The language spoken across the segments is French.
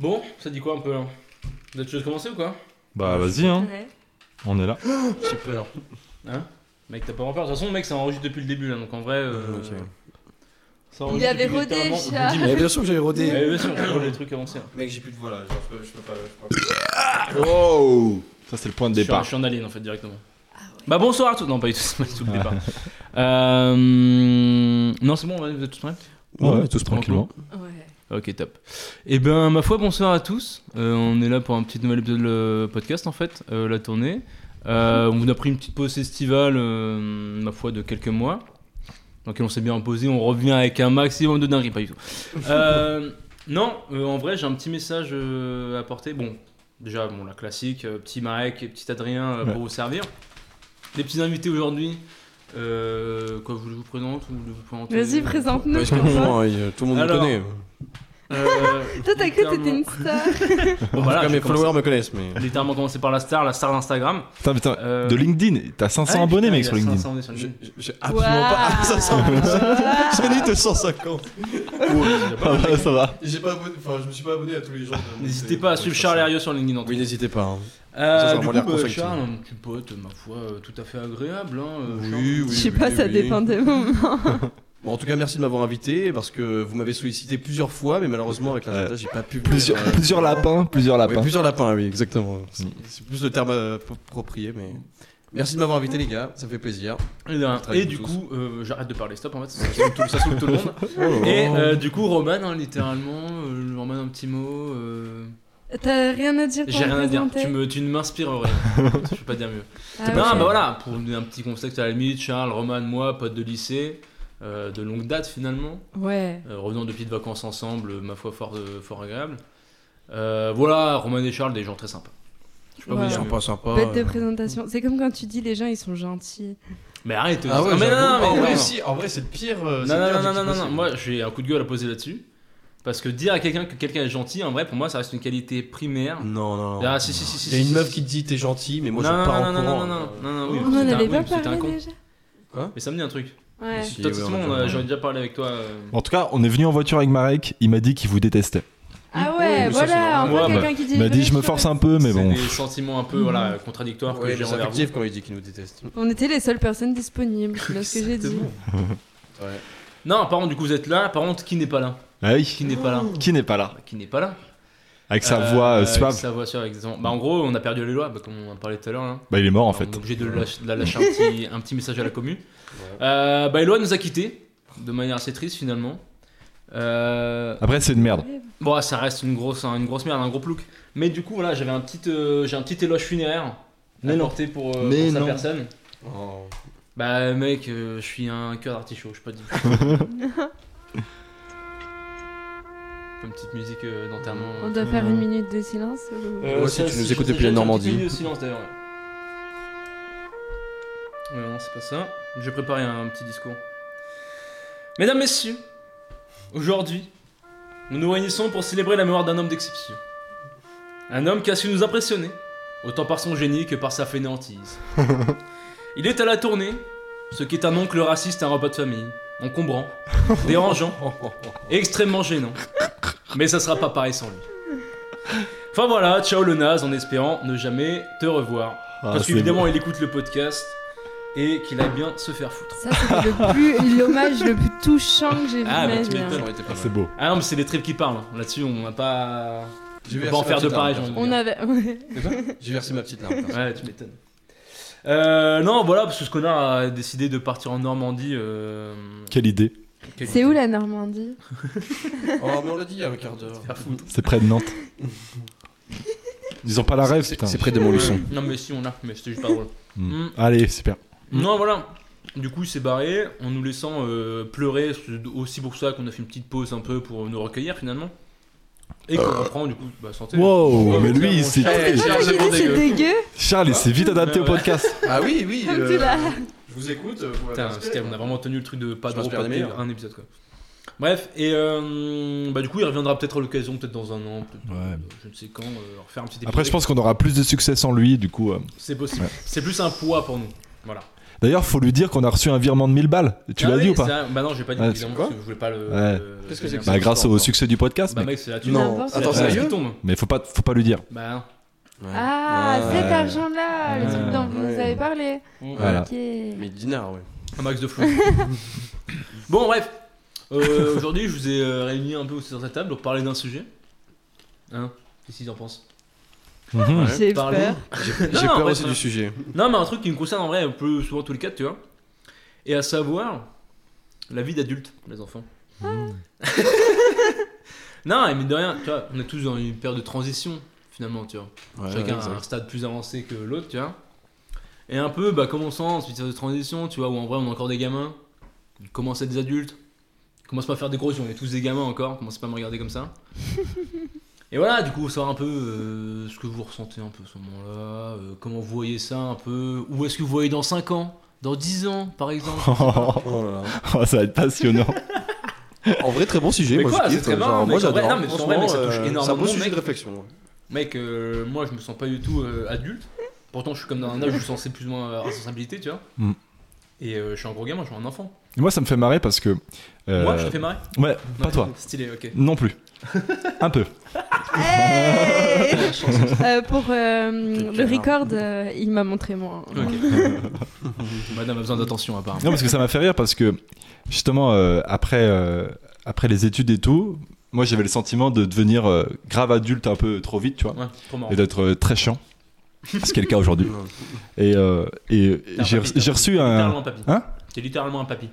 Bon, ça dit quoi un peu là Vous êtes chaud de commencer ou quoi Bah vas-y, hein, on est là. J'ai peur. Hein Mec, t'as pas vraiment peur. De toute façon, mec, ça enregistre depuis le début là, donc en vrai. euh, Ok. ça Il enregistre avait depuis rodé, littéralement- le je chat. vous dis, Mais mais- bien sûr que j'avais rodé. Ouais, bien sûr, je regarde les trucs avancés. hein. Mec, j'ai plus de voix là, je peux, je peux pas. je peux Wow Ça c'est le point de Je suis, en, départ. je suis en haleine en fait directement. Ah ouais. Bah bonsoir à tous. Non, pas du tout, c'est pas du tout le départ. Euh, Non, c'est bon, on va- vous êtes tous prêts Ouais, tous tranquillement. Ouais. Ok, top. Eh ben, ma foi, bonsoir à tous. Euh, on est là pour un petit nouvel épisode de podcast, en fait, euh, la tournée. Euh, on a pris une petite pause estivale, euh, ma foi, de quelques mois, dans laquelle on s'est bien imposé. On revient avec un maximum de dingueries, pas du tout. Euh, non, euh, en vrai, j'ai un petit message euh, à apporter. Bon, déjà, bon, la classique, euh, petit Marek et petit Adrien euh, Ouais. pour vous servir. Les petits invités aujourd'hui. Euh, quoi, vous voulez que je vous présente ou vous voulez vous présenter Vas-y, présente-nous. pas. je comprends. tout le monde Alors, me connaît. Euh, Toi, t'as cru que t'étais littéralement- une star. Bon, en voilà, tout cas, je mes commence- followers me connaissent, mais. littéralement commencé par la star, la star d'Instagram. Putain, putain, Euh, de LinkedIn, t'as 500 ah, abonnés putain, mec il a sur LinkedIn. 500 abonnés sur LinkedIn. J'ai j'ai absolument pas. Ça sent J'ai dit 250. Ah bah, ça va. J'ai pas abonné, enfin, je me suis pas abonné à tous les gens. de- N'hésitez c'est- pas à suivre ça, Charles ça- Herriot sur LinkedIn. en tout Oui, cas. n'hésitez pas. hein. Euh, Ça, ça du va coup, l'air bah, conflictuel. Charles, un petit pote, ma foi, euh, tout à fait agréable. Hein, euh, Charles. Oui, oui. Je sais pas, oui, ça oui. dépend des moments. Bon, en tout cas, merci de m'avoir invité parce que vous m'avez sollicité plusieurs fois, mais malheureusement, avec l'agenda, j'ai pas pu. Plusieurs, venir, euh, plusieurs lapins, plusieurs Oui, lapins. plusieurs lapins, oui, Mm. exactement. C'est c'est plus le terme euh, approprié, mais. Merci de m'avoir invité, les gars, ça me fait plaisir. Et, là, Très et bien, du tous. coup, euh, j'arrête de parler, stop en fait, ça saoule tout, ça saoule tout le monde. Oh. Et euh, du coup, Roman, hein, littéralement, euh, Roman, un petit mot. euh, T'as rien à dire pour J'ai rien me à dire, présenter tu, me, tu ne m'inspires rien. Je peux pas dire mieux. Ah non, ouais. bah voilà, pour vous donner un petit contexte à la limite, Charles, Roman, moi, pote de lycée, euh, de longue date finalement. Ouais. Euh, revenant de petites vacances ensemble, euh, ma foi fort, euh, fort agréable. Euh, voilà, Romain et Charles, des gens très sympas. Je peux pas Ouais. vous dire mieux. Sympa, sympa. Bête de présentation. C'est comme quand tu dis les gens, ils sont gentils. Mais arrête. Ah ouais, non, mais non, j'avoue. non, mais en, non, vrai, non. si, en vrai, c'est le pire. euh, c'est Oh, Non, non, le pire non, non, adjectif non, non, possible. moi j'ai un coup de gueule à poser là-dessus. Parce que dire à quelqu'un que quelqu'un est gentil, en vrai, pour moi, ça reste une qualité primaire. Non, non, non. Ah, si, si, si, si. Il y a si, une meuf si, qui te dit t'es gentil, mais moi non, je pars non, en non, courant. non, non, non, non, non, oui, On parce que en t'es un- avait oui, pas parce que t'es un parlé con. déjà. Mais ça me dit un truc. Ouais. Si, Toi, ouais, on a Simon, déjà on a- parlé. j'en ai déjà parlé avec toi. euh. En tout cas, on est venu en voiture avec Marek, il m'a dit qu'il vous détestait. Ah Oui, ouais, mais ça, c'est voilà, normal. encore Ouais, quelqu'un qui dit. Il m'a les dit je me choses. force un peu, mais C'est bon. des sentiments un peu voilà, contradictoires Ouais, que j'ai mais c'est envers vous. affectif quand il dit qu'il nous déteste. On était les seules personnes disponibles, c'est ce que j'ai dit. Exactement. Ouais. Non, par contre, du coup, vous êtes là. Par contre, qui n'est pas là Ah oui, Qui n'est pas là qui n'est pas là Qui n'est pas là Avec sa Euh, voix euh, avec suave. Sa voix suave, exactement. Bah, en gros, on a perdu les lois, bah, comme on en parlait tout à l'heure. là. Bah il est mort en On fait. est obligé de, lâche- de la lâcher un petit, un petit message à la commune. Euh, bah, Eloi nous a quittés, de manière assez triste finalement. Euh, Après c'est une merde. Bon, ah, ça reste une grosse, une grosse merde, un gros plouc. Mais du coup, voilà, j'avais un petit, euh, j'ai un petit éloge funéraire Mais à non. porter pour, euh, Mais pour sa non. personne. Oh. Bah, mec, euh, je suis un cœur d'artichaut, je sais pas dire. Une petite musique euh, d'enterrement. On doit faire une minute de silence ou- Euh, Moi aussi, ça, tu nous si, écoutes je- depuis la j'ai- j'ai un petit Normandie. minute de silence d'ailleurs. ouais. Ouais, non, c'est pas ça. J'ai préparé un petit discours. Mesdames, messieurs, aujourd'hui, nous nous réunissons pour célébrer la mémoire d'un homme d'exception. Un homme qui a su nous impressionner, autant par son génie que par sa fainéantise. Il est à la tournée, ce qui est un oncle raciste à un repas de famille, encombrant, dérangeant, extrêmement gênant. Mais ça sera pas pareil sans lui. Enfin voilà, ciao le naze en espérant ne jamais te revoir. Ah, Parce c'est qu'évidemment, il écoute le podcast et qu'il aille bien se faire foutre. Ça, c'était le plus l'hommage le plus touchant que j'ai vu. Ah, de bah, ma tu vie, hein. m'étonnes. J'aurais été pas beau. mal. C'est beau. Ah non, mais c'est les tripes qui parlent. Là-dessus, on n'a pas. J'ai On versé peut en ma faire petite de pareil, larme, j'ai envie On avait. ouais. perso. J'ai versé ma petite larme. perso. Ouais, tu m'étonnes. Euh, non, voilà, parce que ce connard a décidé de partir en Normandie. euh, Quelle idée. quel- C'est où la Normandie Oh, mais on l'a dit il y a un quart d'heure. Faire foutre. C'est près de Nantes. Ils ont pas la rêve, putain. près de Montluçon. Non, mais si, on a, mais c'était juste pas drôle. Mm. Mm. Allez, super. Non, voilà. Du coup, il s'est barré en nous laissant euh, pleurer. C'est aussi pour ça qu'on a fait une petite pause un peu pour nous recueillir finalement. Et qu'on reprend du coup, bah santé. Wow, Ouais, mais lui, clairement, il s'est- Charles- Eh, C'est Charles, pas ça c'est qu'il bon dit, c'est dégueu. dégueu Charles, il s'est vite adapté au Ouais, ouais. podcast. Ah oui, oui. Comme euh, tu l'as. Je vous écoute. euh, vous Putain, m'avez c'était- on a vraiment tenu le truc de pas Je de m'inspire des meilleurs. un épisode quoi. Bref, et euh, bah du coup, il reviendra peut-être à l'occasion, peut-être dans un an, peut-être, Ouais. euh, je ne sais quand, euh, refaire un petit épisode. Après, je pense qu'on aura plus de succès sans lui, du coup. euh. c'est possible. Ouais. C'est plus un poids pour nous. Voilà. D'ailleurs, faut lui dire qu'on a reçu un virement de 1000 balles. Tu Ah l'as oui, dit ou pas c'est vrai. Bah non, j'ai pas dit, Ouais, évidemment, c'est quoi parce que je voulais pas le. Ouais. le- Qu'est-ce que c'est que le- Bah, c'est grâce fort, au attends. succès du podcast, Bah, mec. mec, c'est la thune. Non, N'importe attends, quoi. c'est sérieux qui tombe. Mais faut pas, faut pas lui dire. Bah, non. Ah, Ouais. cet argent-là, le truc dont vous Ouais. nous avez parlé. Mm. Voilà. Ok. Mais dinars, ouais. Un max de flou. bon, bref. Euh, Aujourd'hui, je vous ai euh, réunis un peu aussi sur cette table pour parler d'un sujet. Hein Qu'est-ce qu'ils en pensent Mhm. Ouais. J'ai Parlez. peur. J'ai Non, j'ai en peur vrai, aussi ça- du sujet. Non, mais un truc qui me concerne en vrai un peu souvent tous les quatre, tu vois. Et à savoir, la vie d'adulte, les enfants. non, mais de rien, tu vois, on est tous dans une période de transition, finalement, tu vois. Ouais, Chacun ouais, a un exact. stade plus avancé que l'autre, tu vois. Et un peu, bah, comme on sent, cette phase de transition, tu vois, où en vrai, on est encore des gamins, on commence à être des adultes, on commence pas à faire des gros yeux, on est tous des gamins encore, commencez pas à me regarder comme ça. Et voilà, du coup, savoir un peu euh, ce que vous ressentez un peu à ce moment-là, euh, comment vous voyez ça un peu, où est-ce que vous voyez dans 5 ans, dans 10 ans, par exemple. Oh là là. Oh, ça va être passionnant. En vrai, très bon sujet. Mais moi, quoi, je c'est kiffe, très genre, marrant, Moi, mec. En vrai, j'adore. non, mais c'est Franchement, vrai, mais ça touche euh, C'est un énormément, beau sujet mec. de réflexion. ouais. Mec, euh, moi, je me sens pas du tout euh, adulte, pourtant, je suis comme dans un âge où je suis censé plus ou moins avoir responsabilité, tu vois. Mm. Et euh, je suis un gros gamin, je suis un enfant. Et Moi, ça me fait marrer parce que. euh, Moi, je te fais marrer Ouais, pas Ouais, toi. Stylé, ok. Non plus. Un peu. Hey Euh, pour euh, le connard. record, euh, il m'a montré moi. Madame a besoin d'attention, apparemment. Non, parce que ça m'a fait rire parce que justement, euh, après, euh, après les études et tout, moi j'avais le sentiment de devenir euh, grave adulte un peu trop vite, tu vois, Ouais, trop marrant. et d'être euh, très chiant. Ce qui est le cas aujourd'hui. Non. Et, euh, et- et T'es un j'ai papy, re- j'ai t'es reçu littéralement un. un papy. Hein T'es littéralement un papy.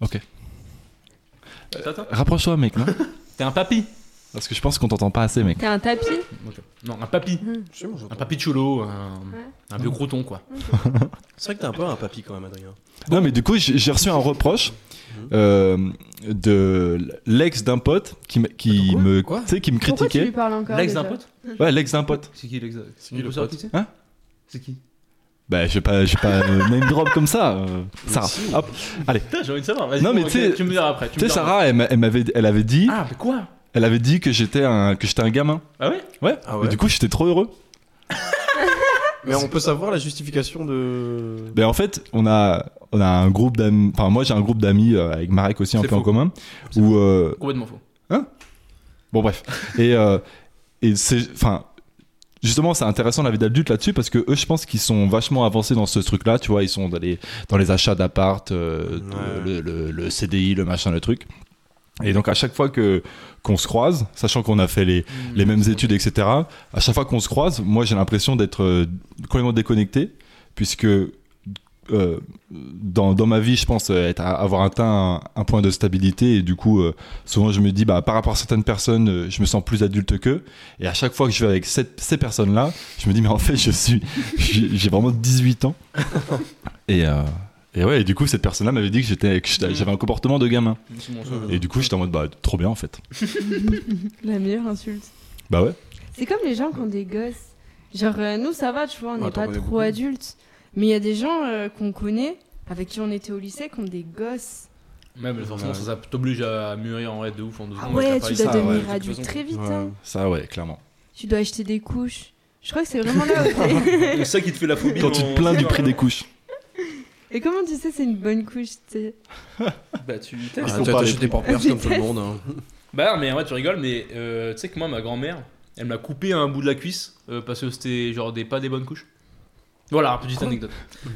Ok. Attends, attends. Rapproche-toi, mec, non T'es un papy Parce que je pense qu'on t'entend pas assez, mec. T'as un tapis Non, un papy. Je sais, moi, j'entends. Un papy chulo, un, Ouais. un vieux croton, quoi. C'est vrai que t'es un peu un papy quand même, Adrien. Non, mais du coup, j'ai j'ai reçu un reproche euh, de l'ex d'un pote qui, me- qui Attends, quoi me, Quoi tu sais, qui me Pourquoi tu lui critiquait. parles encore L'ex déjà d'un pote Ouais, l'ex d'un pote. C'est qui l'ex C'est qui le pote c'est Hein C'est qui Bah, je vais pas, je vais pas euh, name drop comme ça. euh, Sarah. Si. Hop. Putain, j'ai envie de savoir. Vas-y, Non, mais bon, tu sais- ok, tu me diras après. Tu Tu sais, me diras Sarah, elle, m'a- elle m'avait, elle avait dit, après. Ah, mais quoi elle avait dit que j'étais un, que j'étais un gamin. Ah ouais Ouais. Ah ouais Et du coup, j'étais trop heureux. Mais on peut savoir la justification de. Ben en fait, on a, on a un groupe d'amis. Enfin, moi, j'ai un groupe d'amis euh, avec Marek aussi un C'est peu en faux. commun. C'est Où, euh, Complètement faux. bon, bref. et euh, et c'est, enfin. Justement, c'est intéressant la vie d'adulte là-dessus parce que eux, je pense qu'ils sont vachement avancés dans ce truc-là. Tu vois, ils sont dans les, dans les achats d'appart, euh, le, Ouais. le- le CDI, le machin, le truc. Et donc, à chaque fois que qu'on se croise, sachant qu'on a fait les, Hmm. les mêmes études, etc. À chaque fois qu'on se croise, moi j'ai l'impression d'être euh, complètement déconnecté, puisque euh, dans, dans ma vie, je pense euh, être, avoir atteint un, un point de stabilité, et du coup, euh, souvent je me dis, bah, par rapport à certaines personnes, euh, je me sens plus adulte qu'eux, et à chaque fois que je vais avec cette- ces personnes-là, je me dis, mais en fait, je suis, j'ai j'ai vraiment 18 ans. Et, euh, et ouais, et du coup, cette personne-là m'avait dit que j'étais- que j'étais- j'avais un comportement de gamin. C'est bon, ça va. Et du coup, j'étais en mode, bah, trop bien en fait. La meilleure insulte. Bah ouais. C'est comme les gens qui ont des gosses. Genre, euh, nous, ça va, tu vois, on n'est Ouais, t'en pas connais trop beaucoup. adultes. Mais il y a des gens euh, qu'on connaît, avec qui on était au lycée, qui ont des gosses. Ouais, mais forcément, ça, ça t'oblige à mûrir en vrai de ouf en deux Ah secondes, ouais, t'as pas tu les- ça, dois ouais, devenir de toute adulte façon. très vite. Ouais. hein. Ça, ouais, clairement. Tu dois acheter des couches. Je crois que c'est vraiment là. où- C'est ça qui te fait la phobie. Quand tu en- te plains du prix des couches. Et comment tu sais c'est une bonne couche, tu sais Bah, tu Ah, Ils t'as sont pas acheté les des pampers comme tout le monde. hein. Bah non, mais ouais, tu rigoles, mais euh, tu sais que moi, ma grand-mère, elle m'a coupé un bout de la cuisse euh, parce que c'était genre des pas des bonnes couches. Voilà, petite anecdote.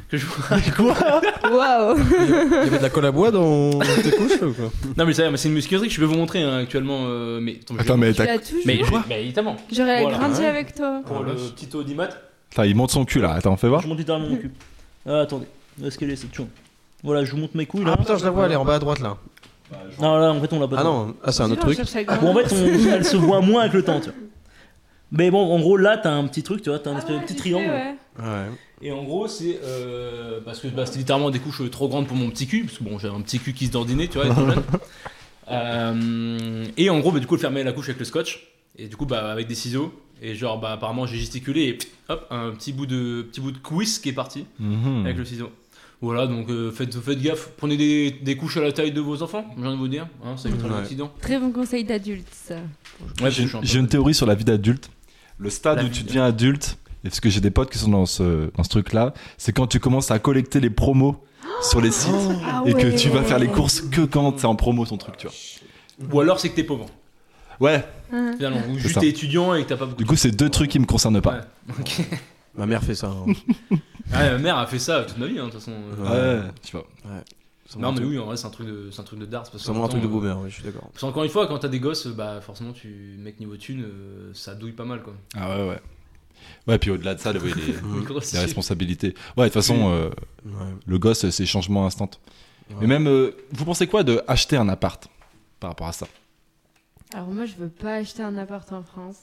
que je vous raconte. Waouh Il y avait de la colle à bois dans tes couches ou quoi Non, mais c'est vrai, mais c'est une musculerie que je peux vous montrer hein, actuellement. euh, mais attends, je- Attends, mais Tu t'as- l'as toujours. mais, Quoi mais évidemment, J'aurais Voilà. grandi avec toi. pour le petit audimat, Attends, il monte son cul là, attends, fais voir. je monte littéralement mon cul. Ah, attendez, où est-ce qu'elle est cette choume Voilà, je vous montre mes couilles Ah putain, je la vois, elle est en bas à droite là. Non, là, en fait, on l'a pas. Ah non, ah, c'est un autre Tu vois, on truc. cherche à grandir. Bon, en fait, on- elle se voit moins avec le temps, tu vois. Mais bon, en gros, là, t'as un petit truc, tu vois, t'as un Ah espèce de ouais, petit j'ai triangle. fait, ouais. Ouais. Et en gros, c'est euh, parce que bah, c'était littéralement des couches trop grandes pour mon petit cul, parce que bon, j'avais un petit cul qui se dandinait, tu vois, étant jeune. Euh, et en gros, bah, du coup, elle fermait la couche avec le scotch, et du coup, bah, avec des ciseaux. Et genre, bah, apparemment, j'ai gesticulé, et pff, hop, un petit bout de petit bout de cuisse qui est parti Mmh. Mhm. avec le ciseau. Voilà, donc euh, faites, faites gaffe, prenez des, des couches à la taille de vos enfants, j'ai envie de vous dire, hein, ça évitera Ouais. l'accident. Très bon conseil d'adulte, ça. Ouais, J'ai parce que je suis un peu- j'ai une théorie sur la vie d'adulte. Le stade La où vie tu d'adulte. deviens adulte, et parce que j'ai des potes qui sont dans ce, dans ce truc-là, c'est quand tu commences à collecter les promos sur les sites Oh. Ah et que ouais. tu vas faire les courses que quand c'est en promo ton truc, tu vois. Ou alors c'est que t'es pauvre, Ouais, Hein. finalement. Ou juste ça. t'es étudiant et que t'as pas beaucoup du coup, c'est deux trucs qui me concernent pas. Ouais. Ok. Ma mère fait ça. hein. Ah, ma mère a fait ça toute ma vie, hein, de toute façon. Ouais. tu vois. C'est Non, vraiment mais un truc- oui, en vrai, c'est un truc de, c'est un truc de darts. parce C'est qu'en vraiment un même truc de temps, boomer, ouais, je suis d'accord. Parce qu'encore une fois, quand t'as des gosses, bah forcément, tu mec niveau thune, euh, ça douille pas mal quoi. Ah ouais, ouais. Ouais, puis au-delà de ça, là, oui, les, Mhm. Les grosses les chiffres. responsabilités. Ouais, de toute façon, euh, Ouais. le gosse, euh, c'est changement instant. Ouais. Mais même, euh, vous pensez quoi de acheter un appart par rapport à ça Alors moi, je veux pas acheter un appart en France.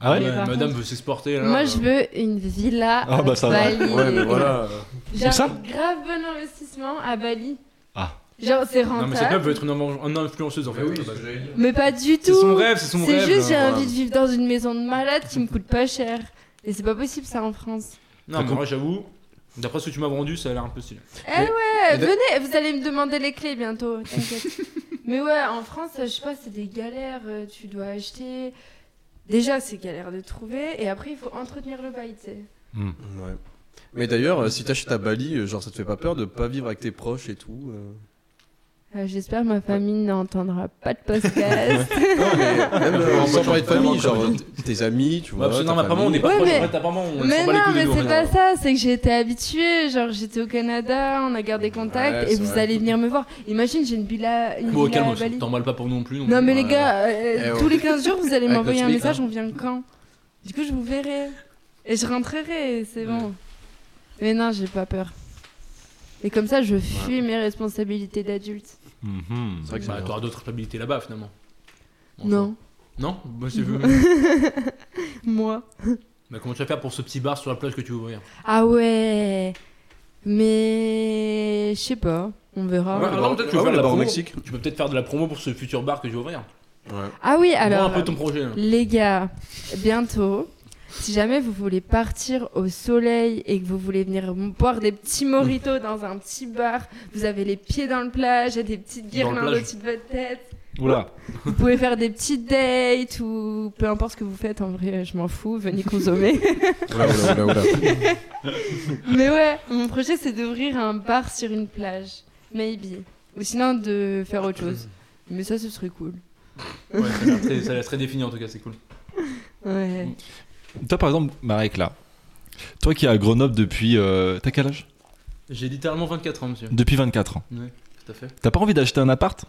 Ah ouais Mais par Madame contre- veut s'exporter hein. là. Moi, je veux une villa Ah, à bah, ça va. Bali. Ouais, mais voilà. J'ai un Où ça grave bon investissement à Bali. Ah. Genre, c'est Non, rentable. mais cette meuf veut être une inven- une influenceuse en fait. à la base. Mais pas du c'est tout. son rêve, c'est son C'est rêve. juste, j'ai euh, envie de vivre dans une maison de malade qui me coûte pas cher. Et c'est pas possible ça en France. Non, mais moi j'avoue, d'après ce que tu m'as vendu, ça a l'air un peu stylé. Eh ouais, venez, vous allez me demander les clés bientôt, t'inquiète. Mais ouais, en France, je sais pas, c'est des galères, euh, tu dois acheter. Déjà, c'est galère de trouver, et après, il faut entretenir le bail, tu sais. Ouais. Mais d'ailleurs, euh, si t'achètes à Bali, euh, genre ça te fait pas peur de pas vivre avec tes proches et tout euh. Euh, J'espère que ma famille n'entendra pas de podcast. Non, mais même euh, sans parler de famille, Vraiment, genre t- tes amis, tu Ouais, Bah, vois. parce que ta non, mais apparemment, on est famille. pas Ouais, proche. mais- En fait, apparemment, on mais s'en bat les non, couilles de mais nous, en c'est pas fait. ça, c'est que j'ai été habituée. Genre, j'étais au Canada, on a gardé contact, Ouais, et c'est vous vrai. allez venir me voir. Imagine, j'ai une villa, une Bon, villa à calme, Bali. t'emballes pas pour nous non plus. donc- Non mais les Ouais. gars, euh, Eh tous ouais. les 15 jours vous allez Avec m'envoyer un notre message, hein. slip, on vient quand Du coup je vous verrai. Et je rentrerai, et c'est bon. Mais non, j'ai pas peur. Et comme ça je fuis mes responsabilités d'adulte. Mhm. C'est vrai que Bah, c'est t'auras d'autres responsabilités là-bas finalement. Bon, non, ça. Non Bah, c'est- moi. Bah, comment tu vas faire pour ce petit bar sur la plage que tu veux ouvrir Ah ouais Mais je sais pas, on verra. Ouais, le alors bar- peut-être que tu ah veux faire ouais, le la bar au promo. Mexique. Tu peux peut-être faire de la promo pour ce futur bar que tu veux ouvrir. Ouais. Ah oui, Alors, alors... un peu ton projet. hein. là. Les gars, bientôt, si jamais vous voulez partir au soleil et que vous voulez venir boire des petits moritos dans un petit bar, vous avez les pieds dans le plage, et des petites Dans le guirlandes plage. au-dessus de votre tête, Oula. vous pouvez faire des petites dates ou peu importe ce que vous faites, en vrai, je m'en fous, venez consommer. Oula, oula, oula, oula. Mais ouais, mon projet c'est d'ouvrir un bar sur une plage, maybe. Ou sinon de faire autre chose. Euh. Mais ça, ce serait cool. Ouais, ça a l'air très- ça a l'air très défini en tout cas, c'est cool. Ouais. Toi, par exemple, Marek, là, toi qui es à Grenoble depuis. euh, T'as quel âge J'ai littéralement 24 ans, monsieur. Depuis 24 ans. Ouais, tout à fait. T'as pas envie d'acheter un appart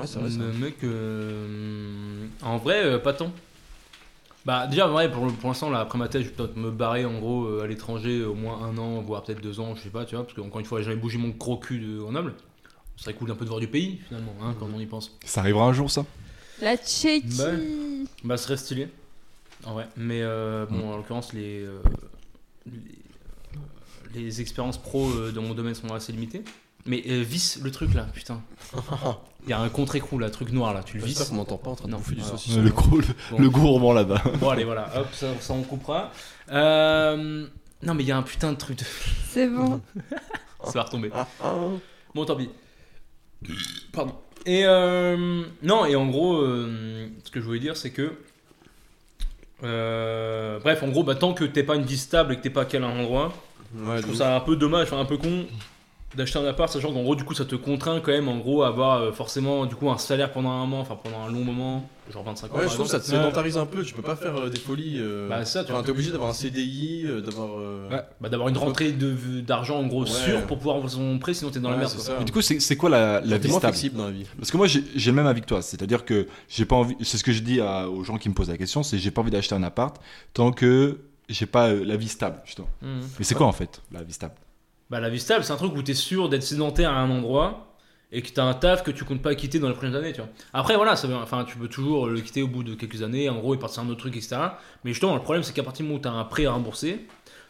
Ouais, c'est vrai, ça. Le mec, euh, en vrai, euh, pas tant. Bah, déjà, en vrai, pour, pour l'instant, là, après ma thèse, je vais peut-être me barrer en gros euh, à l'étranger euh, au moins un an, voire peut-être deux ans, je sais pas, tu vois, parce qu'encore une fois, j'avais bougé mon gros cul de Grenoble. Ce serait cool d'un peu de voir du pays, finalement, hein, quand on y pense. Ça arrivera un jour, ça La Tchéquie Bah. Bah, ce serait stylé. En vrai. Mais euh, bon, en l'occurrence, les, euh, les, euh, les expériences pro euh, dans mon domaine sont assez limitées. Mais euh, visse le truc là, putain. Il y a un contre-écrou là, truc noir là, tu le J'espère visses. qu'on m'entend pas en train de Non. bouffer du Alors, saucisson. le, gros- le- Bon. le gourmand là-bas. Bon, allez, voilà, hop, ça, ça, on coupera. Euh, Non, mais il y a un putain de truc de. C'est bon. Ça va retomber. Ah. Bon, tant pis. Pardon. Et euh, non, et en gros, euh, ce que je voulais dire, c'est que. euh, bref, en gros, bah, tant que t'es pas une vie stable et que t'es pas qu'à un endroit, Ouais, je trouve donc- ça un peu dommage, enfin un peu con d'acheter un appart, sachant qu'en gros, du coup, ça te contraint quand même, en gros, à avoir euh, forcément du coup un salaire pendant un moment, enfin pendant un long moment, genre 25 ans. Ouais, par je trouve que ça exemple. te sédentarise un peu, tu peux pas faire euh, des folies. euh, Bah, ça, tu enfin, vois. t'es obligé d'avoir un CDI, euh, d'avoir. euh, Ouais. Bah, d'avoir une rentrée de- d'argent en gros Ouais. sûre pour pouvoir ouvrir son prêt, sinon t'es dans la ouais, merde. c'est quoi. ça. Mais du coup, c'est c'est quoi la, la T'es vie moins stable flexible dans la vie. Parce que moi, j'ai j'ai le même avis que toi. C'est-à-dire que j'ai pas envie. C'est ce que je dis à- aux gens qui me posent la question c'est j'ai pas envie d'acheter un appart tant que j'ai pas euh, la vie stable, justement. Mhm. Mais c'est quoi en fait, la vie stable Bah, la vie stable, c'est un truc où t'es sûr d'être sédentaire à un endroit et que t'as un taf que tu comptes pas quitter dans les prochaines années, tu vois. Après, voilà, ça veut, enfin, tu peux toujours le quitter au bout de quelques années, en gros, et partir à un autre truc, etc. Mais justement, le problème, c'est qu'à partir du moment où t'as un prêt à rembourser,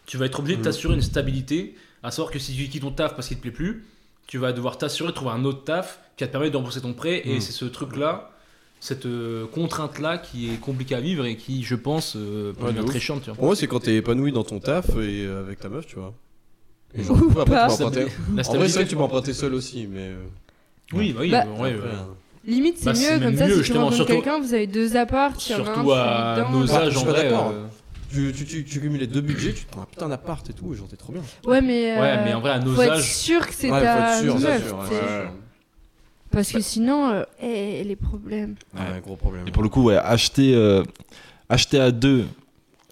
tu vas être obligé de Mhm. t'assurer une stabilité, à savoir que si tu quittes ton taf parce qu'il te plaît plus, tu vas devoir t'assurer de trouver un autre taf qui va te permettre de rembourser ton prêt, et Mmh. Mhm. c'est ce truc-là, cette euh, contrainte-là qui est compliquée à vivre et qui, je pense, euh, peut Ouais, de devenir ouf. très chiante, tu vois. Pour moi, c'est quand t'es épanoui dans ton taf et euh, avec ta meuf, tu vois. Et Ou genre, après, tu peux pas. La emprunter. En vrai, Ah c'est stabilité, vrai que tu peux emprunter seul aussi, mais. euh, oui, bah oui, Bah, en vrai, après, euh, euh, Limite, c'est Bah, c'est mieux, même comme ça, mieux, si tu justement, rencontres surtout- quelqu'un, vous avez deux apparts, il y en a un, Surtout à c'est dedans. nos bah, âges, je en suis vrai. d'accord. euh, Je tu, tu, tu, tu cumules les deux budgets, tu te prends un putain d'appart et tout, et genre t'es trop bien. Ouais, mais. Ouais, euh, mais en vrai, à nos Faut être âges. sûr que c'est Ouais, ta faut être sûr, bien meuf, sûr, ouais, t'sais. ouais. Parce que sinon, euh, eh, les problèmes. Ouais, un gros problème. Et pour le coup, ouais, acheter, euh, acheter à deux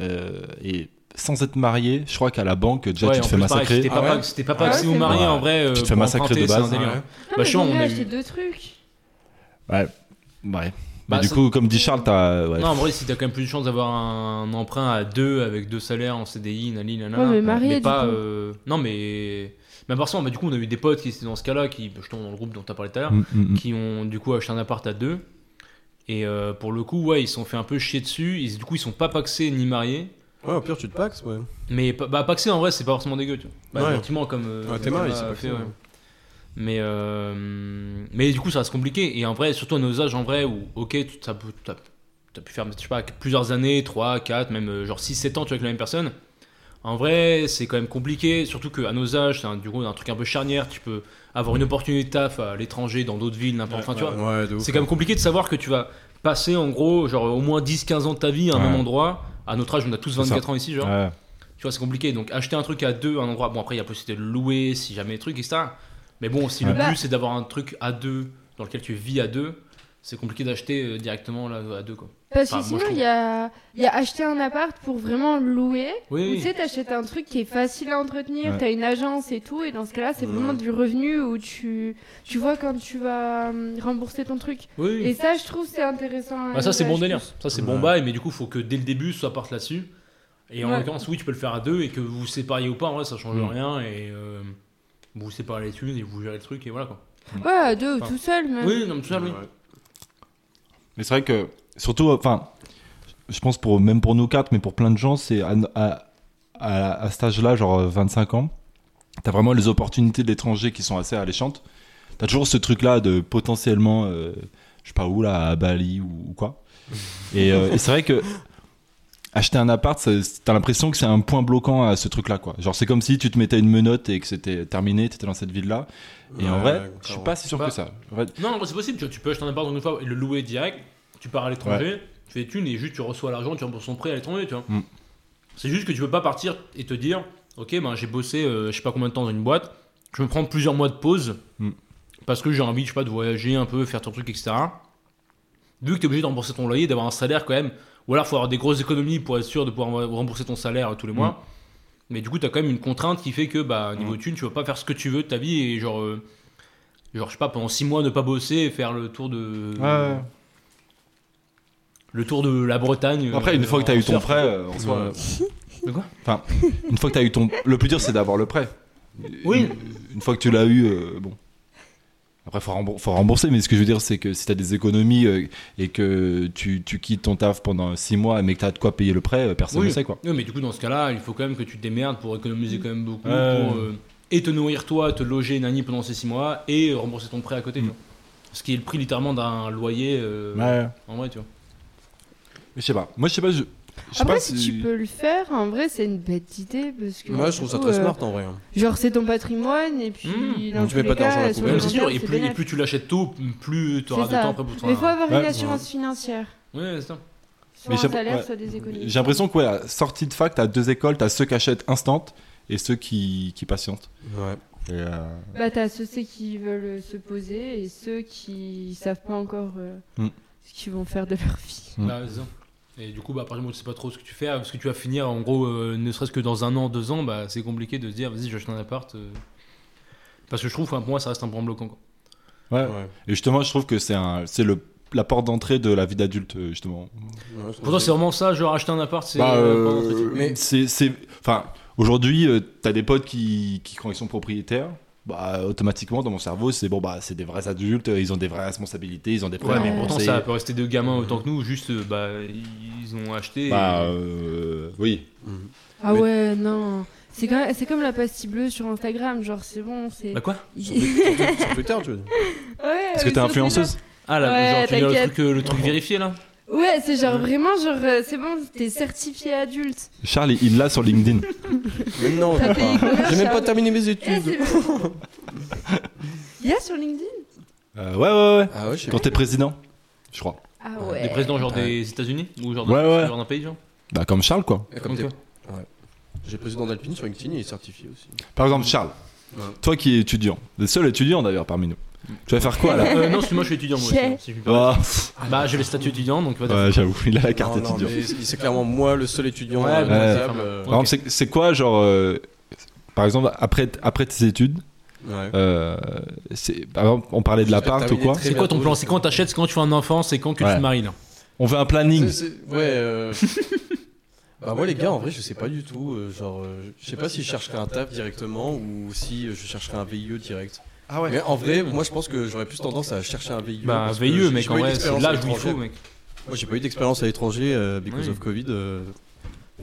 euh, et sans être marié, je crois qu'à la banque, déjà, Ouais, tu en te fais plus, pareil, si massacrer. t'es Ah papa, ouais si t'es papa Ah que ouais, si vous c'est mariez vrai. en vrai, euh, te fais pour massacrer emprunter, de base. Ah, C'est un délire. Ouais. Non, Bah, mais je sais, on vaut mieux a eu- acheter deux trucs. Ouais. ouais. Bah, Mais du ça- coup, comme dit Charles, t'as. ouais. Non, en vrai, si t'as quand même plus de chance d'avoir un emprunt à deux avec deux salaires en CDI, nani, nanana. Ouais, mais marié, du pas. coup. euh, Non, mais. Mais à part ça, bah, du coup, on a eu des potes qui étaient dans ce cas-là, qui, je tombe dans le groupe dont t'as parlé tout à l'heure, Mm, mm, mm. qui ont du coup acheté un appart à deux. Et euh, pour le coup, ouais, ils se sont fait un peu chier dessus. Ils, du coup, ils sont pas paxés ni mariés. Ouais, au pire, tu te paxes, ouais. Mais pa- bah, paxé en vrai, c'est pas forcément dégueu, tu vois. Bah, Ouais. effectivement, comme. euh, Ouais, t'es comme marié, Thomas c'est a pas fait, que ça. ouais. Mais, euh, mais du coup, ça reste compliqué. Et en vrai, surtout à nos âges, en vrai, où, ok, tu as, pu faire, je sais pas, plusieurs années, 3, 4, même euh, genre 6, 7 ans, tu vois, avec la même personne. En vrai, c'est quand même compliqué. Surtout qu'à nos âges, c'est un, du coup un truc un peu charnière. Tu peux avoir une opportunité de taf à l'étranger, dans d'autres villes, n'importe. Ah, enfin, tu vois. Ouais, de ouf. C'est quand même compliqué de savoir que tu vas passer, en gros, genre au moins 10, 15 ans de ta vie à un Ouais. même endroit. À notre âge, on a tous C'est ça. 24 ans ici, genre. Ouais. Tu vois, c'est compliqué. Donc, acheter un truc à deux, à un endroit. Bon, après, il y a possibilité de le louer si jamais le truc, etc. Mais bon, si le Ouais. but c'est d'avoir un truc à deux dans lequel tu vis à deux, c'est compliqué d'acheter euh, directement là à deux, quoi. Parce Enfin, que moi, je sinon, trouve- il y a, il y a acheter un appart pour vraiment louer. Ou Tu Oui, sais, t'achètes un truc qui est facile à entretenir, Ouais. t'as une agence et tout, et dans ce cas-là, c'est Ouais. vraiment du revenu où tu, tu vois quand tu vas hum, rembourser ton truc. oui. Et ça, je trouve, c'est intéressant. à Bah, ça, c'est bon l'usage, délire. je trouve. Ça, c'est bon Ouais. bail, mais du coup, faut que dès le début, ça parte là-dessus. Et en Ouais. l'occurrence, oui, tu peux le faire à deux et que vous vous sépariez ou pas, en vrai, ça change Mm. rien. Et euh, vous vous séparez les thunes et vous gérez le truc, et voilà, quoi. Ouais, à deux ou Enfin, tout seul, même. Oui, non, mais tout ça, oui. Ouais. Mais c'est vrai que, surtout, euh, enfin, je pense pour, même pour nous quatre, mais pour plein de gens, c'est à, à, à, à cet âge-là, genre euh, 25 ans, t'as vraiment les opportunités de l'étranger qui sont assez alléchantes. T'as toujours ce truc-là de potentiellement, euh, je sais pas où, là, à Bali ou, ou quoi. Et, euh, et c'est vrai que acheter un appart, ça- c'est- t'as l'impression que c'est un point bloquant à ce truc-là, quoi. Genre, c'est comme si tu te mettais une menotte et que c'était terminé, t'étais dans cette ville-là. Et en Ouais, vrai, je suis clairement. pas si sûr Bah, que ça. En vrai, Non, en vrai, c'est possible. Tu, vois, tu peux acheter un appart une fois et le louer direct. Tu pars à l'étranger, tu fais des thunes et juste tu reçois l'argent, tu rembourses son prêt à l'étranger, tu vois. Mm. C'est juste que tu peux pas partir et te dire, ok, ben j'ai bossé, euh, je sais pas combien de temps dans une boîte, je me prends plusieurs mois de pause Mm. parce que j'ai envie, je sais pas, de voyager un peu, faire ton truc, etc. Vu que t'es obligé de rembourser ton loyer, d'avoir un salaire quand même, ou alors faut avoir des grosses économies pour être sûr de pouvoir rembourser ton salaire tous les Mm. mois. Mais du coup, t'as quand même une contrainte qui fait que, bah, niveau thune, tu peux pas faire ce que tu veux de ta vie et genre, euh, genre, je sais pas, pendant 6 mois ne pas bosser et faire le tour de. ouais. Le tour de la Bretagne. Après, euh, une fois que t'as eu en ton surf. prêt, euh, en soi, Ouais. euh, De quoi Enfin, une fois que t'as eu ton. Le plus dur, c'est d'avoir le prêt. Oui. Une, une fois que tu l'as eu, euh, bon. Après, faut, rembou- faut rembourser, mais ce que je veux dire, c'est que si t'as des économies euh, et que tu, tu quittes ton taf pendant 6 mois, mais que t'as de quoi payer le prêt, euh, personne Oui. ne sait quoi. Oui, mais du coup, dans ce cas-là, il faut quand même que tu te démerdes pour économiser quand même beaucoup. Ouais. pour, euh, et te nourrir toi, te loger nani pendant ces 6 mois et rembourser ton prêt à côté, Mm. tu vois. Ce qui est le prix littéralement d'un loyer euh, Ouais. en vrai, tu vois. Mais je sais pas. Moi, je sais pas. Je, je sais Après, pas si tu peux le faire, en vrai, c'est une bête idée. Parce que, Moi, du je trouve ça coup, très euh, smart en vrai. hein. Genre, c'est ton patrimoine, et puis. Mmh. dans Tu tous mets les pas d'argent cas, à la sur Ouais, le mais poubelle. c'est long sûr, terme, et c'est plus, et bénéf. plus tu l'achètes tôt, plus tu auras de ça. temps après pour Mais il faut toi. avoir Ouais. une assurance financière. Ouais, c'est ça. Soit Mais un j'ai- salaire, ouais. soit des économies. J'ai l'impression que, ouais, à sortie de fac, t'as deux écoles, t'as ceux qui achètent instant et ceux qui, qui patientent. Ouais. Et, euh, Bah, t'as ceux ceux qui veulent se poser et ceux qui savent pas encore euh, Mm. ce qu'ils vont faire de leur vie. Mm. Bah, c'est ça. Et du coup, bah, par exemple, tu sais pas trop ce que tu fais, parce que tu vas finir, en gros, euh, ne serait-ce que dans un an, deux ans, bah, c'est compliqué de se dire, vas-y, j'achète un appart. euh. Parce que je trouve, enfin, pour moi, ça reste un point bloquant. quoi. ouais. Ouais. Et justement, je trouve que c'est un, c'est le, la porte d'entrée de la vie d'adulte, euh, justement. Ouais, Pour toi, c'est vraiment ça, genre acheter un appart, c'est. Bah, euh, euh, pas un truc. Mais- c'est, c'est, enfin, aujourd'hui, euh, t'as des potes qui, qui, quand ils sont propriétaires, bah, automatiquement, dans mon cerveau, c'est bon, bah, c'est des vrais adultes, euh, ils ont des vraies responsabilités, ils Bah, ont des Ouais, vrais mais Ouais. pourtant, ça peut rester deux gamins autant que nous, juste, euh, bah, ils ont acheté. et- Bah, euh, oui. Mm. Ah Mais- ouais, non. C'est quand même- c'est comme la pastille bleue sur Instagram, genre c'est bon, c'est. Bah, quoi Sur Twitter, tu veux dire. Ouais, Parce que t'es mais sur influenceuse. Ah, là, Ouais, genre, tu veux dire le t'inquiète. truc, euh, le truc vérifié, là Twitter. Ouais, c'est genre vraiment, genre euh, c'est bon, t'es certifié adulte. Charles, il l'a sur LinkedIn. Mais non, T'as je payé sais pas. combien, J'ai même pas Charles terminé mes Eh, c'est études. bon. Il y a sur LinkedIn Euh, ouais, ouais, ouais. Ah ouais, je sais Quand t'es président, je crois. Ah Des ouais. présidents, genre des États-Unis Ou genre Ouais, d'un ouais. genre d'un pays, genre Bah, comme Charles, quoi. Comme Ok. t'es- ouais. J'ai président d'Alpine sur LinkedIn, il est certifié aussi. Par exemple, Charles, Ouais. toi qui es étudiant, le seul étudiant d'ailleurs parmi nous, tu vas faire quoi là Euh, non, excuse-moi, je suis étudiant, moi. J'ai- si je puis me permettre. Ah, Bah, j'ai le statut étudiant, donc voilà. ouais, J'avoue, il a la carte Non, non, étudiant. mais c'est c'est clairement moi le seul étudiant Ouais, euh, ouais. de la Ouais. table, euh, Par exemple, c'est- c'est quoi, genre, euh, par exemple, après, après tes études, ouais. euh, c'est- par exemple, on parlait de l'appart ou quoi C'est quoi ton plan C'est quand t'achètes, c'est quand tu fais un enfant, c'est quand que tu Ouais. te maries là On veut un planning. C'est- c'est- Ouais. euh, bah moi les gars, en vrai, je sais pas du tout. euh, genre, euh, je sais pas si je chercherai un taf directement ou si euh, je chercherai un VIE direct. Ah Mais en vrai, moi je pense que j'aurais plus tendance à chercher un VIE. Bah, parce que veilleux, j'ai- mec, j'ai en pas eu vrai, c'est d'expérience à l'âge où il l'étranger. faut, mec. Moi j'ai pas eu d'expérience à l'étranger euh, because Oui. of Covid euh,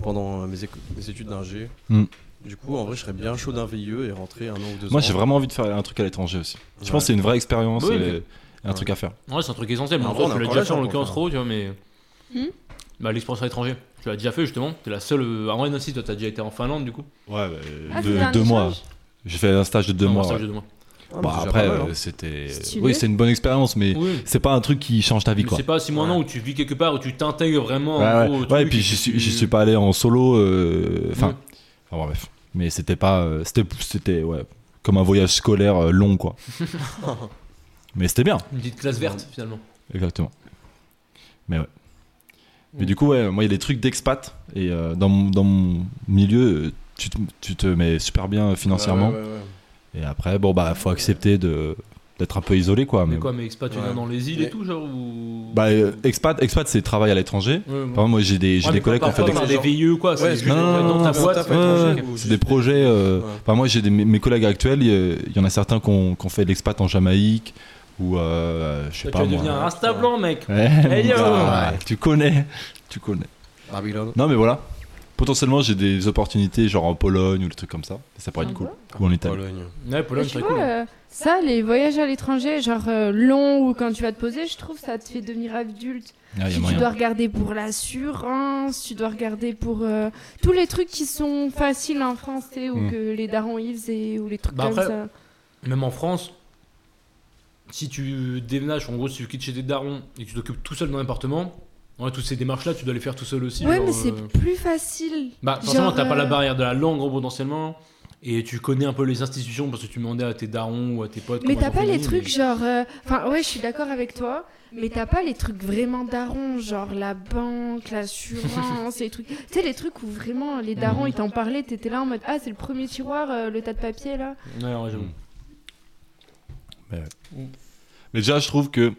pendant euh, mes, éco- mes études d'ingé. Hmm. Du coup, en vrai, je serais bien chaud d'un VIE et rentrer un an ou deux Moi, ans. j'ai vraiment envie de faire un truc à l'étranger aussi. Je Ouais. pense que c'est une vraie expérience Oui, et, mais- et un truc à faire. Ouais, c'est un truc essentiel. Mais En en vrai, fait, on a tu l'as encore déjà la fait en chance l'occurrence pour trop, tu vois, mais. Hmm Bah, l'expérience à l'étranger. Tu l'as déjà fait justement. T'es la seule. euh, En vrai, non, si, toi, t'as déjà été en Finlande du coup. Ouais, Ah, deux, c'était un deux mois. échange J'ai fait un stage de deux bah, euh, Non, mois. un stage ouais. de deux mois. Ah, mais Bah, c'est déjà après, pas mal, hein. euh, c'était. Stylé. Oui, c'est une bonne expérience, mais Oui. c'est pas un truc qui change ta vie, Mais quoi. C'est pas si mois un an où tu vis quelque part, où tu t'intègres vraiment. en Ouais, gros ouais. au Ouais, et truc puis et j'y que suis, tu- j'y suis pas allé en solo. euh, Enfin, Ouais. enfin, bon, bref. Mais c'était pas. euh, c'était, c'était ouais, comme un voyage scolaire euh, long, quoi. mais c'était bien, Une petite classe verte finalement. exactement. Mais ouais. Mais Mm. du coup, ouais, moi, il y a des trucs d'expat. Et euh, dans, mon, dans mon milieu, euh, tu te, tu te mets super bien euh, financièrement. Ouais, ouais, ouais, ouais. Et après, bon, bah, faut accepter de, d'être un peu isolé, quoi. Mais Ah, mais- quoi, mais expat, tu Ouais. viens dans les îles Mais- et tout, genre ou. Bah, euh, expat, expat, c'est travail à l'étranger. Ouais, ouais. Par exemple, moi, j'ai Ouais, des, j'ai des Ah, mais collègues qui ont parfois, fait des t'as des des gens- VIE ou quoi Ouais, c'est ce que juste je veux dire, dans non, ta non, boîte. t'as pas- euh, ouais, ouais. C'est des projets. euh, Ouais. Enfin, moi, j'ai des mes mes collègues actuels. Il y a- il y, en a certains qui ont, qui ont fait de l'expat en Jamaïque ou euh, je sais Tu pas vas moi. devenir un rasta Ouais. blanc, mec. Ouais, Hey, yo ah, tu connais, tu connais. Babylone. Non, mais voilà. Potentiellement, j'ai des opportunités genre en Pologne ou des trucs comme ça. Ça pourrait être cool. Ou en Italie. Pologne. Ouais, Pologne, Mais tu Oh très vois, cool. euh, ça, les voyages à l'étranger, genre euh, long longs ou quand tu vas te poser, je trouve ça te fait devenir adulte. Ah, il y a Puis tu moyen. dois regarder pour l'assurance, tu dois regarder pour euh, tous les trucs qui sont faciles en français ou Mm. que les darons ils faisaient ou les trucs Bah comme après, ça. Même en France, si tu déménages, en gros, si tu quittes chez tes darons et que tu t'occupes tout seul dans l'appartement, ouais, toutes ces démarches-là, tu dois les faire tout seul aussi. Ouais, genre, mais c'est euh, plus facile. Bah, forcément, genre, t'as pas la euh, barrière de la langue, gros, potentiellement. Et tu connais un peu les institutions parce que tu demandais à tes darons ou à tes potes. Mais comment t'as ils ont pas les fait, trucs mais- genre. euh, Enfin, ouais, je suis d'accord avec toi, mais t'as pas les trucs vraiment darons, genre la banque, l'assurance, les trucs. Tu sais, les trucs où vraiment les darons ils t'en parlaient, t'étais là en mode Ah, c'est le premier tiroir, euh, le tas de papier là. Ouais, ouais, j'avoue. Mais déjà, je trouve que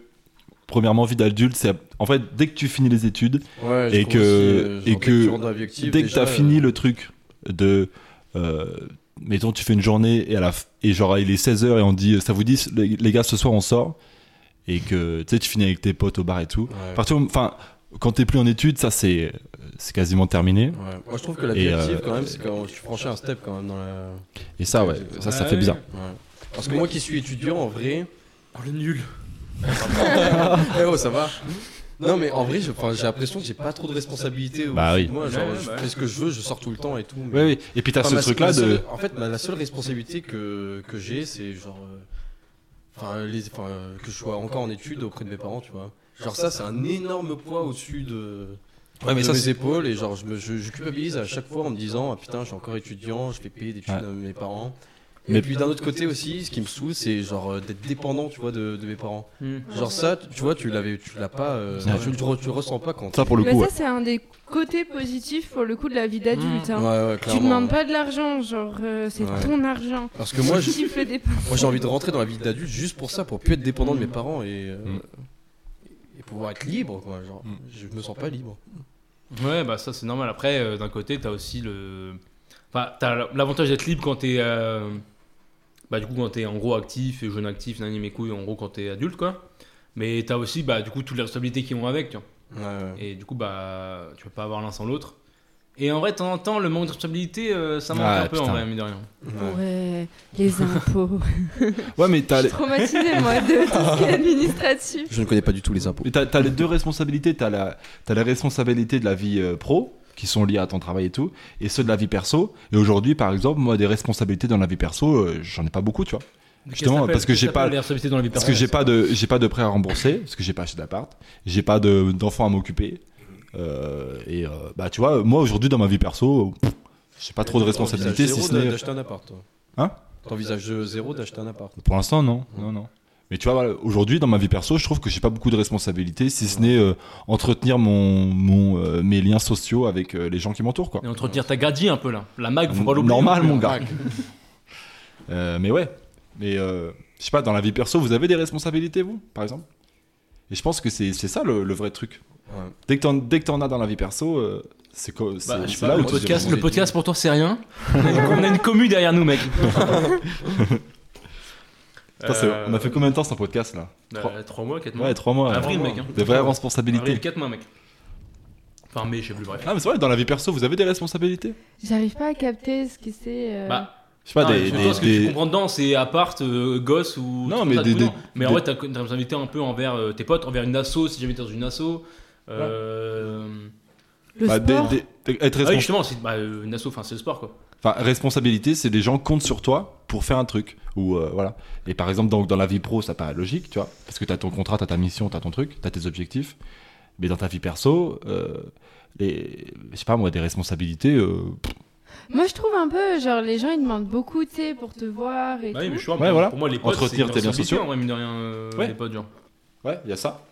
premièrement, vie d'adulte, c'est en fait dès que tu finis les études, Ouais, je Et trouve que- aussi, euh, et genre, que- dès tu rentres dans la vie active, dès que déjà, t'as euh, fini le truc de euh, mettons tu fais une journée et à la f- et genre il est 16h et on dit ça vous dit les les gars ce soir on sort et que tu sais tu finis avec tes potes au bar et tout ouais. À partir du moment- enfin quand t'es plus en études ça c'est c'est quasiment terminé Ouais. Moi, je trouve que la vie Et, active, euh, quand même, c'est quand tu franchis un step quand même dans la. et ça ouais ça ça Ah fait oui. bizarre Ouais. Parce que moi qui suis étudiant, en vrai. Oh, le nul. Eh oh, ça va Non, mais en vrai, je- enfin, j'ai l'impression que j'ai pas trop de responsabilités. au- Bah oui. Moi, genre, Ouais, ouais, je ouais. fais ce que je veux, je sors tout le temps et tout. mais- Ouais, ouais. et puis t'as Enfin, ma- ce truc là ma de seule- En fait, ma- la seule responsabilité que, que j'ai, c'est genre. euh, Enfin, les- enfin, euh, que je sois encore en études auprès de mes parents, tu vois. Genre, ça, c'est un énorme poids au-dessus de. Ouais, mais de ça, mes c'est- épaules et genre je, me, je, je culpabilise à chaque fois en me disant ah putain je suis encore étudiant je fais payer des thunes Ouais. à mes parents Mais- et puis d'un autre côté aussi ce qui me saoule c'est genre euh, d'être dépendant tu vois de, de mes parents Hmm. genre ça tu tu vois tu l'avais tu l'as pas euh, Ouais. tu, le re- tu le ressens pas quand ça pour le mais coup ça, ouais. c'est un des côtés positifs pour le coup de la vie d'adulte. Mm. ouais, hein. ouais, Tu clairement. demandes pas de l'argent, genre euh, c'est Ouais. ton argent. parce que moi je- Tu fais des- Moi j'ai envie de rentrer dans la vie d'adulte juste pour ça, pour plus être dépendant de mes parents et, euh, Mm. et pouvoir être libre quoi. Genre, Mm. je me sens pas libre. Ouais, bah ça c'est normal. Après, euh, d'un côté, t'as aussi le. Enfin, t'as l'avantage d'être libre quand t'es. euh, Bah, du coup, quand t'es en gros actif, jeune actif, nani mes couilles, en gros, quand t'es adulte, quoi. Mais t'as aussi, bah, du coup, toutes les responsabilités qui vont avec, tu vois. Et du coup, bah, tu peux pas avoir l'un sans l'autre. Et en vrai, de temps en temps, le manque de responsabilité, euh, ça manque Ah, un peu, en putain. vrai, mine de rien. Ouais, les impôts. ouais mais Je t'as suis les- traumatisée, moi, de tout ce qui est administratif. Je ne connais pas du tout les impôts. mais t'as- t'as les deux responsabilités t'as la t'as la responsabilité de la vie euh, pro qui sont liées à ton travail et tout et ceux de la vie perso et aujourd'hui par exemple moi des responsabilités dans la vie perso euh, j'en ai pas beaucoup tu vois Justement, Qu'est-ce parce que j'ai t'appelles- qu'est-ce que pas- t'appelles les responsabilités dans la vie Parce que j'ai pas de j'ai pas de prêt à rembourser, parce que j'ai pas acheté d'appart, j'ai pas de- d'enfants à m'occuper. Euh, et euh, bah, tu vois, moi aujourd'hui dans ma vie perso, pff, j'ai pas trop de responsabilités si ce n'est. d'acheter un appart, toi. Hein T'envisages euh, zéro d'acheter un appart. Pour l'instant, non. non, non. Mais tu vois, voilà, aujourd'hui dans ma vie perso, je trouve que j'ai pas beaucoup de responsabilités si ce n'est euh, entretenir mon, mon, euh, mes liens sociaux avec euh, les gens qui m'entourent. quoi. Et entretenir ta gadie un peu là. La mag, faut pas l'oublier. hein. Normal, mon non plus, gars. Euh, mais ouais. Mais euh, je sais pas, dans la vie perso, vous avez des responsabilités, vous, par exemple Et je pense que c'est c'est ça le, le vrai truc. Ouais. Dès que t'en- dès que t'en as dans la vie perso, euh, c'est hein. quoi Bah, c'est- je sais c'est pas, le où tu te dis, podcast, bon, le podcast pour toi c'est rien. On a une commu derrière nous, mec. putain, c'est- Euh, On a fait combien de temps sans podcast là bah, Trois- trois mois, quatre mois. Ouais, trois mois. Avril, mec. hein. Des vraies Avril, responsabilités. 4 mois, mec. Enfin, mai, je sais plus, bref. Euh, Ah, mais c'est vrai, dans la vie perso, vous avez des responsabilités J'arrive pas à capter ce que c'est. euh, Bah, Je sais pas, non, des. surtout des- ce que des- tu comprends dedans, c'est appart, euh, gosse ou. Non, tout mais ça, des- tout, non. des- mais en des- vrai, t'as t'as des invités un peu envers euh, tes potes, envers une asso, si jamais t'es dans une asso. Euh, le bah, des- sport. des- des- ah être oui, responsable. justement, c'est bah, euh, une asso, enfin, c'est le sport quoi. Enfin, responsabilité, c'est les gens comptent sur toi pour faire un truc. Ou euh, voilà. Et par exemple, dans, dans la vie pro, ça paraît logique, tu vois, parce que t'as ton contrat, t'as ta mission, t'as ton truc, t'as tes objectifs. Mais dans ta vie perso, euh, les, je sais pas moi, des responsabilités. euh, pff, Moi, je trouve un peu, genre, les gens ils demandent beaucoup, tu sais, pour te voir et Bah tout. oui, mais je vois, Ouais, pour, voilà. pour moi, les potes, Entretenir c'est une tes liens responsabilité, sociaux. En vrai, mine de rien, euh, Ouais. les potes, genre. ouais, il y a ça.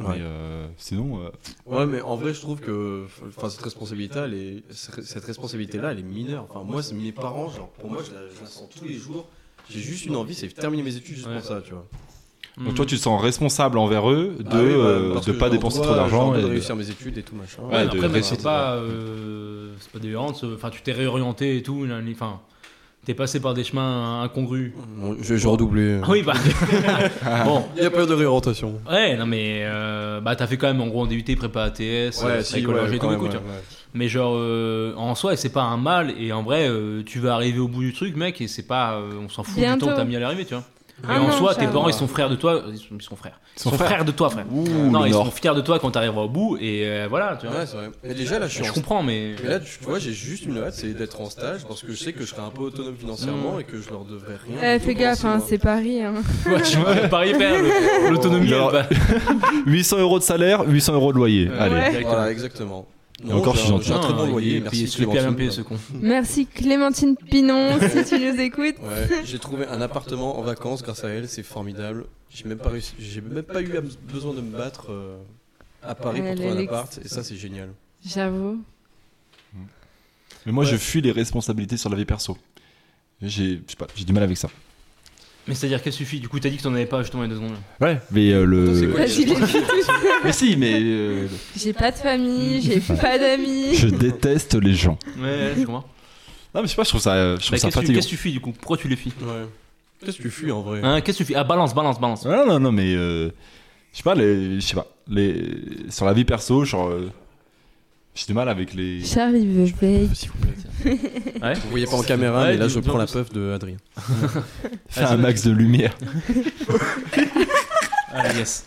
Ouais. Mais, euh, sinon, euh, Ouais, mais en vrai, je trouve que enfin, cette responsabilité-là, elle est- cette responsabilité-là, elle est mineure. Enfin, moi, c'est mes parents, genre, pour moi, je la, je la sens tous les jours. J'ai juste une envie, c'est de terminer mes études juste Ouais. pour ça, tu vois. donc Hmm. toi, tu te sens responsable envers eux de Ah oui, bah, euh, parce de que pas je leur dépenser dois- trop je leur d'argent. dois et de de- réussir mes études et tout, machin. Ouais, Ouais, mais de après, mec, réussir, c'est pas, euh, c'est pas délirant. c'est- Enfin, tu t'es réorienté et tout. là, les- Enfin, t'es passé par des chemins incongrus. Bon, je, je redoublais. Ah oui, bah. bon, Il n'y a pas eu de réorientation. ouais, non, mais. euh, bah, t'as fait quand même en gros en DUT, prépa ATS, euh, école d'ingé et tout, écoute, hein. Mais genre, euh, en soi, c'est pas un mal. Et en vrai, euh, tu vas arriver au bout du truc, mec, et c'est pas. euh, on s'en fout du Bientôt. temps que t'as mis à l'arrivée, tu vois. Ah et en non, soi, ça tes va. parents, ils sont frères de toi. euh, Ils sont, ils sont frères. Ils sont, frères. de toi, frère. Ouh, non, le ils Nord. sont fiers de toi quand t'arriveras au bout. Et euh, voilà, tu vois. Ouais, c'est vrai. Mais déjà, là, je suis je en comprends, mais. Mais là, tu vois, j'ai juste une hâte, c'est d'être en stage parce que je sais que je serai un peu autonome financièrement et que je leur devrais rien. Eh, du fais tout gaffe, hein, penser, c'est Paris. Hein. Ouais, tu vois, Paris faire le- l'autonomie. Il elle aura- va- 800 euros de salaire, 800 euros de loyer. Ouais. Allez. Ouais. moi. Voilà, exactement. Et encore, je suis j'ai un- gentil. J'ai un très Non, bon hein, il est loyer, payé- merci. il est bien Clémentine. payé, ce con. Merci Clémentine Pinon, si tu nous écoutes. Ouais, j'ai trouvé un appartement en vacances grâce à elle, c'est formidable. J'ai même pas réussi, j'ai même pas eu besoin de me battre euh, à Paris Ouais, pour trouver un les- appart et ça c'est génial. J'avoue. Mais moi, Ouais. je fuis les responsabilités sur la vie perso. J'ai, je sais pas, j'ai du mal avec ça. Mais c'est-à-dire qu'elle suffit. Du coup, t'as dit que t'en avais pas justement il y a deux secondes. Ouais, mais euh, le. C'est quoi Parce qu'il est- Mais si, mais euh, J'ai pas de famille, Mm. j'ai pas d'amis. je déteste les gens. Ouais, je comprends. Non, mais je sais pas, je trouve ça, euh, je trouve Bah, Qu'est-ce que ça tu- fatigant. qu'est-ce que tu fuis du coup Pourquoi tu les fuis Ouais. Qu'est-ce que tu fuis en vrai Hein, Qu'est-ce que tu fuis Ah, balance, balance, balance. Ouais, non, non, mais euh, je sais pas, les, je sais pas, les sur la vie perso, genre, euh, j'ai du mal avec les. J'arrive, veille. S'il vous plaît. Ouais. Vous voyez pas en caméra, Ouais, mais là dis- je prends dis- la puff de Adrien. Faire un max de lumière. Ah, yes.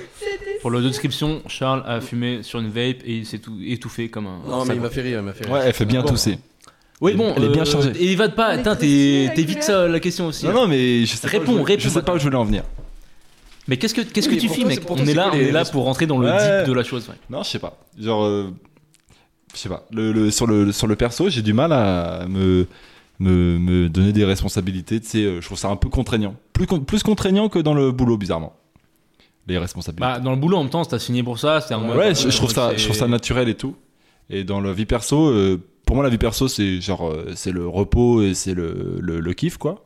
Pour la description, Charles a fumé sur une vape et il s'est tout- étouffé comme un. Non mais il m'a fait rire, il m'a fait rire. Ouais, elle fait bien Bon. tousser. Oui, bon, Elle est bien euh, chargée. Et évade pas, Mais attends, c'est aussi t'es la t'es vite gueule. ça la question aussi. Non, non, mais je sais Réponds, pas. où je- réponds. Je sais pas où je voulais en venir. Mais qu'est-ce que qu'est-ce que Oui, mais tu pour fuis, toi, mec c'est- pour toi, On est c'est là, quoi on les- est là pour rentrer dans le Ouais. deep de la chose. ouais. Non, je sais pas. Genre, euh, je sais pas. Le, le- sur, le, sur le perso, j'ai du mal à me, me, me donner des responsabilités. Tu sais, euh, je trouve ça un peu contraignant. Plus, con- plus contraignant que dans le boulot, bizarrement. Les responsabilités. Bah, dans le boulot en même temps, t'as signé pour ça, c'est un euh, ouais, je, je trouve ça, je trouve ça naturel et tout. Et dans la vie perso, euh, pour moi, la vie perso, c'est genre, euh, c'est le repos et c'est le, le, le kiff, quoi.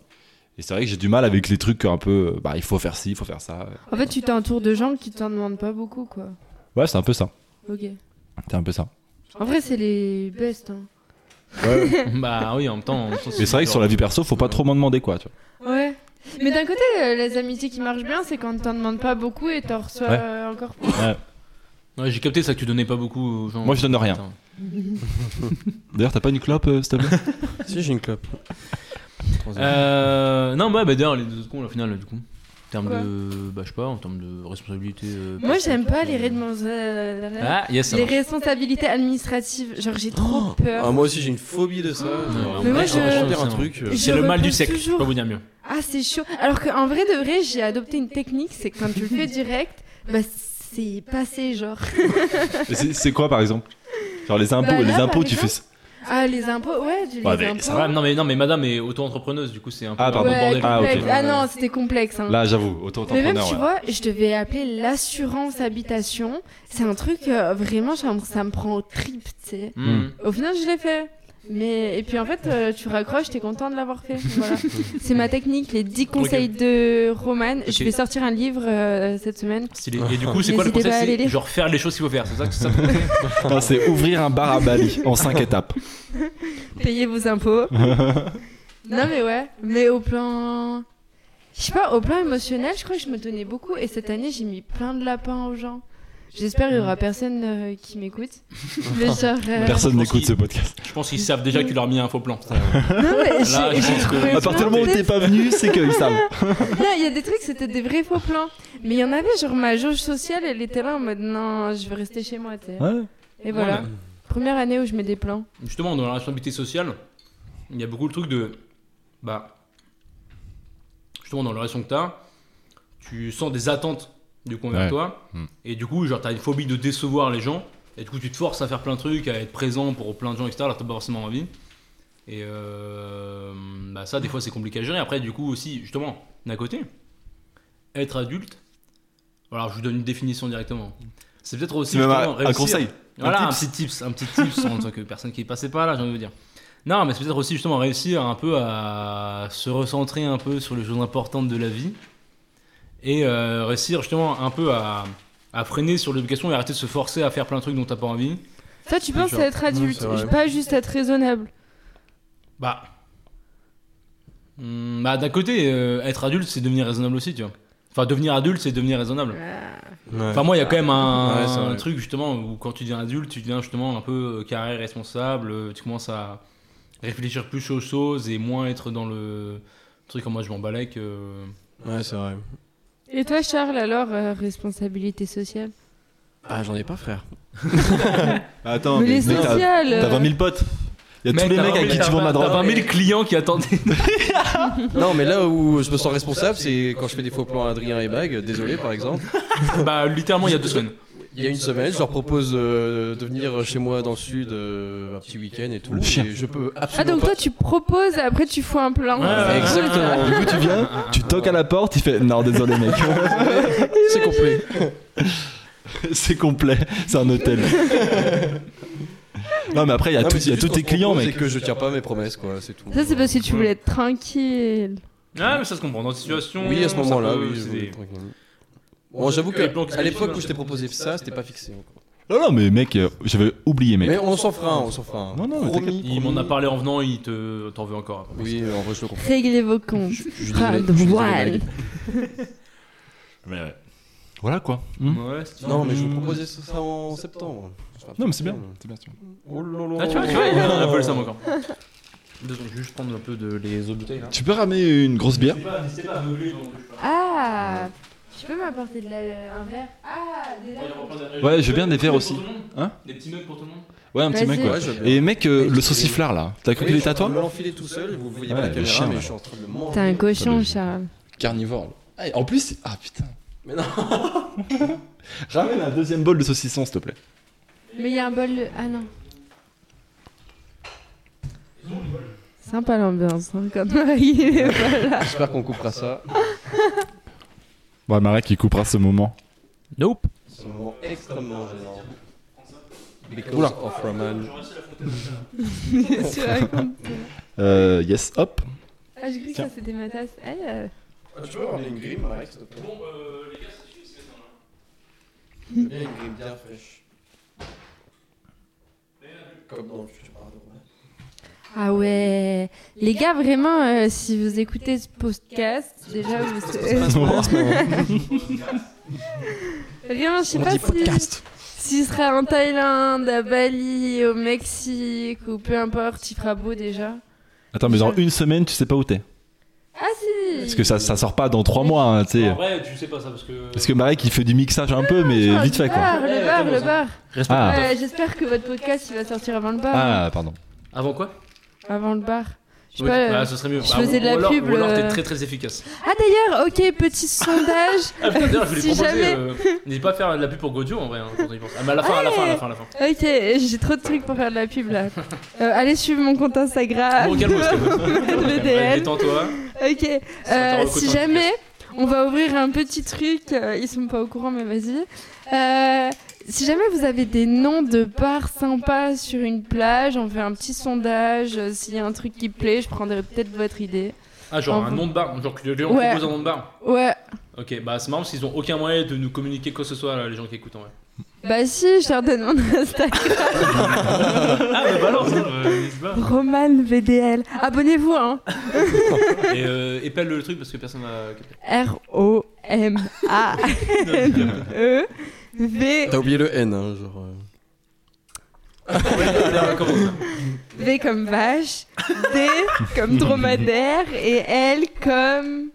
Et c'est vrai que j'ai du mal avec les trucs un peu, euh, bah, il faut faire ci, il faut faire ça. En fait, tu t'entoures de gens qui t'en demandent pas beaucoup, quoi. Ouais, c'est un peu ça. Ok. C'est un peu ça. En vrai, c'est les best. Hein. Bah oui, en même temps. en même temps, Mais c'est vrai que sur la vie perso, faut pas trop m'en demander, quoi. Tu vois. Ouais. Mais d'un côté, euh, les amitiés qui marchent bien, c'est quand t'en demandes pas beaucoup et t'en reçois Ouais. euh, encore plus. Ouais, j'ai capté ça que tu donnais pas beaucoup euh, aux gens. Moi, je donne rien. Attends. D'ailleurs, t'as pas une clope, euh, s'il te plaît Si j'ai une clope. Euh, non, bah, bah d'ailleurs, les deux secondes, au final, du coup. En termes Quoi de. Bah, je sais pas, en termes de responsabilité. euh, Moi, j'aime pas les, personnelle. rédemons- euh, Ah, yes, ça les marche. responsabilités administratives. Genre, j'ai trop peur. Ah, moi aussi j'ai une phobie de ça. en Mais moi, vrai, je- J'ai envie de c'est dire un un- truc. euh, Je C'est le mal du repousse siècle, je peux toujours. pas vous dire mieux. Ah, c'est chaud. Alors qu'en vrai de vrai, j'ai adopté une technique, c'est que quand tu le fais direct, bah, c'est passé, genre. Et C'est c'est quoi par exemple Genre les impôts, Bah, là, les par impôts, tu exemple, fais ça. Ah, les impôts, ouais, du Ouais, les mais impôts. ça Ah, non, mais, non, mais madame est auto-entrepreneuse, du coup, c'est un peu Ah, un pardon. peu Ouais, bordel. Ah, ok. complexe. Ah non, c'était complexe. hein. Là, j'avoue, autant Mais même, tu entrepreneur. vois, je devais appeler l'assurance habitation. C'est un truc, euh, vraiment, ça, me- ça me prend au trip, tu sais. Mm. Hmm. Au final, je l'ai fait. Mais, et puis en fait, euh, tu raccroches, t'es content de l'avoir fait. Voilà. C'est ma technique, les 10 conseils de Roman. Ok. Je vais sortir un livre euh, cette semaine. C'est les- Et du coup, c'est N'hésitez quoi le pas à aller conseil C'est lire. genre faire les choses qu'il faut faire, c'est ça que ça te plaît C'est ouvrir un bar à Bali en 5 étapes. Payez vos impôts. non, mais ouais. Mais au plan. Je sais pas, au plan émotionnel, je crois que je me donnais beaucoup. Et cette année, j'ai mis plein de lapins aux gens. J'espère qu'il y aura personne euh, qui m'écoute. Mais genre. euh, Personne je pense n'écoute qu'il- ce podcast. Je pense qu'ils savent déjà que tu leur as mis un faux plan. Non, mais j'ai- Là, je j'ai pense que- trouvé À partir du plein moment où de- t'es pas venu, c'est qu'ils savent. Non, il y a des trucs, c'était des vrais faux plans. Mais il y en avait, genre ma jauge sociale, elle était là en mode non, je veux rester chez moi, tu sais. Ouais. Et voilà. Ouais, Première année où je mets des plans. mais Justement, dans la responsabilité sociale, il y a beaucoup le truc de. Bah. Justement, dans la relation que t'as, tu sens des attentes du coup envers Ouais. toi. Hmm. Et du coup, genre, t'as une phobie de décevoir les gens. Et du coup, tu te forces à faire plein de trucs, à être présent pour plein de gens, etc. Alors, que t'as pas forcément envie. Et euh, bah ça, des fois, c'est compliqué à gérer. Après, du coup, aussi, justement, d'un côté, être adulte. Voilà, je vous donne une définition directement. C'est peut-être aussi C'est même justement, un- un réussir- conseil. Voilà, Un un, petit tips, un petit tips en tant que personne qui passait pas là, j'ai envie de dire. Non, mais c'est peut-être aussi justement réussir un peu à se recentrer un peu sur les choses importantes de la vie et euh, réussir justement un peu à, à freiner sur l'éducation et arrêter de se forcer à faire plein de trucs dont t'as pas envie. Ça, tu penses Genre, à être adulte, c'est vrai. pas juste être raisonnable. Bah. Hmm, bah, d'un côté, euh, être adulte, c'est devenir raisonnable aussi, tu vois. Enfin, devenir adulte, c'est devenir raisonnable. Ouais. Enfin, moi, il y a quand même un, Ouais, c'est vrai. un truc justement où quand tu deviens adulte, tu deviens justement un peu euh, carré, responsable. euh, Tu commences à réfléchir plus aux choses et moins être dans le truc en moi je m'en balèque. euh. Ouais, c'est vrai. Et toi, Charles, alors, euh, responsabilité sociale Ah, j'en ai pas, frère. Bah, Attends, Mais les mec, t'as t'as sociales euh, 20 000 potes. Il y a Mec, tous les t'as mecs à vingt qui mille- tu vends t'as ma droite. vingt mille clients qui attendaient. Non, mais là où je me sens responsable, c'est quand je fais des faux plans à Adrien et Mag, désolé par exemple. bah, littéralement, il y a deux semaines. Il y a une semaine, je leur propose euh, de venir chez moi dans le sud euh, un petit week-end et tout. Le chien. Et je peux Ah, absolument donc toi, tu proposes, et après, tu fous un plan. Ouais, ouais, ouais. Exactement. Du coup, tu viens, tu toques à la porte, il fait Non, désolé, mec. pas. C'est complet. c'est complet, c'est un hôtel. non, mais après, il y a, Non, tout- mais il c'est y a juste tous tes qu'on clients, propose mec. Et que je tiens pas mes promesses, quoi, c'est tout. Ça, c'est parce que tu voulais être tranquille. Ah, mais ça se comprend. Dans cette situation. Oui, à ce ça moment-là, peut- oui. c'est je- des- Bon, j'avoue Les plans qui que se à l'époque font, où je t'ai proposé ça, c'était pas fixé. encore. Non, non, mais mec, euh, j'avais oublié, mec. Mais on s'en fera, un, on s'en fera. un. Non, non, mais Promis, t'inquiète. Il promis. m'en a parlé en venant, il te- t'en veut encore. après. Oui, en vrai, je le comprends. Réglez vos comptes. Je- je suis Pas désolé, je suis désolé, de Mag. voile. Mais ouais. Voilà quoi. Ouais, c'est- Non, mais je vous proposais ça en septembre. Hmm. Non, mais c'est bien. C'est bien, c'est bien. Oh là là. Ah, tu vois, tu vois, il y en a un peu le seum encore. Deux secondes, je vais juste prendre un peu de les autres bouteilles là. Tu peux ramener une grosse bière Ah, tu peux m'apporter de la- un verre Ah, des Ouais, je veux bien des verres aussi. Hein Hein Des petits mugs pour tout le monde Ouais, un petit Vas-y. mec, ouais. Ouais, je veux bien. Et mec, euh, le sauciflard là, t'as cru qu'il était à toi Je me l'enfiler tout seul, vous voyez Ouais, pas la le caméra, chien, mais ouais. je suis en train de le Oh, T'es un manger. cochon, Charles. Carnivore. en plus, ah putain. Mais non. Ramène un deuxième bol de saucisson, s'il te plaît. Mais il y a un bol. de- Ah non. Sympa l'ambiance, hein, quand Marie il est pas là. J'espère qu'on coupera ça. Ouais, Marek, qui coupera ce moment. Nope. C'est un moment extrêmement gênant. Because Oula. of Roman. Tu racontes. Euh, yes, hop. Ah, j'ai cru que ça c'était ma tasse. Ah, euh, Tu peux avoir une grime, Max, s'il te plaît euh, Je veux bien une grime bien fraîche. Comme dans le futur, pardon. ah ouais. Les gars, vraiment, euh, si vous écoutez ce podcast, déjà vous. Vraiment, je sais pas si. S'il sera en Thaïlande, à Bali, au Mexique, ou peu importe, il fera beau déjà. Attends, mais dans une semaine, tu sais pas où t'es. Ah si Parce que ça, ça sort pas dans trois mois, hein, tu sais. En vrai, tu sais pas ça parce que. Parce que Marek, il fait du mixage un peu, mais Ah, vite fait quoi. Le bar, le bar, le bar. Ah. Ouais, J'espère que votre podcast il va sortir avant le bar. Ah, pardon. Avant quoi Avant le bar. Je sais Oui, pas, euh, bah, ce serait mieux. je Bah, faisais ou- de la ou alors- pub, Ou alors t'es euh, très très efficace. Ah d'ailleurs, ok, petit sondage. Ah, putain, D'ailleurs, je voulais si proposer. jamais- euh, N'hésite pas à faire de la pub pour Godio en vrai. hein, quand on y pense. Ah, mais à la fin, à la fin, à la fin, à la fin. Ok, j'ai trop de trucs pour faire de la pub là. Euh, allez suivre mon compte Instagram. Bon, calme-toi, calme-toi. Ah, Le Calme-toi, DL. Détends-toi. Ok, Ça euh, va, si recrutement jamais on va ouvrir un petit truc, euh, ils sont pas au courant, mais vas-y. Euh, si jamais vous avez des noms de bars sympas sur une plage, on fait un petit sondage. euh, S'il y a un truc qui plaît, je prendrai peut-être votre idée. Ah, genre Ah, un bon. nom de bar. Genre que les gens Ouais. proposent un nom de bar. Ouais, Ok, bah c'est marrant parce qu'ils ont aucun moyen de nous communiquer quoi que ce soit, là, les gens qui écoutent en vrai. bah si, je leur donne mon Instagram, Ah, bah balance, hein, euh, n'hésite pas. Roman VDL. Abonnez-vous, hein. Et euh, épelle le truc parce que personne n'a capté. R-O-M-A-N-E-V. E T'as oublié le N, hein, genre. euh. Là, comment ça V comme vache, D comme dromadaire et L comme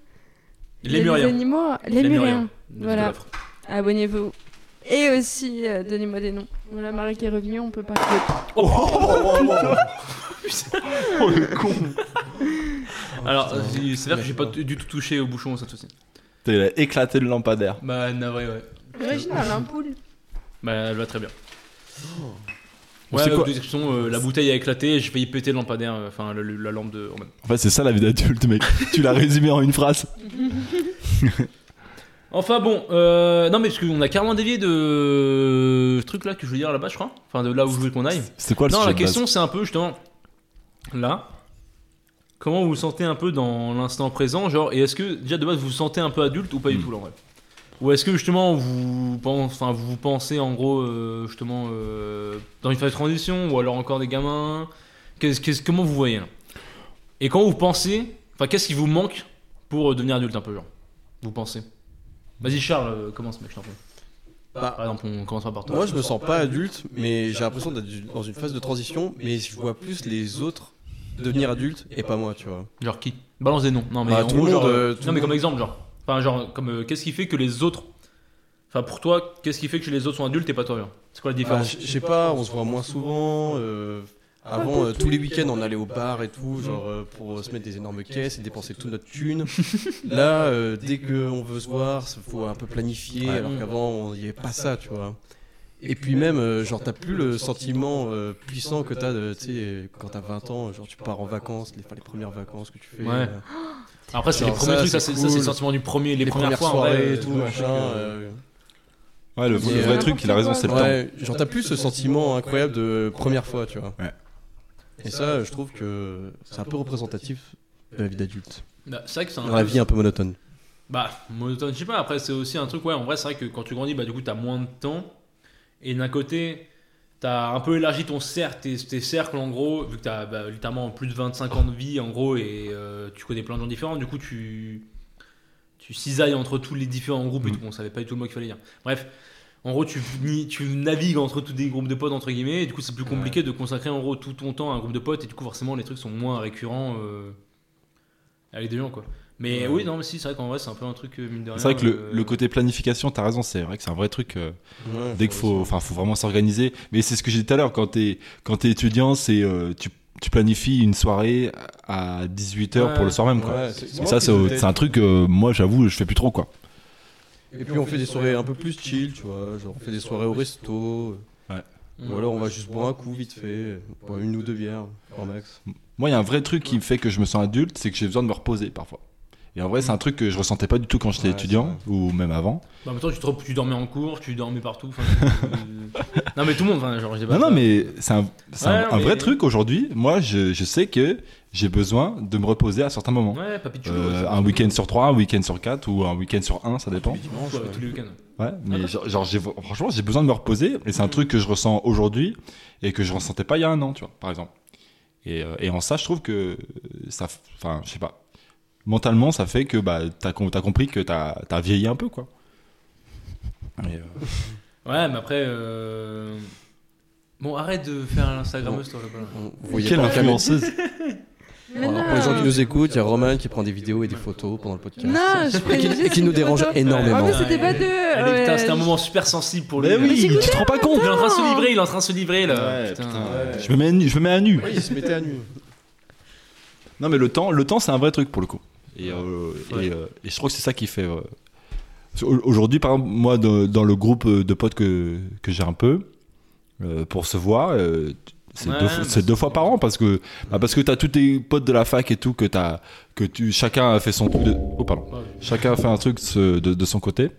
Les muriens. animaux. Les muriens. Voilà. Abonnez-vous. Et aussi, euh, donnez-moi des noms. Voilà, Marie qui est revenue, on peut parler. Oh le con Ah, Alors, putain. c'est- c'est-à-dire que j'ai pas du tout touché au bouchon cette fois-ci. Il a éclaté le lampadaire. Bah, navré, ouais. Original, un poule. Bah, elle va très bien. On Oh. Ouais, sait euh, quoi description, euh, la bouteille a éclaté et j'ai failli péter le lampadaire, euh, enfin le- le- la lampe de Roman. En fait, c'est ça la vie d'adulte, mec. tu l'as résumé en une phrase. Enfin bon, euh, non mais parce qu'on a carrément dévié de ce truc là que je voulais dire là-bas, je crois. Enfin, de là où je voulais qu'on aille. C'était quoi le Non, sujet la de base question c'est un peu justement là. Comment vous vous sentez un peu dans l'instant présent Genre, et est-ce que déjà de base vous vous sentez un peu adulte ou pas du Hmm. tout là en vrai Ou est-ce que justement vous, pense, enfin, vous vous pensez en gros euh, justement euh, dans une phase de transition ou alors encore des gamins Qu'est-ce- qu'est-ce- Comment vous voyez là Et quand vous pensez, enfin qu'est-ce qui vous manque pour euh, devenir adulte un peu genre Vous pensez Vas-y Charles, euh, commence mec, je t'en prie. Bah, Par exemple, on commence par toi. Moi, je me sens pas adulte, mais j'ai l'impression d'être dans une phase de transition, mais je vois plus les autres devenir adultes et pas moi, tu vois. Genre qui Balance des noms. Non mais Bah, en tout le gros, monde, genre, euh, tout non le mais comme monde. exemple genre. Enfin genre comme euh, qu'est-ce qui fait que les autres Enfin pour toi, qu'est-ce qui fait que les autres sont adultes et pas toi genre C'est quoi la Bah, différence je je sais pas, on se voit moins souvent. euh, avant, euh, tous les week-ends, on allait au bar et tout, genre euh, pour euh, se mettre des énormes caisses et dépenser toute notre thune. Là, euh, dès qu'on veut se voir, il faut un peu planifier, alors qu'avant, on n'y avait pas ça, tu vois. Et puis même, euh, genre, t'as plus le sentiment euh, puissant que t'as, de- tu sais, euh, quand t'as 20 ans, genre, tu pars en vacances, les, enfin, les premières vacances que tu fais. Ouais. euh, Alors, Après c'est les genre, premiers ça, trucs, ça c'est c'est ça, c'est le cool. sentiment du premier, les, les, premières, fois, en vrai, soirées euh, et tout, ouais, machin. euh, Ouais, le C'est vrai n'importe truc, il a raison, quoi. c'est le temps. Ouais, genre t'as plus ce sentiment incroyable de première fois, tu vois. Ouais. Et ça, je trouve que c'est un peu représentatif de la vie d'adulte. Bah, c'est vrai que c'est un Dans la vie un peu monotone. Bah, monotone, je sais pas. Après, c'est aussi un truc, ouais, en vrai, c'est vrai que quand tu grandis, bah, du coup, t'as moins de temps. Et d'un côté, t'as un peu élargi ton cercle, tes, tes cercles, en gros, vu que t'as bah, littéralement plus de 25 ans de vie, en gros, et euh, tu connais plein de gens différents. Du coup, tu, tu cisailles entre tous les différents groupes et Mhm. tout. On savait pas du tout le mot qu'il fallait dire. Bref. En gros, tu, ni- tu navigues entre tous des groupes de potes, entre guillemets, et du coup, c'est plus compliqué de consacrer en gros tout ton temps à un groupe de potes, et du coup, forcément, les trucs sont moins récurrents euh, avec des gens, quoi. Mais oui, non, mais si, c'est vrai qu'en vrai, c'est un peu un truc, euh, mine de rien. C'est vrai que le, euh, le côté planification, t'as raison, c'est vrai que c'est un vrai truc. euh, Ouais, Dès qu'il faut, enfin, faut vraiment s'organiser. Mais c'est ce que j'ai dit tout à l'heure. Quand t'es, quand t'es étudiant, c'est, euh, tu, tu planifies une soirée à 18h Ouais. pour le soir même, quoi. Ouais, c'est- Et ça, c'est, au- c'est un truc, euh, moi, j'avoue, je fais plus trop, quoi. Et puis on fait des soirées un peu plus chill, tu vois. Genre on fait des soirées au resto. mm. Ou alors on va juste boire un coup vite fait. boire une ou deux bières, en max. Moi, il y a un vrai truc qui me fait que je me sens adulte, c'est que j'ai besoin de me reposer parfois. Et en vrai, c'est un truc que je ressentais pas du tout quand j'étais Ouais, étudiant, ou même avant. Bah, en même temps, tu, te rep- tu dormais en cours, tu dormais partout. enfin, tu- non, mais tout le monde, enfin, genre, je sais pas. Non, non, mais c'est un, c'est un- Ouais, un mais- vrai truc aujourd'hui. Moi, je, je sais que j'ai besoin de me reposer à certains moments. Ouais, papy, tu Euh, un week-end sur trois, un week-end sur quatre, ou un week-end sur un, ça dépend. Dimanche, Ouais, tous les week-ends. Ouais, mais genre, genre, j'ai- franchement, j'ai besoin de me reposer. Et c'est Mm. un truc que je ressens aujourd'hui et que je ressentais pas il y a un an, tu vois, par exemple. Et, euh, et en ça, je trouve que ça. f- Enfin, je sais pas. Mentalement, ça fait que bah, t'as com- t'as compris que t'as as vieilli un peu, quoi. Et, euh, Ouais, mais après. euh, Bon, arrête de faire l'Instagrammeuse, toi, là-bas. On- Vous voyez quelle pas la caméra. influenceuse Mais Alors, non, Oh, pour les gens qui nous écoutent, il y a Roman qui prend des vidéos et des photos pendant le podcast. non, je Et prenais qui- juste et qui nous une dérange photo. énormément. Ah, mais c'était pas Ouais. deux. Allez, putain, ouais. c'était un moment super sensible pour lui. Mais Eh oui, il tu te rends pas compte est en train de se livrer, il est en train de se livrer là. Ouais, putain. Je me mets à nu. Je me mets à nu. Oui, il se mettait à nu. Non, mais le temps, le temps, c'est un vrai truc pour le coup. Et, euh, Ouais. et, euh, et je trouve que c'est ça qui fait. euh, parce qu'au- Aujourd'hui, par exemple, moi, de- dans le groupe de potes que, que j'ai un peu, euh, pour se voir, euh, c'est Ouais, deux, bah, fois- c'est c'est- deux fois par an parce que bah, parce que t'as tous tes potes de la fac et tout que t'as que tu chacun a fait son truc. De, oh pardon. Pardon. Chacun a fait un truc de, de- de son côté.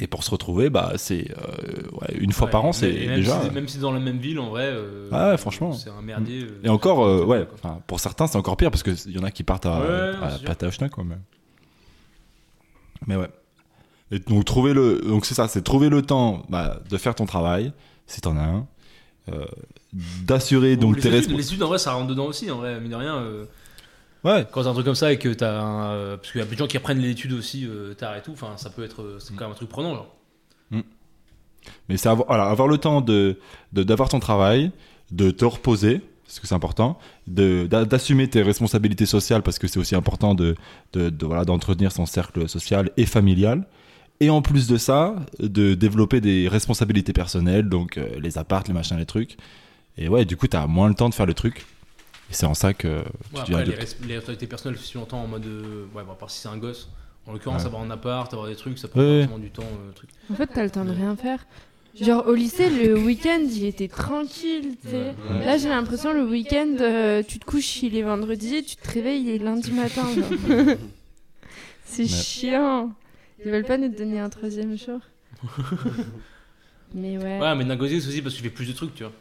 Et pour se retrouver, bah c'est euh, ouais, une fois Ouais, par an, mais- c'est et même déjà. Si, même si dans la même ville, en vrai. euh, Ah ouais, franchement. C'est un merdier. euh, Et encore, euh, ouais, quoi. enfin, pour certains, c'est encore pire parce qu'il y en a qui partent à, Ouais, ouais, à, c'est sûr. pâte à Auchna, quoi. Mais... mais ouais. Et donc, trouver le... donc c'est ça, c'est trouver le temps bah, de faire ton travail, si t'en as un, euh, d'assurer Ou donc les tes études, responsabilités. les études, en vrai, ça rentre dedans aussi, en vrai, mine de rien. euh, Ouais, Quand t'as un truc comme ça et que t'as un. euh, parce qu'il y a peu de gens qui apprennent les études aussi euh, tard et tout, enfin, ça peut être. euh, C'est quand même un truc prenant, genre. mais c'est avoir, voilà, avoir le temps de de- d'avoir ton travail, de te reposer, parce que c'est important, de- d'a- d'assumer tes responsabilités sociales, parce que c'est aussi important de, de, de, voilà, d'entretenir son cercle social et familial. Et en plus de ça, de développer des responsabilités personnelles, donc euh, les apparts, les machins, les trucs. Et ouais, du coup, t'as moins le temps de faire le truc. Et c'est en ça que tu Ouais, deviens après, les, adulte. res- les responsabilités personnelles, si longtemps en mode. euh, ouais, bon, à part si c'est un gosse. En l'occurrence, Ouais. avoir un appart, avoir des trucs, ça prend Ouais. forcément du temps. euh, truc. En fait, t'as le temps de rien faire. Genre, au lycée, le week-end, il était tranquille, tu sais. Ouais. Là, j'ai l'impression, le week-end, euh, tu te couches, il est vendredi, tu te réveilles, il est lundi matin. genre. C'est Ouais. chiant. Ils veulent pas nous donner un troisième jour. mais ouais. Ouais, mais d'un côté, c'est aussi parce que tu fais plus de trucs, tu vois.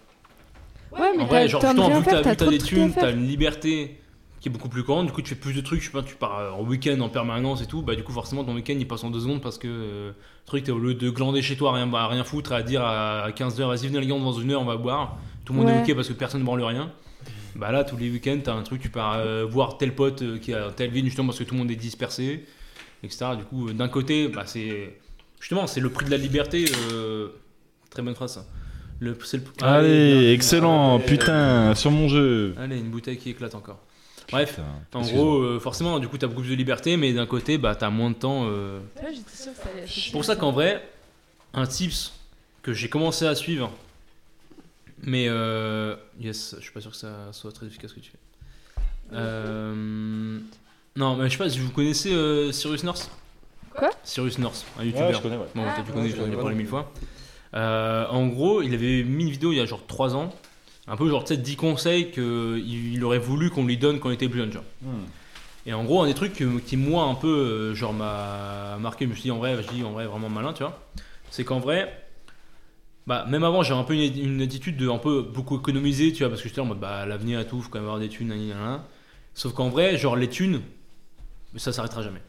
Ouais, mais en vrai, t'as genre, t'as envie de justement, rien vu que faire, t'as- t'as vu que t'as trop des de trucs à thunes, t'as faire. une liberté qui est beaucoup plus grande, du coup, tu fais plus de trucs, je sais pas, tu pars euh, en week-end en permanence et tout, bah, du coup, forcément, ton week-end il passe en deux secondes parce que euh, le truc, t'es au lieu de glander chez toi, à rien, à rien foutre, à dire à 15h, vas-y, venez les gars, dans une heure, on va boire, tout le monde est Ouais. ok parce que personne ne branle rien. Bah là, tous les week-ends, t'as un truc, tu pars euh, voir tel pote euh, qui a telle ville, justement, parce que tout le monde est dispersé, etc. Du coup, euh, d'un côté, bah, c'est. Justement, c'est le prix de la liberté. euh, Très bonne phrase, ça. Le, c'est le- Allez, euh, merde. excellent, putain, sur mon jeu. euh, Allez, une bouteille qui éclate encore. Bref, en Putain, excuse-moi. gros, euh, forcément, du coup, t'as beaucoup plus de liberté, mais d'un côté, bah, t'as moins de temps. euh. Ouais, j'étais sûre que ça allait être C'est pour ça qu'en vrai, un tips que j'ai commencé à suivre, mais euh, yes, je suis pas sûr que ça soit très efficace ce que tu fais. Euh, non, mais je sais pas si vous connaissez euh, Cyrus North. Quoi Cyrus North, un Ouais, youtubeur. je connais, ouais. Non, t'as dû Ah, connaître, je j'en ai connais parlé pas. mille fois. Euh, en gros, il avait mis une vidéo il y a genre 3 ans, un peu genre peut-être 10 conseils qu'il aurait voulu qu'on lui donne quand il était plus jeune. Genre. Hmm. Et en gros, un des trucs que- qui, moi, un peu, euh, genre, m'a marqué, je me suis dit, en vrai, je dis, en vrai, vraiment malin, tu vois, c'est qu'en vrai, bah, même avant, j'avais un peu une, une attitude de un peu beaucoup économiser, tu vois, parce que j'étais en mode, bah, l'avenir et tout, faut quand même avoir des thunes, nan, nan, nan. Sauf qu'en vrai, genre, les thunes, ça s'arrêtera jamais.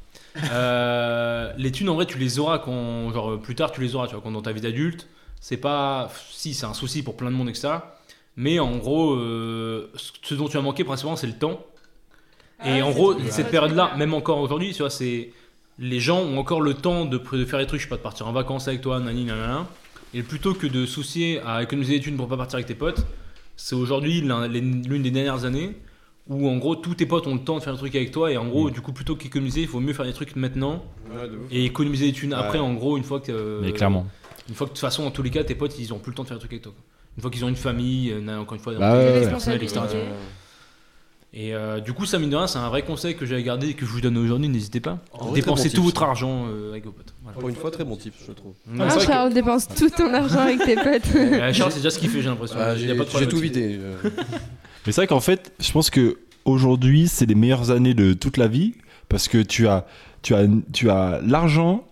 Euh, les thunes, en vrai, tu les auras quand, genre, euh, plus tard, tu les auras, tu vois, quand dans ta vie d'adulte, c'est pas, si, c'est un souci pour plein de monde, etc. Mais en gros, euh, ce- ce dont tu as manqué principalement, c'est le temps. Ah Et ouais, en c'est gros, trop bien. cette période-là, même encore aujourd'hui, tu vois, c'est les gens ont encore le temps de, de faire des trucs, je sais pas, de partir en vacances avec toi, nani, nanana. Et plutôt que de soucier à économiser des thunes pour pas partir avec tes potes, c'est aujourd'hui l'un- les- l'une des dernières années où en gros tous tes potes ont le temps de faire des trucs avec toi et en Mm. gros du coup plutôt qu'économiser, il faut mieux faire des trucs maintenant Ouais, de ouf. et économiser des thunes après en gros une fois que euh, Mais clairement. une fois que de toute façon en tous les cas tes potes ils ont plus le temps de faire des trucs avec toi. quoi. Une fois qu'ils ont une famille, euh, nan, encore une fois Bah dans- ouais, ouais. etc. Et euh, du coup, ça mine de rien, c'est un vrai conseil que j'avais gardé et que je vous donne aujourd'hui. N'hésitez pas. En vrai, Dépensez très tout bon Ah, tip, votre ça. argent euh, avec vos potes. Voilà. Pour une fois, très bon type, je trouve. Ouais, Hein, c'est vrai Charles, dépense tout ton argent avec tes potes. que- Euh, Charles, c'est déjà ce qu'il fait, j'ai l'impression. Ah, Il y j'ai a pas de j'ai problème tout là-dessus. vidé. euh. Mais c'est vrai qu'en fait, je pense que aujourd'hui, c'est les meilleures années de toute la vie parce que tu as, tu as, tu as l'argent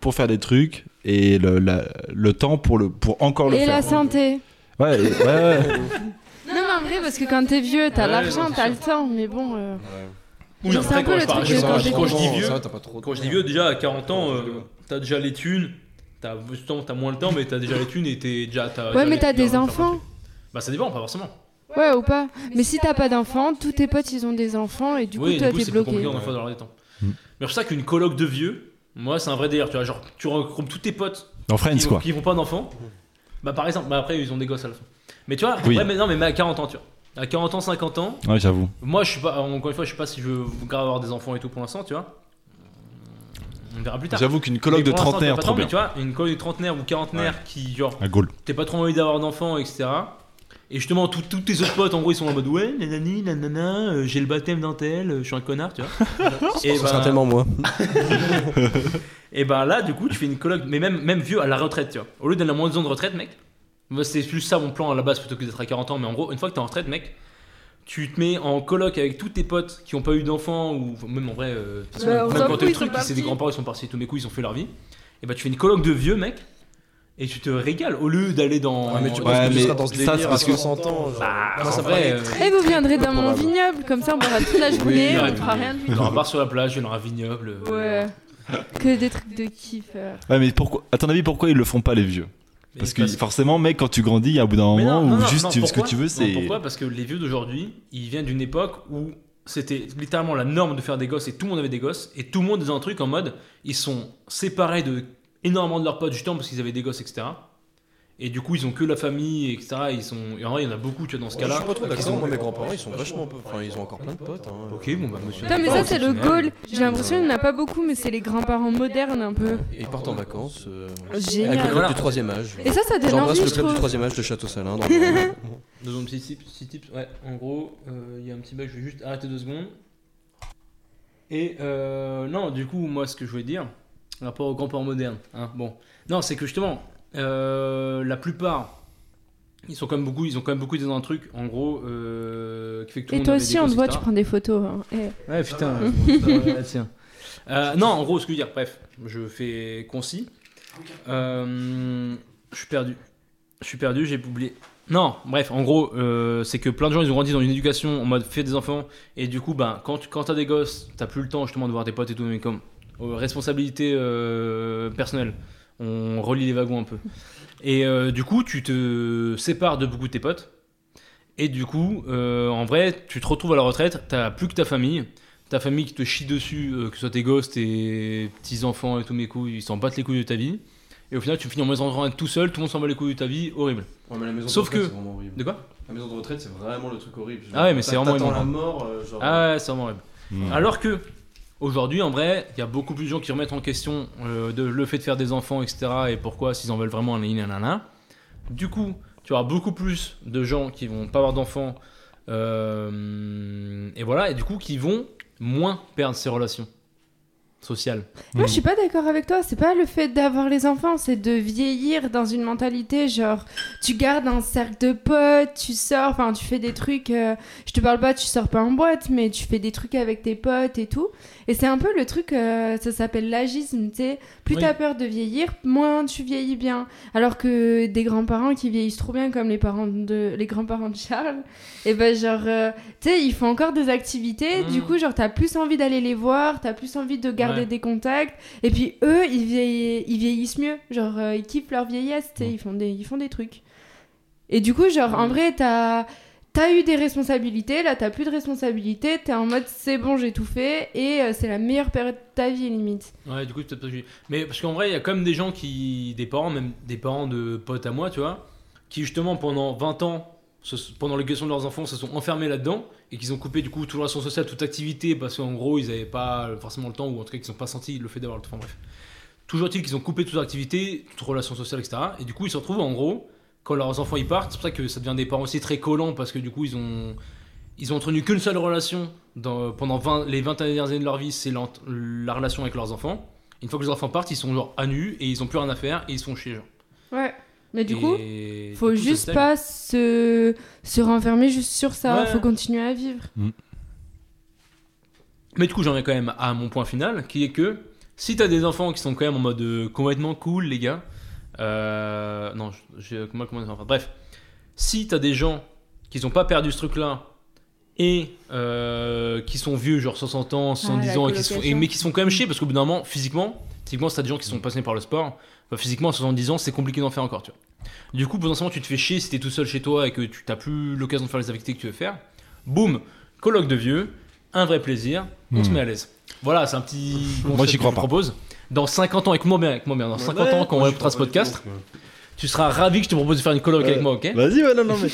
pour faire des trucs et le, la- le temps pour le, pour encore le Et la faire. santé. Ouais, ouais, ouais. Non, mais en vrai, parce que quand t'es vieux, t'as Ouais, l'argent, non, c'est t'as le sûr. temps, mais bon. euh, Oui, non, C'est après, un peu quand le je Ah, parle- truc je- de quand quand je t'es quand je dis con. vieux, ça, t'as pas trop de quand je dis temps. vieux, déjà à 40 ans, euh, t'as déjà les thunes. T'as justement, t'as moins le temps, mais t'as déjà les thunes et t'es déjà. Ouais, déjà mais les- t'as des déjà envie de faire plein de enfants. trucs. Bah, ça dépend, pas forcément. Ouais, ou pas. Mais si t'as pas euh, d'enfants, tous tes potes, ils ont des enfants, et du coup, oui, toi, du coup, t'es c'est plus bloqué. compliqué en fois d'avoir des temps. Mm. Mais c'est pour ça qu'une coloc de vieux, moi, c'est un vrai délire. Tu vois, genre, tu regroupes tous tes potes Dans Friends, qui, quoi. qui vont pas d'enfants. Bah par exemple, bah après ils ont des gosses à la fin. Mais tu vois, Oui. ouais, mais non mais à 40 ans tu vois. À 40 ans, 50 ans, Ouais, j'avoue. moi je suis pas encore une fois, je sais pas si je veux grave avoir des enfants et tout pour l'instant, tu vois. On verra plus tard. J'avoue qu'une colloque de Mais pour l'instant, trentenaire, t'as pas trop tant, mais bien. tu vois, une coloc de trentenaire ou quarantenaire qui genre À Gaulle. t'es pas trop envie d'avoir d'enfants, etc. Et justement, tous tous tes autres potes, en gros, ils sont en mode ouais, nanani, nanana, euh, j'ai le baptême d'un tel, euh, je suis un connard, tu vois. et, C'est ben, certainement moi. et ben là, du coup, tu fais une colloque, mais même, même vieux à la retraite, tu vois. Au lieu d'aller à moins de ans de retraite, mec, moi, c'est plus ça mon plan à la base plutôt que d'être à 40 ans, mais en gros, une fois que t'es en retraite, mec, tu te mets en colloque avec tous tes potes qui ont pas eu d'enfants, ou enfin, même en vrai, euh, de toute façon, Bah, on même s'en quand fout, t'as le ils truc, sont c'est des partis. grands-parents, ils sont partis, tous mes coups, ils ont fait leur vie. Et ben tu fais une colloque de vieux, mec, et tu te régales au lieu d'aller dans. Ouais, mais tu dans- penses Ouais, que mais tu seras dans ce ça, délire c'est à parce que- 60 ans genre. Bah, Moi, ça en me vrai, paraît euh, Et Eh, vous viendrez dans mon Probable. vignoble, comme ça on boira toute la journée, on oui. fera rien du euh, Dans tout. un bar sur la plage, dans un vignoble. euh, Ouais. Que des trucs de euh. kiffeur. Ouais, mais pourquoi, à ton avis, pourquoi ils le font pas les vieux mais Parce que forcément, mec, quand tu grandis, à bout d'un Mais moment non, où non, non, juste non, tu- ce que pourquoi tu veux, Non, c'est. Pourquoi Parce que les vieux d'aujourd'hui, ils viennent d'une époque où c'était littéralement la norme de faire des gosses et tout le monde avait des gosses et tout le monde faisait un truc en mode ils sont séparés de énormément de leurs potes justement parce qu'ils avaient des gosses, etc. Et du coup, ils ont que la famille, etc. Ils sont... Et en vrai, il y en a beaucoup, tu vois, dans ce Ouais, je cas-là. suis pas trop d'accord. Moi, mes grands-parents, ils sont vachement peu. Enfin, ils ont encore plein de potes. hein. Ok, bon, bah, monsieur. Putain, mais ça, c'est le Ouais. goal. J'ai l'impression qu'il n'y en a pas beaucoup, mais c'est les grands-parents modernes un peu. Et ils partent en vacances. euh, Génial. Avec le club Voilà. du troisième âge. Et ça, ça donne J'embrasse envie, le je club du trouve. troisième âge de Château-Salin. dans le- Deux autres petits tips, petits tips. Ouais, en gros, euh, il y a un petit bug, je vais juste arrêter deux secondes. Et euh, non, du coup, moi, ce que je voulais dire, rapport aux grands-parents modernes, hein, bon. Non, c'est que justement, euh, la plupart, ils sont quand même beaucoup, ils ont quand même beaucoup été dans un truc, en gros, euh, qui fait que tout le Et monde toi avait aussi, des on te gosses, voit, etc. tu prends des photos. hein. Eh. Ouais, putain. euh, tiens. Euh, non, en gros, ce que je veux dire, bref, je fais concis. Euh, je suis perdu. Je suis perdu, j'ai oublié. Non, bref, en gros, euh, c'est que plein de gens, ils ont grandi dans une éducation en mode fais des enfants, et du coup, ben, quand, tu- quand t'as des gosses, t'as plus le temps justement de voir tes potes et tout, mais comme euh, responsabilité euh, personnelle, on relie les wagons un peu. Et euh, du coup, tu te sépares de beaucoup de tes potes, et du coup, euh, en vrai, tu te retrouves à la retraite, t'as plus que ta famille, ta famille qui te chie dessus, euh, que ce soit tes gosses, tes petits-enfants et tous mes couilles, ils s'en battent les couilles de ta vie. Et au final, tu finis en maison de retraite tout seul, tout le monde s'en bat les couilles de ta vie, horrible. Ouais, mais la maison de Sauf retraite, que- c'est vraiment horrible. De quoi La maison de retraite, c'est vraiment le truc horrible. Ah ouais, mais c'est T'attends vraiment la énorme. mort, euh, genre. Ah ouais, c'est vraiment horrible. Mm. Alors que, aujourd'hui, en vrai, il y a beaucoup plus de gens qui remettent en question euh, de- le fait de faire des enfants, etc. et pourquoi, s'ils en veulent vraiment, nanana, nanana. Du coup, tu auras beaucoup plus de gens qui vont pas avoir d'enfants, euh, et voilà, et du coup, qui vont moins perdre ces relations sociales. Moi, je suis pas d'accord avec toi. C'est pas le fait d'avoir les enfants, c'est de vieillir dans une mentalité genre tu gardes un cercle de potes, tu sors, enfin tu fais des trucs. euh, je te parle pas, tu sors pas en boîte, mais tu fais des trucs avec tes potes et tout. Et c'est un peu le truc, euh, ça s'appelle l'agisme, tu sais. Plus Oui. t'as peur de vieillir, moins tu vieillis bien. Alors que des grands-parents qui vieillissent trop bien, comme les parents de, les grands-parents de Charles, et ben genre, euh, tu sais, ils font encore des activités. Du Mm. coup, genre t'as plus envie d'aller les voir, t'as plus envie de garder Ouais. des contacts. Et puis eux, ils, vieilli- ils vieillissent mieux. Genre, euh, ils kiffent leur vieillesse, tu sais, ils, font des... ils font des trucs. Et du coup, genre, en vrai, t'as as eu des responsabilités, là, t'as plus de responsabilités, t'es en mode c'est bon, j'ai tout fait, et euh, c'est la meilleure période de ta vie, limite. Ouais, du coup, c'est peut-être pas que j'ai- Mais parce qu'en vrai, il y a quand même des gens qui. Des parents, même des parents de potes à moi, tu vois, qui justement pendant 20 ans, se- pendant l'éducation de leurs enfants, se sont enfermés là-dedans et qu'ils ont coupé du coup toute relation sociale, toute activité parce qu'en gros, ils n'avaient pas forcément le temps ou en tout cas, qu'ils n'ont pas senti le fait d'avoir le temps. Enfin, bref. Toujours est-il qu'ils ont coupé toute activité, toute relation sociale, etc. Et du coup, ils se retrouvent en gros, quand leurs enfants y partent, c'est pour ça que ça devient des parents aussi très collants parce que du coup, ils ont. Ils ont entretenu qu'une seule relation dans- pendant 20 les 20 dernières années de leur vie, c'est l'ent- la relation avec leurs enfants. Une fois que les enfants partent, ils sont genre à nu et ils ont plus rien à faire et ils sont chez genre. Ouais. Mais du Et- coup, du faut coup, juste ça stagne. pas se... se renfermer juste sur ça, Ouais. faut continuer à vivre. Mais du coup, j'en viens quand même à mon point final qui est que si t'as des enfants qui sont quand même en mode euh, complètement cool, les gars. euh, non, je, je- moi, comment dire, enfin, Bref, si t'as des gens qui n'ont pas perdu ce truc-là et euh, qui sont vieux, genre 60 ans, 70 la ans, et qui se font- et- colocation. mais qui sont quand même chiés parce qu'au bout d'un moment, physiquement, typiquement, si t'as des gens qui sont passionnés par le sport, bah, physiquement, à 70 ans, c'est compliqué d'en faire encore, tu vois. Du coup, potentiellement, tu te fais chier si t'es tout seul chez toi et que tu t'as plus l'occasion de faire les activités que tu veux faire. Boum, colloque de vieux, un vrai plaisir, on se Hmm. met à l'aise. Voilà, c'est un petit concept Moi, j'y que crois je pas. propose. Dans 50 ans, avec moi bien, avec moi bien, dans 50 ans, quand on écoutera ce podcast, tu seras ravi que je te propose de faire une colloque Ouais. avec moi, ok Vas-y, ouais, non, non, mais.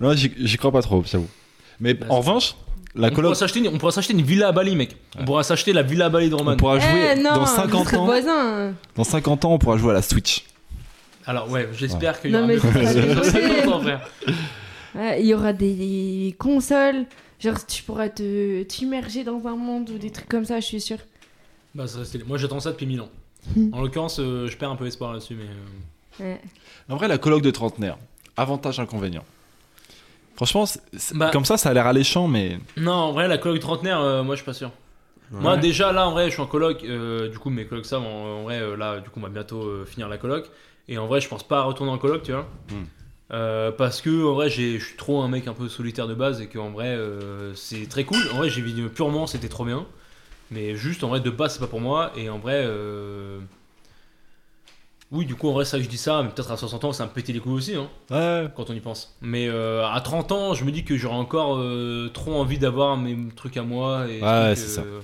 non, j'y j'y crois pas trop, j'avoue. Mais Vas-y. en revanche, la on, pourra coloc, s'acheter Bah, une, on pourra s'acheter une villa à Bali, mec. On pourra s'acheter la villa à Bali de on Roman. pourra jouer eh non, dans vous 50 serez ans. voisins. Dans 50 ans, on pourra jouer à la Switch. Alors, ouais, j'espère qu'il y Non, aura mais mieux que c'est ça. pas J'en sais possible. longtemps, frère. Ouais, il y aura des, des consoles. Genre, tu pourras te t'immerger dans un monde ou des trucs comme ça, je suis sûre. Bah, ça, c'est- Moi, j'attends ça depuis 1000 ans. Hmm. En l'occurrence, euh, je perds un peu espoir là-dessus, mais. euh, Ouais. En vrai, la colloque de trentenaire, avantage, inconvénient. Franchement, c'est- c'est- Bah- comme ça, ça a l'air alléchant, mais Non, en vrai, la coloc trentenaire, euh, moi, je suis pas sûr. Moi, déjà, là, en vrai, je suis en coloc. euh, du coup, mes colocs, ça, en, en vrai, euh, là, du coup, on va bientôt euh, finir la coloc. Et en vrai, je pense pas retourner en coloc, tu vois. Hmm. Euh, parce que, en vrai, j'ai- je suis trop un mec un peu solitaire de base et qu'en vrai, euh, c'est très cool. En vrai, j'ai vécu purement, c'était trop bien. Mais juste, en vrai, de base, c'est pas pour moi. Et en vrai. euh, Oui, du coup, en vrai, ça, je dis ça, mais peut-être à 60 ans, ça me pétait les couilles aussi, hein ouais, quand on y pense. Mais euh, à 30 ans, je me dis que j'aurais encore euh, trop envie d'avoir mes trucs à moi. Et Ouais, ouais, trucs, c'est euh,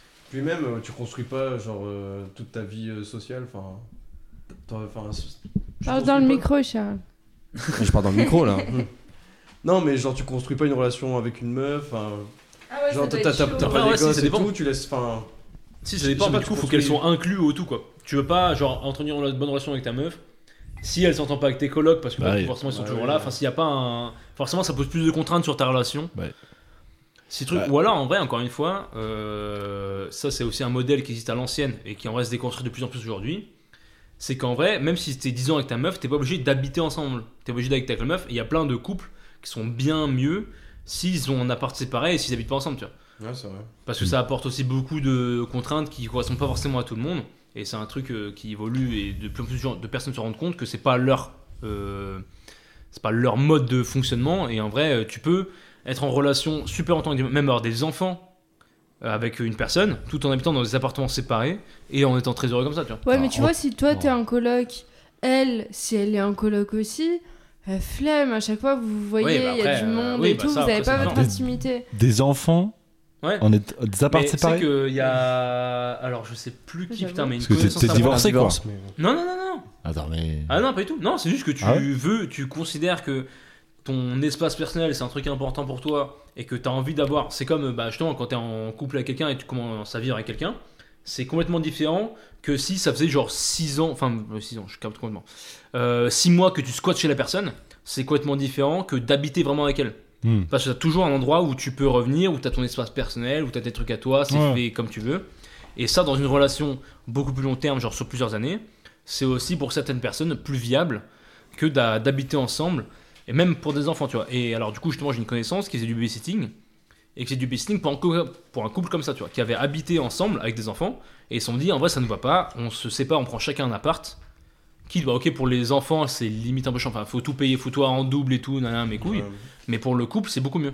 Puis même, euh, tu construis pas genre euh, toute ta vie euh, sociale. Enfin, t'en- enfin, s- tu Parle Bah, construis dans le pas- micro, Charles. Je parle dans le micro là. non, mais genre, tu construis pas une relation avec une meuf. enfin, Ah ouais, genre, t'as t'as- t'as Ah pas ouais, des si, gosses ça et dépend. tout. Tu laisses. Enfin, Si, ça dépend, Je sais mais pas, du tu coup, faut construis- qu'elles soient incluses au tout, quoi. Tu veux pas, genre, entretenir une bonne relation avec ta meuf. Si elle s'entend pas avec tes colocs, parce que Bah bah, oui. forcément ils sont Bah toujours oui, là, ouais. enfin s'il y a pas un. Forcément ça pose plus de contraintes sur ta relation. Ouais. Ces trucs. Ouais. Ou alors en vrai, encore une fois, euh, ça c'est aussi un modèle qui existe à l'ancienne et qui en reste déconstruit de plus en plus aujourd'hui. C'est qu'en vrai, même si t'es 10 ans avec ta meuf, t'es pas obligé d'habiter ensemble. T'es obligé d'habiter avec ta meuf. Et il y a plein de couples qui sont bien mieux s'ils ont un appart séparé et s'ils habitent pas ensemble, tu vois. ouais, c'est vrai. Parce Mm. que ça apporte aussi beaucoup de contraintes qui correspondent pas forcément à tout le monde. Et c'est un truc euh, qui évolue et de plus en plus de gens- de personnes se rendent compte que c'est pas leur, euh, c'est pas leur mode de fonctionnement. Et en vrai, euh, tu peux être en relation super longtemps, avec des- même avoir des enfants euh, avec une personne, tout en habitant dans des appartements séparés et en étant très heureux comme ça, tu vois. Ouais, Ah, mais tu en- vois, si toi t'es en coloc, elle, si elle est en coloc aussi, euh, flemme, à chaque fois vous vous voyez, Oui, bah il y a après, du euh, monde oui, et bah tout, ça, vous après, avez c'est pas votre normal. intimité. des enfants, Ouais. on est des apparts Mais tu sais séparés. qu'il y a. Alors je sais plus qui, J'avoue. putain, mais une Parce que t'es- connaissance t'es à moi- divorcé quoi. Divorce, mais- Non, non, non, non. Attends, mais. Ah non, pas du tout. Non, c'est juste que tu Ah ouais veux, tu considères que ton espace personnel, c'est un truc important pour toi et que tu as envie d'avoir. C'est comme, bah, justement, quand tu es en couple avec quelqu'un et tu commences à vivre avec quelqu'un, c'est complètement différent que si ça faisait genre 6 ans, enfin 6 ans, je capte complètement, 6 mois que tu squattes chez la personne, c'est complètement différent que d'habiter vraiment avec elle. Hmm. Parce que t'as toujours un endroit où tu peux revenir, où t'as ton espace personnel, où t'as tes trucs à toi, c'est Ouais. fait comme tu veux. Et ça, dans une relation beaucoup plus long terme, genre sur plusieurs années, c'est aussi pour certaines personnes plus viable que d'a- d'habiter ensemble, et même pour des enfants, tu vois. Et alors, du coup, justement, j'ai une connaissance qui faisait du babysitting, et qui faisait du babysitting pour un, cou- pour un couple comme ça, tu vois, qui avait habité ensemble avec des enfants, et ils se sont dit, en vrai, ça ne va pas, on se sépare, on prend chacun un appart. Qui, bah, ok, pour les enfants, c'est limite un peu chiant, enfin, faut tout payer, faut tout avoir en double et tout, nanana, mes couilles. Ouais. Mais pour le couple, c'est beaucoup mieux.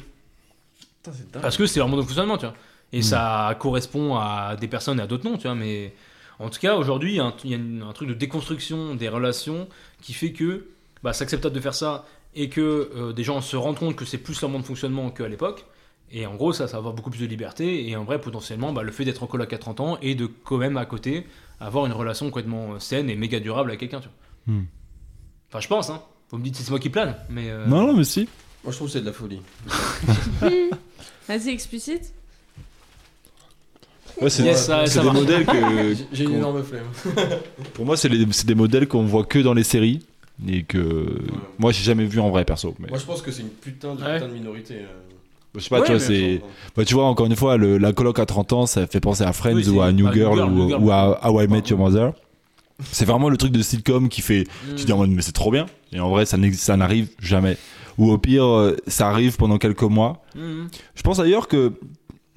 Putain, c'est dingue. Parce que c'est leur mode de fonctionnement, tu vois. Et Mm. ça correspond à des personnes et à d'autres noms, tu vois. Mais en tout cas, aujourd'hui, il y a un- il y a une- un truc de déconstruction des relations qui fait que bah, c'est acceptable de faire ça et que euh, des gens se rendent compte que c'est plus leur mode de fonctionnement qu'à l'époque. Et en gros, ça, ça va avoir beaucoup plus de liberté. Et en vrai, potentiellement, bah, le fait d'être en coloc à 30 ans et de quand même à côté avoir une relation complètement euh, saine et méga durable avec quelqu'un, tu vois. Mm. Enfin, je pense, hein. Vous me dites si c'est moi qui plane, mais. euh, Non, non, mais si. Moi, je trouve que c'est de la folie. Hmm. Vas-y, explicite. Ouais, c'est- Yes, ça- c'est ça des marche. modèles que. Euh, J'ai- J'ai une qu'on- énorme flemme. Pour moi, c'est les- c'est des modèles qu'on voit que dans les séries et que moi j'ai jamais vu en vrai perso. Mais... Moi, je pense que c'est une putain de Ouais. putain de minorité. euh, je sais pas, Ouais, tu vois, mais c'est. Bah, tu vois, encore une fois, le- la coloc à 30 ans, ça fait penser à Friends Oui, c'est- ou à à New New Girl, Girl, ou, New Girl. ou à How I Met Your Mother. C'est vraiment le truc de sitcom qui fait. Mm. Tu te dis en mode, mais c'est trop bien. Et en vrai, ça n'existe- ça n'arrive jamais. Ou au pire, euh, ça arrive pendant quelques mois. Mm. Je pense d'ailleurs que.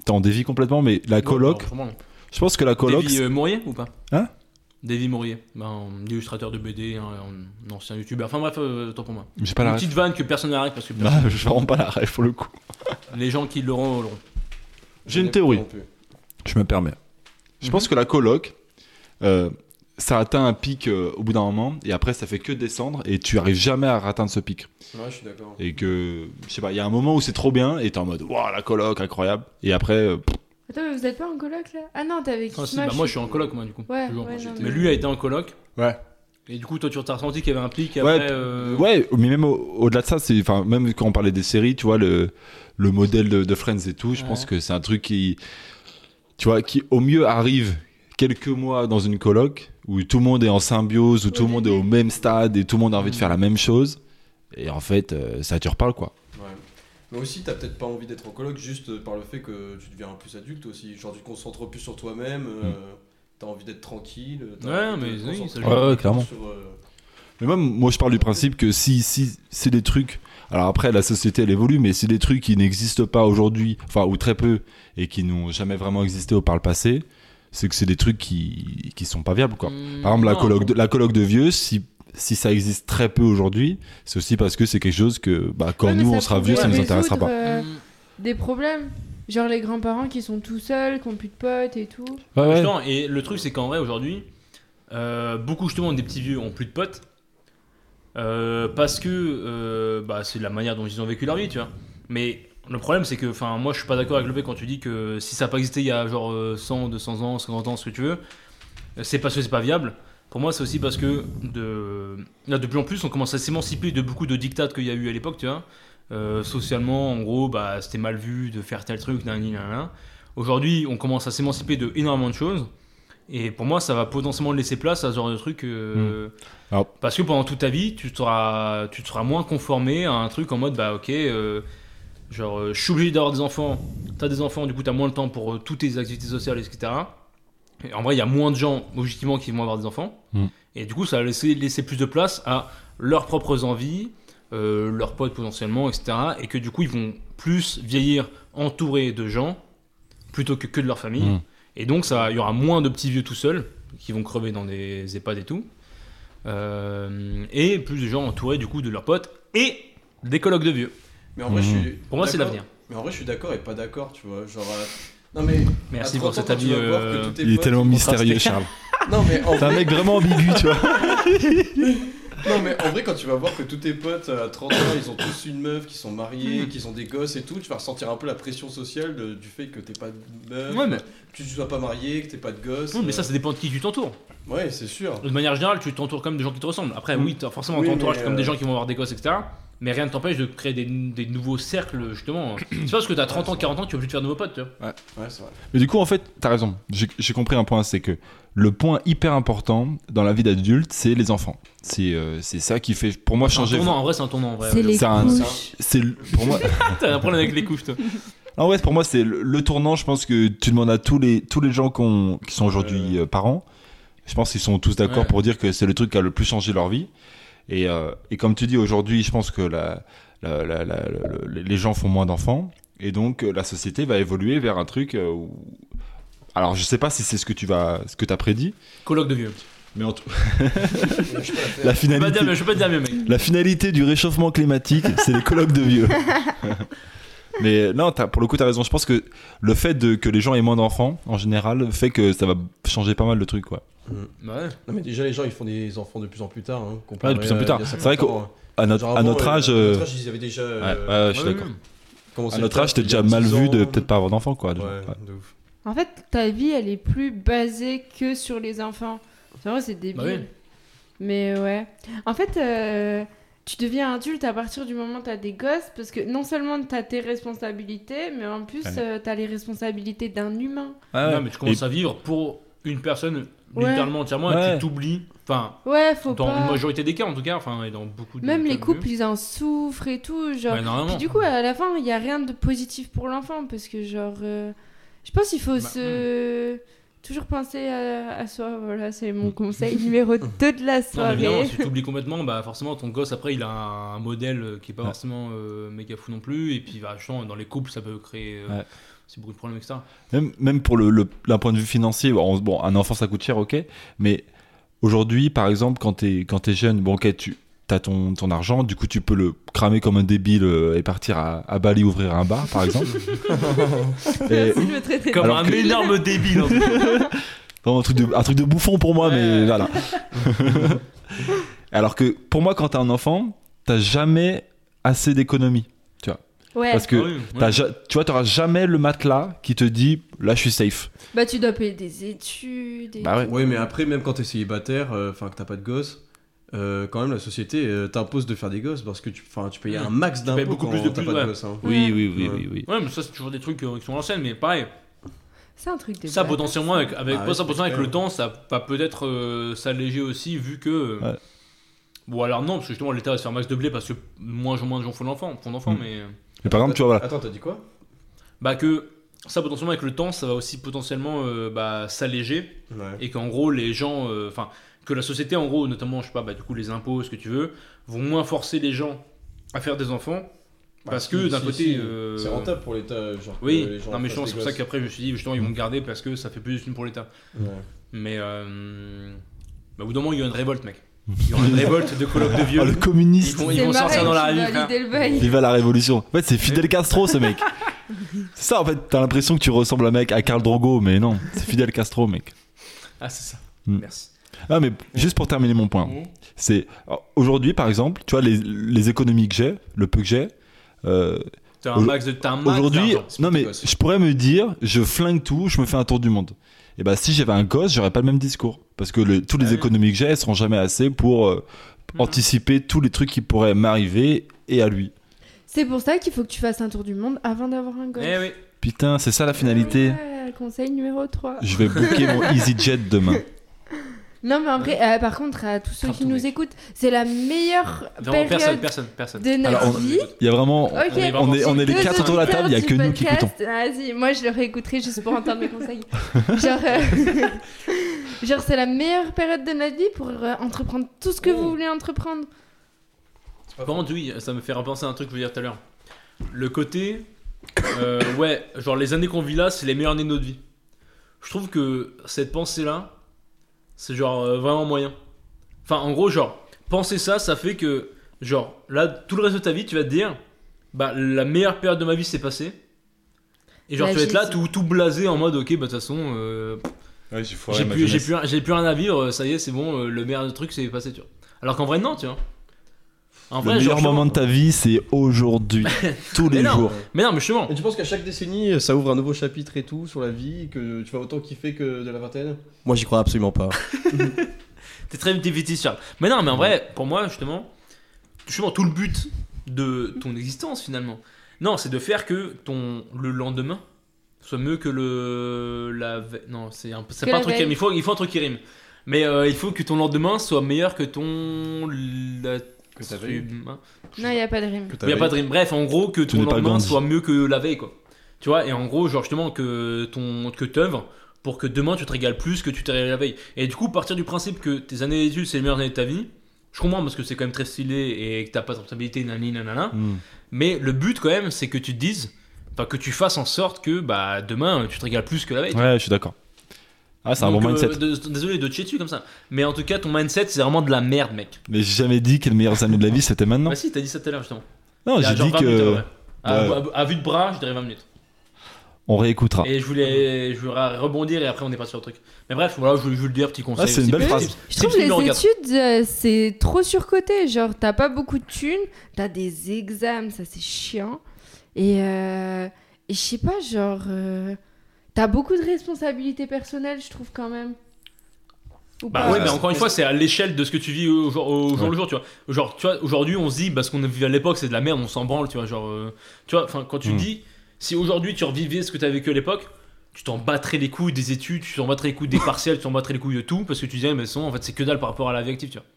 T'en dévies complètement, mais la Euh, coloc. Non, vraiment, non. Je pense que la coloc. Davy euh, Mourier ou pas Hein Davy Mourier, ben, illustrateur de BD, un, un ancien youtubeur. Enfin bref, euh, tant pour moi. J'ai pas Une la ref. Bah. petite vanne que personne n'arrive parce que Non, je rends pas la ref pour le coup. les gens qui l'auront l'auront. J'ai une je théorie. comprends plus. Je me permets. Je Mhm. pense que la coloc, euh, ça atteint un pic euh, au bout d'un moment et après ça fait que descendre et tu arrives jamais à atteindre ce pic. Ouais, je suis d'accord. Et que, je sais pas, il y a un moment où c'est trop bien et t'es en mode, waouh, la coloc, incroyable. Et après, euh, pff, Attends, mais vous êtes pas en coloc là Ah non, t'es avec Ah, si, Smash. bah, moi je suis en coloc, moi du coup. Ouais, toujours. ouais, non, Mais lui a été en coloc. Ouais. Et du coup, toi tu t'as ressenti qu'il y avait un pic et Ouais, après. euh, ouais, mais même au- au-delà de ça, c'est, enfin, même quand on parlait des séries, tu vois, le, le modèle de, de Friends et tout, je Ouais. pense que c'est un truc qui, tu vois, qui au mieux arrive quelques mois dans une coloc, où tout le monde est en symbiose, où tout le monde est au même stade et tout le monde a envie de Mm. faire la même chose. Et en fait, euh, ça te reparle quoi. Ouais. Mais aussi, t'as peut-être pas envie d'être en coloc juste euh, par le fait que tu deviens plus adulte aussi. Genre, tu te concentres plus sur toi-même, euh, t'as envie d'être tranquille. t'as Ouais, envie de mais te oui, concentrer ça joue. Ouais, ouais, clairement. sur, euh, Mais même, moi, je parle du principe que si, si c'est des trucs. Alors après, la société, elle évolue, mais c'est des trucs qui n'existent pas aujourd'hui, enfin, ou très peu, et qui n'ont jamais vraiment existé au par le passé, c'est que c'est des trucs qui, qui sont pas viables, quoi. Mm. Mmh. Par exemple, la colloque de, la coloc de vieux, si, si ça existe très peu aujourd'hui, c'est aussi parce que c'est quelque chose que, bah, quand Ouais, mais nous, on ça sera pourrait vieux, ça nous résoudre, intéressera pas. euh, Mmh. Des problèmes. Genre les grands-parents qui sont tout seuls, qui ont plus de potes et tout. Ouais, ouais. Justement, et le truc, c'est qu'en vrai, aujourd'hui, euh, beaucoup justement des petits vieux ont plus de potes. euh, parce que euh, bah, c'est la manière dont ils ont vécu leur vie, tu vois. Mais le problème, c'est que enfin, moi, je suis pas d'accord avec le fait quand tu dis que si ça n'a pas existé il y a genre euh, 100, 200 ans, 50 ans, ce que tu veux, euh, c'est parce que c'est pas viable. Pour moi, c'est aussi parce que de, là, de plus en plus, on commence à s'émanciper de beaucoup de dictates qu'il y a eu à l'époque, tu vois. Euh, socialement, en gros, bah, c'était mal vu de faire tel truc, nan, nan, nan, nan. Aujourd'hui, on commence à s'émanciper de énormément de choses. Et pour moi, ça va potentiellement laisser place à ce genre de truc. euh, Alors- Parce que pendant toute ta vie, tu seras, tu te seras moins conformé à un truc en mode, bah ok, euh, genre, euh, je suis obligé d'avoir des enfants. T'as des enfants, du coup, t'as moins le temps pour euh, toutes tes activités sociales, etc. Et en vrai, il y a moins de gens, objectivement, qui vont avoir des enfants. Mm. Et du coup, ça va laisser, laisser plus de place à leurs propres envies, euh, leurs potes potentiellement, etc. Et que du coup, ils vont plus vieillir entourés de gens plutôt que, que de leur famille. Mm. Et donc, ça- il y aura moins de petits vieux tout seuls qui vont crever dans des EHPAD et tout. Euh, et plus de gens entourés du coup de leurs potes et des colloques de vieux. Mais en vrai, je suis. Pour moi, c'est d'accord. l'avenir. Mais en vrai, je suis d'accord et pas d'accord, tu vois. Genre. euh, Non, mais. Merci à pour 30 cet ans, quand Bah, tu avis, vas voir que euh, tous tes Il est potes- tellement mystérieux, contrasté. Charles. Non, mais en C'est un mec vraiment ambigu, tu vois. Non mais en vrai quand tu vas voir que tous tes potes euh, à 30 ans ils ont tous une meuf, qui sont Hmm. mariés, qui ont des gosses et tout, tu vas ressentir un peu la pression sociale de- du fait que t'es pas de meuf, Ouais, mais- que tu sois pas marié, que t'es pas de gosse. Oui, mais ça, euh, ça dépend de qui tu t'entoures. Ouais c'est sûr. De manière générale, tu t'entoures quand même de gens qui te ressemblent. Après, oui, t'as forcément Mm. Oui, ton entourage mais, c'est comme des euh, gens qui vont avoir des gosses, etc. Mais rien ne t'empêche de créer des, des nouveaux cercles, justement. c'est pas parce que t'as 30 ans, 40 ans, tu es obligé de faire de nouveaux potes, tu vois. Ouais c'est vrai. Mais du coup, en fait, t'as raison. J'ai j'ai compris un point, c'est que le point hyper important dans la vie d'adulte, c'est les enfants. C'est euh, c'est ça qui fait, pour moi, C'est un changer. tournant, en vrai, c'est un tournant, en vrai. C'est les C'est un- couches. C'est le- pour moi. T'as un problème avec les couches, toi. En vrai, pour moi, c'est le, le tournant. Je pense que tu demandes à tous les tous les gens qu'on- qui sont aujourd'hui euh, parents. Je pense qu'ils sont tous d'accord Ouais. pour dire que c'est le truc qui a le plus changé leur vie. Et, euh, et comme tu dis aujourd'hui, je pense que la, la- la- la- le- le- les gens font moins d'enfants et donc euh, la société va évoluer vers un truc. euh, où... Alors, je sais pas si c'est ce que tu vas, ce que t'as prédit, Colloque de vieux. mais en tout Je peux la la faire. Je peux pas finalité, dire mieux, je peux pas dire mieux, mec. la finalité du réchauffement climatique, c'est les colloques de vieux. Mais euh, non, t'as- pour le coup, t'as raison. Je pense que le fait de, que les gens aient moins d'enfants, en général, fait que ça va changer pas mal de trucs. Quoi. Bah ouais. Non mais déjà les gens ils font des enfants de plus en plus tard. Hein, Ouais, de plus en plus tard. C'est vrai que qu'au- À notre, à notre âge, À euh, notre âge ils avaient déjà... euh, ouais, ouais, je suis Ouais, d'accord. ouais. commencé À le notre taf, âge, t'es il y a déjà mal 10 vu de ans. euh, peut-être pas avoir d'enfants. Quoi, déjà. Ouais, Ouais. de ouf. En fait, ta vie, elle est plus basée que sur les enfants. C'est vrai, c'est débile. Bah oui. Mais ouais. En fait, euh, tu deviens adulte à partir du moment où tu as des gosses, parce que non seulement tu as tes responsabilités, mais en plus, Ouais. tu as les responsabilités d'un humain. Ah Non, mais tu commences à vivre pour une personne, Ouais. littéralement entièrement, et Ouais. tu t'oublies. Enfin, Ouais, faut dans une pas... majorité des cas, en tout cas, enfin, et dans beaucoup de Même cas les de couples, vieux. ils en souffrent et tout. Genre... Ouais, normalement. Puis du coup, à la fin, il n'y a rien de positif pour l'enfant, parce que genre... euh, Je pense qu'il faut Bah, se... Toujours penser à, à soi, voilà, c'est mon conseil numéro 2 de la Hmm. Non, mais soirée. évidemment, si tu t'oublies complètement, bah forcément ton gosse après il a un modèle qui est pas Ouais. forcément euh, méga fou non plus, et puis bah, justement, dans les couples ça peut créer euh, Ouais. c'est beaucoup de problèmes etc. Même, même pour le, le- d'un point de vue financier, bon, on- bon, un enfant ça coûte cher, ok, mais aujourd'hui, par exemple, quand t'es, quand t'es jeune, bon, ok, tu as ton, ton argent, du coup, tu peux le cramer comme un débile euh, et partir à, à Bali ouvrir un bar, par exemple. Et- Merci de me traiter de Comme Alors un que- énorme débile. en fait. non, un, truc de, un truc de bouffon pour moi, mais Ouais. voilà. Alors que pour moi, quand t'es un enfant, t'as jamais assez d'économie. Ouais, Parce que Ah oui, ouais. t'as ja- tu vois, t'auras jamais le matelas qui te dit là, je suis safe. bah tu dois payer des études. Et... Bah ouais. Ouais mais après même quand t'es célibataire, euh, enfin que t'as pas de gosse... euh, quand même, la société euh, t'impose de faire des gosses parce que tu, 'fin, tu payes un max payes d'impôts beaucoup quand plus de t'as plus, pas de ouais. gosse. hein. Oui, oui, oui, oui, Ouais, mais ça c'est toujours des trucs euh, qui sont en scène, mais pareil. C'est un truc de. Ça, bâtard. potentiellement, avec, avec, Ah, pas ça, oui, potentiellement, avec j'espère. le temps, ça va peut-être euh, s'alléger aussi, vu que. euh, Ouais. Bon, alors non, parce que justement, l'État va se faire max de blé parce que moins en moins de gens font l'enfant, font d'enfants, Mm. mais. euh, Mais par exemple, tu vois, voilà. Attends, t'as dit quoi Bah, que ça, potentiellement, avec le temps, ça va aussi potentiellement euh, bah, s'alléger Ouais. et qu'en gros, les gens. euh, Enfin, que la société, en gros, notamment, je sais pas, bah, du coup, les impôts, ce que tu veux, vont moins forcer les gens à faire des enfants parce que Bah, si, d'un si, côté. si. euh, C'est rentable pour l'État. genre que Oui, les gens non, mais fassent je pense des c'est pour ça gosses. Mm. qu'après, je me suis dit, justement, ils vont garder parce que ça fait plus de thunes pour l'État. Ouais. Mais euh, bah, au bout d'un moment, il y a une révolte, mec. Il y aura une révolte de colloques de vieux. Ah, le ils communiste vont, C'est ils vont sortir Marek dans la qui rue. va frère. valider le bail. Vive la révolution. En fait, c'est Fidel Castro, ce mec. C'est ça, en fait, t'as l'impression que tu ressembles à mec à Karl Drogo, mais non, c'est Fidel Castro, mec. Ah, c'est ça. Mm. Merci. Ah, mais juste pour terminer mon point, c'est alors, aujourd'hui, par exemple, tu vois, les, les économies que j'ai, le peu que j'ai, euh, T'as un Au- max de t'as un max aujourd'hui, d'argent. non mais tes gosses. je pourrais me dire, je flingue tout, je me fais un tour du monde. Et ben, si j'avais un gosse, j'aurais pas le même discours, parce que le- toutes Ah les oui. économies que j'ai, elles seront jamais assez pour euh, Mm. Mhm. anticiper tous les trucs qui pourraient m'arriver et à lui. C'est pour ça qu'il faut que tu fasses un tour du monde avant d'avoir un gosse. Eh oui. Putain, c'est ça la finalité. Ouais, conseil numéro 3. Je vais booker mon EasyJet demain. Non, mais en vrai, euh, par contre, à tous ceux Frappe qui ton nous mec. écoutent, c'est la meilleure Vraiment, personne, période personne, personne. de notre Alors, on- vie. Il y a vraiment, Ok. On est vraiment on est, on est les Deux quatre autour de la table, il y a que auditeurs nous du qui écoutons. podcast. Vas-y, moi je le réécouterai juste pour entendre mes conseils. Genre, euh, genre c'est la meilleure période de notre vie pour euh, entreprendre tout ce que vous voulez entreprendre. Par contre, oui, ça me fait repenser à un truc que je voulais dire tout à l'heure. Le côté. euh, ouais, genre les années qu'on vit là, c'est les meilleures années de notre vie. Je trouve que cette pensée-là, c'est genre euh, vraiment moyen. Enfin, en gros, genre, penser ça, ça fait que, genre, là, tout le reste de ta vie, tu vas te dire, bah, la meilleure période de ma vie s'est passée. Et genre, Là, tu vas être là, j'ai- tout, tout blasé en mode, ok, bah, de toute façon, euh, j'ai plus, j'ai plus, j'ai plus rien à vivre, ça y est, c'est bon, euh, le meilleur truc, c'est passé, tu vois. Alors qu'en vrai, non, tu vois. En Le meilleur genre, moment de ta vie, c'est aujourd'hui, tous les Mais non. jours. Mais non, mais justement. Et tu penses qu'à chaque décennie, ça ouvre un nouveau chapitre et tout sur la vie, que tu vas autant kiffer que de la vingtaine Moi, j'y crois absolument pas. T'es très difficile, Charles. Mais non, mais en vrai, pour moi, justement, justement, tout le but de ton existence, finalement, non, c'est de faire que ton le lendemain soit mieux que le la ve- non, c'est un c'est Que pas un la truc qui veille. rime. Il faut il faut un truc qui rime. Mais euh, il faut que ton lendemain soit meilleur que ton la... Que t'as veille. Hein. Non, il n'y a pas de rime. Il y a pas de rime. Bref, en gros, que Tu ton n'es pas lendemain Gandhi. soit mieux que la veille, quoi. Tu vois, et en gros, genre justement que ton que t'œuvres pour que demain tu te régales plus que tu t'es régalé la veille. Et du coup, partir du principe que tes années d'études c'est les meilleures années de ta vie, je comprends parce que c'est quand même très stylé et que t'as pas de responsabilité, nanani, nanana. Hmm. Mais le but quand même, c'est que tu te dises, enfin que tu fasses en sorte que bah demain tu te régales plus que la veille. Ouais, je suis d'accord. Ah, c'est un bon Donc, euh, mindset. de- désolé de te chier dessus comme ça. Mais en tout cas, ton mindset c'est vraiment de la merde, mec. Mais j'ai jamais dit que les meilleures années de la vie, c'était maintenant. Bah si, t'as dit ça tout à l'heure justement. Non, Il y a j'ai genre dit 20 minutes, à peu que près. À- ouais. à- à vue de bras, je dirais 20 minutes. on réécoutera. Et je voulais, je voulais rebondir et après on est parti sur le truc. Mais bref, voilà, je voulais vous le dire, petit conseil. Ah, c'est une belle petit- phrase. petit- Je petit trouve numéro les quatre. études, euh, c'est trop surcoté. Genre, t'as pas beaucoup de thunes, t'as des examens, ça c'est chiant. Et, euh, et je sais pas, genre, euh, t'as beaucoup de responsabilités personnelles, je trouve quand même. Ou Bah pas ouais, mais encore une fois, c'est à l'échelle de ce que tu vis au jour, au jour le jour, tu vois. Genre, tu vois, aujourd'hui, on se dit, bah, ce qu'on a vécu à l'époque, c'est de la merde, on s'en branle, tu vois. Genre, euh, tu vois, enfin, quand tu Mm. dis, si aujourd'hui tu revivais ce que tu as vécu à l'époque, tu t'en battrais les couilles des études, tu t'en battrais les couilles des partiels, tu t'en battrais les couilles de tout, parce que tu disais, mais son, en fait, c'est que dalle par rapport à la vie active, tu vois.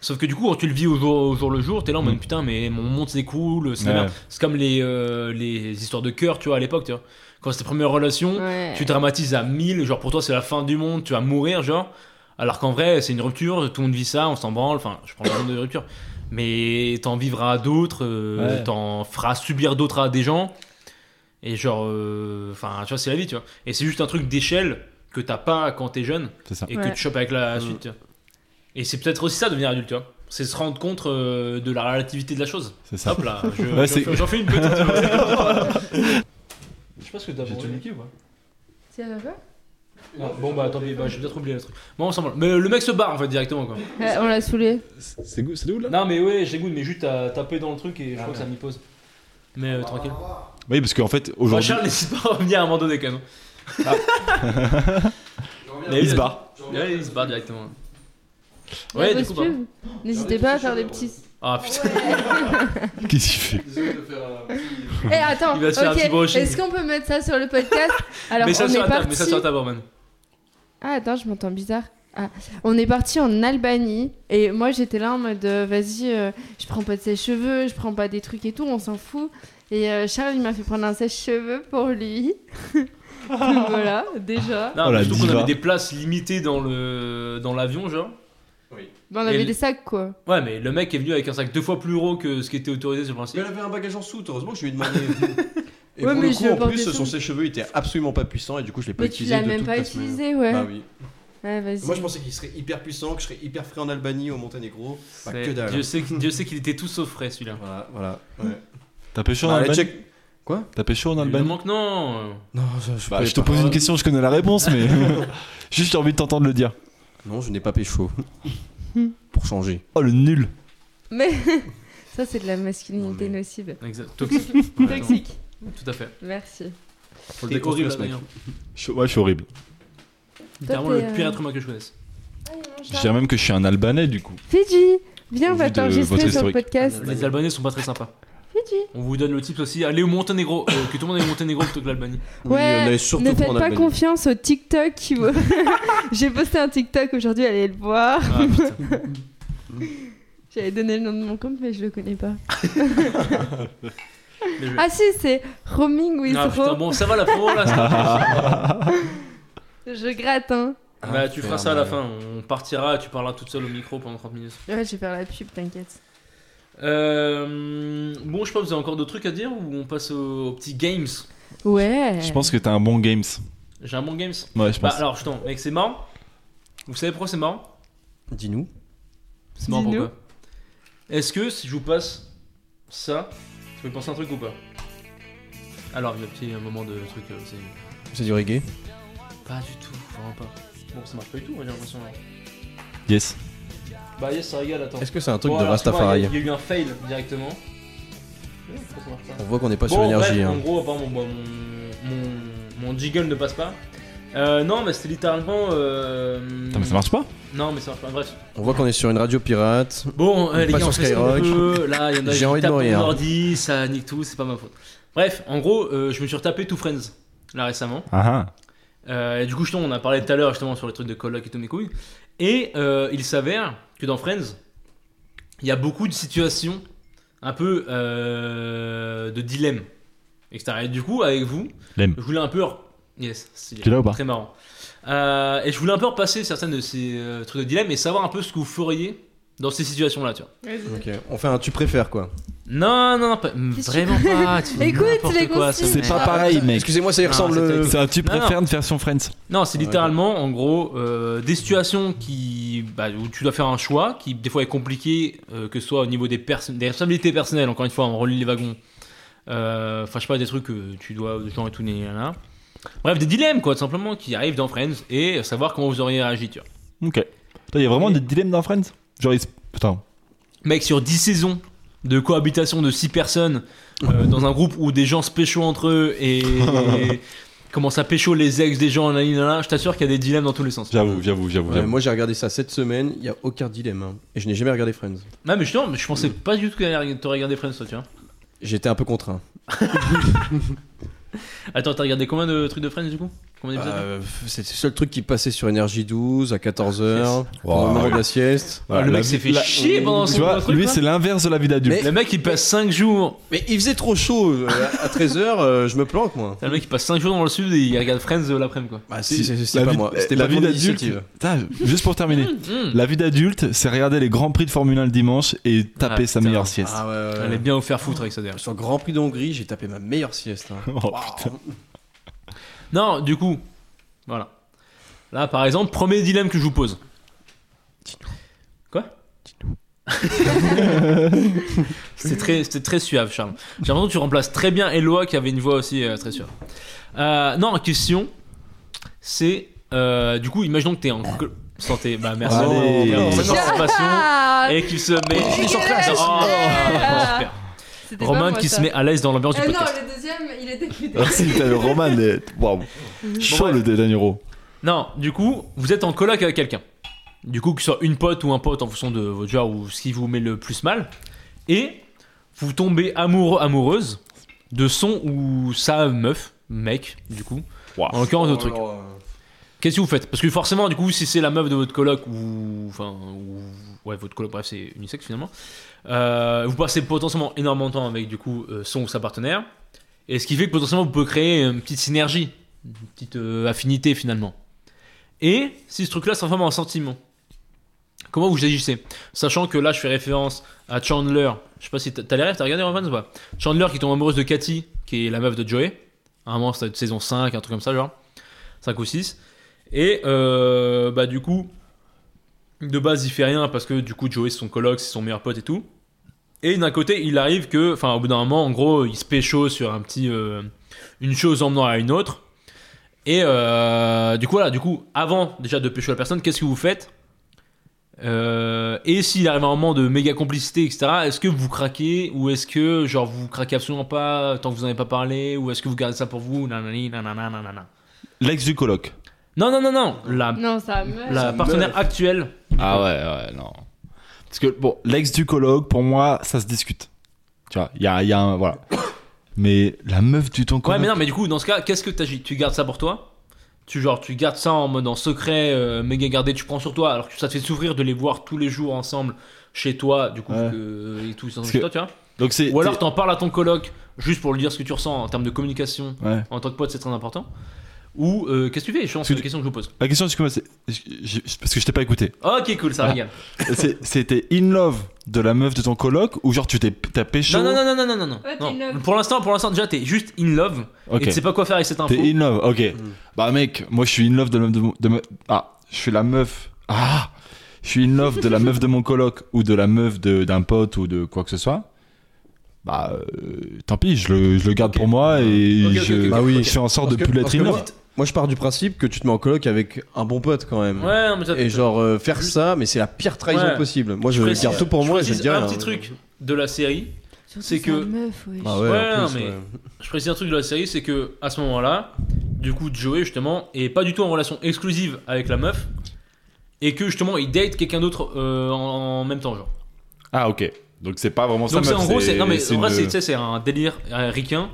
Sauf que du coup, quand tu le vis au jour, au jour le jour, t'es là en mode Mm. putain, mais mon monde c'est cool, c'est la Ouais. merde. C'est comme les, euh, les histoires de cœur, tu vois, à l'époque, tu vois. Quand c'était première relation, Ouais. Euh. tu dramatises à 1000, genre pour toi c'est la fin du monde, tu vas mourir, genre. Alors qu'en vrai, c'est une rupture, tout le monde vit ça, on s'en branle, enfin, je prends l'exemple de rupture. Mais t'en vivras à d'autres, euh, Ouais. t'en feras subir d'autres à des gens. Et genre, euh, enfin, tu vois, c'est la vie, tu vois. Et c'est juste un truc d'échelle que t'as pas quand t'es jeune C'est ça. et Ouais. que tu chopes avec la Mm. suite, tu vois. Et c'est peut-être aussi ça devenir adulte, tu vois. C'est se rendre compte euh, de la relativité de la chose. C'est ça. Hop là, je- Ouais, j'en c'est- fais- j'en fais une petite. tu vois. je pense que t'as J'ai niqué ou pas C'est à quoi ah, bon bah tant pis, bah, j'ai peut-être oublié le truc. Bon, on s'en branle. Mais le mec se barre en fait directement quoi. Ouais, On l'a saoulé. C'est de là Non mais ouais, j'ai goût, mais juste à taper dans le truc et je crois que ça m'y pose. Mais euh, tranquille. Oui, parce qu'en fait, Bah, aujourd'hui, Charles n'hésite pas à revenir à un moment donné quand même. Ah. Mais il se barre. Ouais, il se barre directement. La Ouais, du grosse coup, bah. pub. Ah N'hésitez pas à faire des petits. Ah putain. Qu'est-ce qu'il fait Désolé de faire un petit Eh, attends, Il va se faire un ok, petit brushing. est-ce qu'on peut mettre ça sur le podcast Alors, mets ça on sur est la table, mets ça parti- sur la table, Orban. Ah, attends, je m'entends bizarre. Ah, on est parti en Albanie et moi j'étais là en mode euh, vas-y, euh, je prends pas de sèche-cheveux, je prends pas des trucs et tout, on s'en fout. Et euh, Charles il m'a fait prendre un sèche-cheveux pour lui. Donc voilà, déjà. Non, Oh, la mais surtout qu'on diva. avait des places limitées dans le dans l'avion, genre. Bah, on Et avait le- des sacs quoi. Ouais, mais le mec est venu avec un sac deux fois plus gros que ce qui était autorisé sur le Mais principe. elle avait un bagage en soute, heureusement que je lui ai demandé. Et Ouais, pour mais le je coup, en portais plus, ça. son sèche-cheveux était absolument pas puissant et du coup, je l'ai pas Mais tu utilisé. l'as de même toute pas la semaine. utilisé, ouais. Bah oui. Ouais, vas-y. Moi, je pensais qu'il serait hyper puissant, que je serais hyper frais en Albanie, au Monténégro. Bah, C'est- que dalle. Dieu sait, Dieu sait qu'il était tout sauf frais celui-là. Voilà, voilà. Ouais. T'as pêché en Bah, allez, Albanie check. T'as pêché en Albanie Évidemment que non. Non, ça, je, Bah, peux je te pas. pose une question, je connais la réponse, mais juste j'ai envie de t'entendre le dire. Non, je n'ai pas pécho. Pour changer. Oh le nul Mais ça c'est de la masculinité Non, mais- nocive. euh, Exact. Toxique. Ouais, Toxique. non, Tout à fait. Merci. Faut T'es horrible, Adrien. Je- Ouais, je suis horrible. Littéralement t'es, le pire euh, être humain que je connaisse. Je dirais même que je suis un Albanais du coup. Fidji, viens, on Au va vu de votre t'enregistrer sur le historique. podcast. Les Albanais sont pas très sympas. Fidji. On vous donne le tips aussi. Allez au Monténégro. euh, que tout le monde aille au Monténégro plutôt que l'Albanie. Ouais, on allait surtout ne pas faites en pas Albanie. confiance au TikTok. qui vous- J'ai posté un TikTok aujourd'hui, allez le voir. Ah, putain. J'avais donné le nom de mon compte, mais je le connais pas. Mais je- Ah si, c'est Roaming with Ah, putain, Ro. bon, ça va la promo là. ça va. Je gratte, hein. Ah, Bah, tu feras ça à la fin. On partira, tu parleras toute seule au micro pendant 30 minutes. Ouais, je vais faire la pub, t'inquiète. Euh, bon, je sais pas, vous avez encore d'autres trucs à dire ou on passe au, au petit games Ouais. Je pense que t'as un bon games. J'ai un bon games Ouais, je Bah, pense. alors, je t'en, mec, c'est marrant. Vous savez pourquoi c'est marrant Dis-nous. C'est marrant Dis-nous. pourquoi Est-ce que si je vous passe ça, vous pouvez penser à un truc ou pas Alors, il y a un petit moment de truc, euh, c'est. C'est du reggae. Pas du tout, vraiment pas. Bon, ça marche pas du tout, j'ai l'impression. hein. là. Yes. Bah, yes, ça régale, attends. Est-ce que c'est un truc Bon, de alors, tu vois, Il Rastafari y a- il y, a eu un fail directement. Ouais, je pense que ça marche pas. On voit qu'on n'est pas Bon, sur l'énergie. bref, hein. En gros, apparemment, bon, mon, mon, mon jiggle ne passe pas. Euh, non, mais c'était littéralement. euh, Putain, mais ça marche pas Non, mais ça marche pas. Bref. On voit qu'on est sur une radio pirate. Bon, euh, On les passe gars, on sur fait ce qu'on Skyrock. peut. Là, il y en a J'ai qui envie de tapent dans mourir. mon ordi, ça nique tout, c'est pas ma faute. Bref, en gros, euh, je me suis retapé Two Friends là récemment. Ah ah. Euh, et du coup, justement, on a parlé tout à l'heure justement sur les trucs de coloc et tout mes couilles. Et euh, il s'avère que dans Friends, il y a beaucoup de situations un peu euh, de dilemme, etc. Et du coup, avec vous, L'aime. je voulais un peu. re- Yes, stylé. Tu l'as ou pas Très marrant. Euh, et je voulais un peu repasser certaines de ces euh, trucs de dilemme et savoir un peu ce que vous feriez dans ces situations-là, tu vois. Ok. On fait un tu préfères quoi. Non, non, non, pas- vraiment pas. tu fais Écoute, n'importe les quoi, consignes. ça me- C'est pas pareil, mec. Excusez-moi, ça y Non, ressemble. c'est- euh, C'est un tu Non, non. préfères de version Friends. Non, c'est Ah, littéralement, en gros, euh, des situations qui, bah, où tu dois faire un choix qui, des fois, est compliqué, euh, que ce soit au niveau des, perso- des responsabilités personnelles, encore une fois, on relie les wagons. Euh, Enfin, je sais pas, des trucs que tu dois, des gens et tout, né, né, né, né. Bref, des dilemmes, quoi, tout simplement, qui arrivent dans Friends et savoir comment vous auriez réagi, tu vois. Ok. Putain, Il y a vraiment des dilemmes dans Friends Genre, ils... se- Putain. Mec, sur 10 saisons de cohabitation de 6 personnes euh, dans un groupe où des gens se pécho entre eux et, et commencent à pécho les ex des gens, nanani, nanana, je t'assure qu'il y a des dilemmes dans tous les sens. J'avoue, j'avoue, j'avoue. ouais, j'avoue. moi j'ai regardé ça cette semaine, il y a aucun dilemme. hein. Et je n'ai jamais regardé Friends. Non, mais justement, je pensais pas du tout que t'aurais regardé Friends, toi, tu vois. J'étais un peu contraint. Attends, t'as regardé combien de trucs de Friends du coup Combien d'épisodes Euh, f- c'est le seul truc qui passait sur énergie 12 à 14h, Wow. pendant le moment de la sieste. Ah, Le la mec vie- s'est fait bah, la- chier pendant Tu son vois, truc, lui, là. c'est l'inverse de la vie d'adulte. Le mec il passe 5 jours. Mais il faisait trop chaud euh, à 13h, je me planque moi. Putain, Le mec il passe 5 jours dans le sud et il regarde Friends euh, l'après-midi quoi. Bah, Si, la pas vie- moi, c'était la pas vie mon d'adulte. initiative. Putain, Juste pour terminer. Mmh. La vie d'adulte, c'est regarder les grands prix de Formule 1 le dimanche et taper Ah, sa putain. meilleure sieste. Ah ouais, ouais, ouais. Euh, Elle est bien vous faire foutre avec ça d'ailleurs. Sur le Grand Prix d'Hongrie, j'ai tapé ma meilleure sieste. hein. Oh, Waouh. Non, du coup, voilà. Là par exemple, premier dilemme que je vous pose. Quoi C'était très, c'était très suave, Charles. J'ai l'impression que tu remplaces très bien Eloi qui avait une voix aussi euh, très suave. Euh, non, question, c'est euh, du coup, imaginons que t'es en cl- santé. Bah merci. Allez. Regarde, Oh, cette participation. Ah, et qui se met. Je suis sur classe. Oh, Yeah. super. c'était pas Roman moi, qui ça. se met à l'aise dans l'ambiance du Ah non, podcast. le deuxième, il était plus Ah, si, putain, le roman, est- waouh. Chaud bref. le De Niro. Non, du coup, vous êtes en coloc avec quelqu'un. Du coup, que ce soit une pote ou un pote en fonction de votre genre ou ce qui vous met le plus mal. Et vous tombez amoureux, amoureuse de son ou sa meuf, mec, du coup. En l'occurrence, Oh de truc. euh, Qu'est-ce que vous faites Parce que forcément, du coup, si c'est la meuf de votre coloc ou. Enfin. Ou, ouais, votre coloc, bref, c'est unisexe finalement. euh, vous passez potentiellement énormément de temps avec, du coup, euh, son ou sa partenaire. Et ce qui fait que potentiellement, vous pouvez créer une petite synergie, une petite euh, affinité finalement. Et si ce truc-là se transforme en sentiment, comment vous agissez Sachant que là, je fais référence à Chandler. Je sais pas si t'as- t'as les rêves, t'as regardé Revenge ou pas Chandler qui tombe amoureuse de Cathy, qui est la meuf de Joey. À un moment, c'était de saison 5, un truc comme ça, genre. 5 ou 6. Et euh, bah, du coup, de base, il fait rien parce que du coup, Joey, c'est son coloc, c'est son meilleur pote et tout. Et d'un côté, il arrive que, enfin, au bout d'un moment, en gros, il se pécho sur un petit. euh, une chose emmenant à une autre. Et euh, du coup, voilà, du coup, avant déjà de pécho la personne, qu'est-ce que vous faites Euh, Et s'il arrive un moment de méga complicité, etc., est-ce que vous craquez Ou est-ce que, genre, vous craquez absolument pas tant que vous n'en avez pas parlé Ou est-ce que vous gardez ça pour vous Nanani, nanana, nanana. L'ex du coloc. Non, non, non, non La, Non, ça meurt. la partenaire actuelle. Ah ouais, ouais, non. Parce que, bon, l'ex du coloc, pour moi, ça se discute. Tu vois, il y a, il y a un. Voilà. Mais la meuf du ton Ouais, coloc. mais non, mais du coup, dans ce cas, qu'est-ce que t'agis Tu gardes ça pour toi Tu genre, tu gardes ça en mode en secret, euh, méga gardé, tu prends sur toi, alors que ça te fait souffrir de les voir tous les jours ensemble chez toi, du coup, Ouais. que- et tout, ils sont Parce chez que- toi, tu vois Donc c'est. Ou alors t'en parles à ton coloc, juste pour lui dire ce que tu ressens en termes de communication, Ouais. en tant que pote, c'est très important. Ou euh, qu'est-ce que tu fais Je pense que c'est Parce la question que je vous pose. La question, c'est comment c'est. je- je- Parce que je t'ai pas écouté. Ok, cool, ça Ah. régale. C'est- C'était in love de la meuf de ton coloc ou genre tu t'es t'as pécho Non, non, non, non, non, non, non, non. Ouais, t'es in love. Pour l'instant, pour l'instant, déjà, t'es juste in love et Ok. tu sais pas quoi faire avec cette info. T'es in love. Ok. Mm. Bah mec, moi je suis in love de la meuf de, mon- de me- ah je suis la meuf ah je suis in love de la meuf de mon coloc ou de la meuf de- d'un pote ou de quoi que ce soit. Bah euh, tant pis, je le, je le garde pour moi et Ok, ok, je, ok, ok. Bah je oui. fais en sorte de Parce que- plus parce l'être que in moi, love. moi, je pars du principe que tu te mets en coloc avec un bon pote quand même. Ouais, non, mais ça- Et genre euh, faire Juste- ça, mais c'est la pire trahison Ouais. possible. Moi, Je je, précise- garde tout pour moi et je précise le hein. dis un rien. petit truc de la série. Surtout c'est sa que- meuf, wesh. Ah Ouais, ouais, en non, plus, mais- ouais. Je précise un truc de la série, c'est que à ce moment-là, du coup, Joey justement est pas du tout en relation exclusive avec la meuf et que justement il date quelqu'un d'autre euh, en, en même temps, genre. Ah ok. Donc c'est pas vraiment Donc ça. c'est meuf, en gros, c'est non mais en une- euh, vrai, c'est tu sais, c'est un délire américain.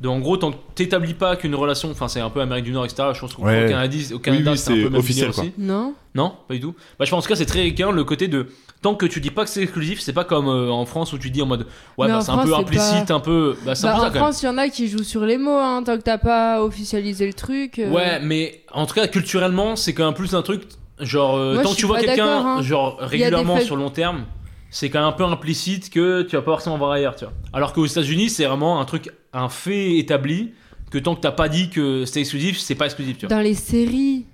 De en gros, tant que t'établis pas qu'une relation, enfin c'est un peu Amérique du Nord, etc. Je pense qu'au Ouais. au Canada, au Canada, oui, c'est un peu c'est le même officiel, délire quoi. aussi. Non Non, pas du tout. Bah je pense que c'est très américain le côté de tant que tu dis pas que c'est exclusif, c'est pas comme euh, en France où tu dis en mode ouais Mais bah en c'est un France, peu c'est implicite, un peu bah c'est un Bah, peu ça en quand même. France, il y en a qui jouent sur les mots, hein, tant que t'as pas officialisé le truc. euh, Ouais, mais en tout cas, culturellement, c'est quand même plus un truc. Genre, euh, Moi, tant je que tu suis vois pas quelqu'un d'accord, hein. genre Il y a des régulièrement feuilles- sur le long terme, c'est quand même un peu implicite que tu vas pas forcément voir ailleurs, tu vois. Alors qu'aux États-Unis, c'est vraiment un truc, un fait établi que tant que t'as pas dit que c'était exclusif, c'est pas exclusif, tu vois. Dans les séries.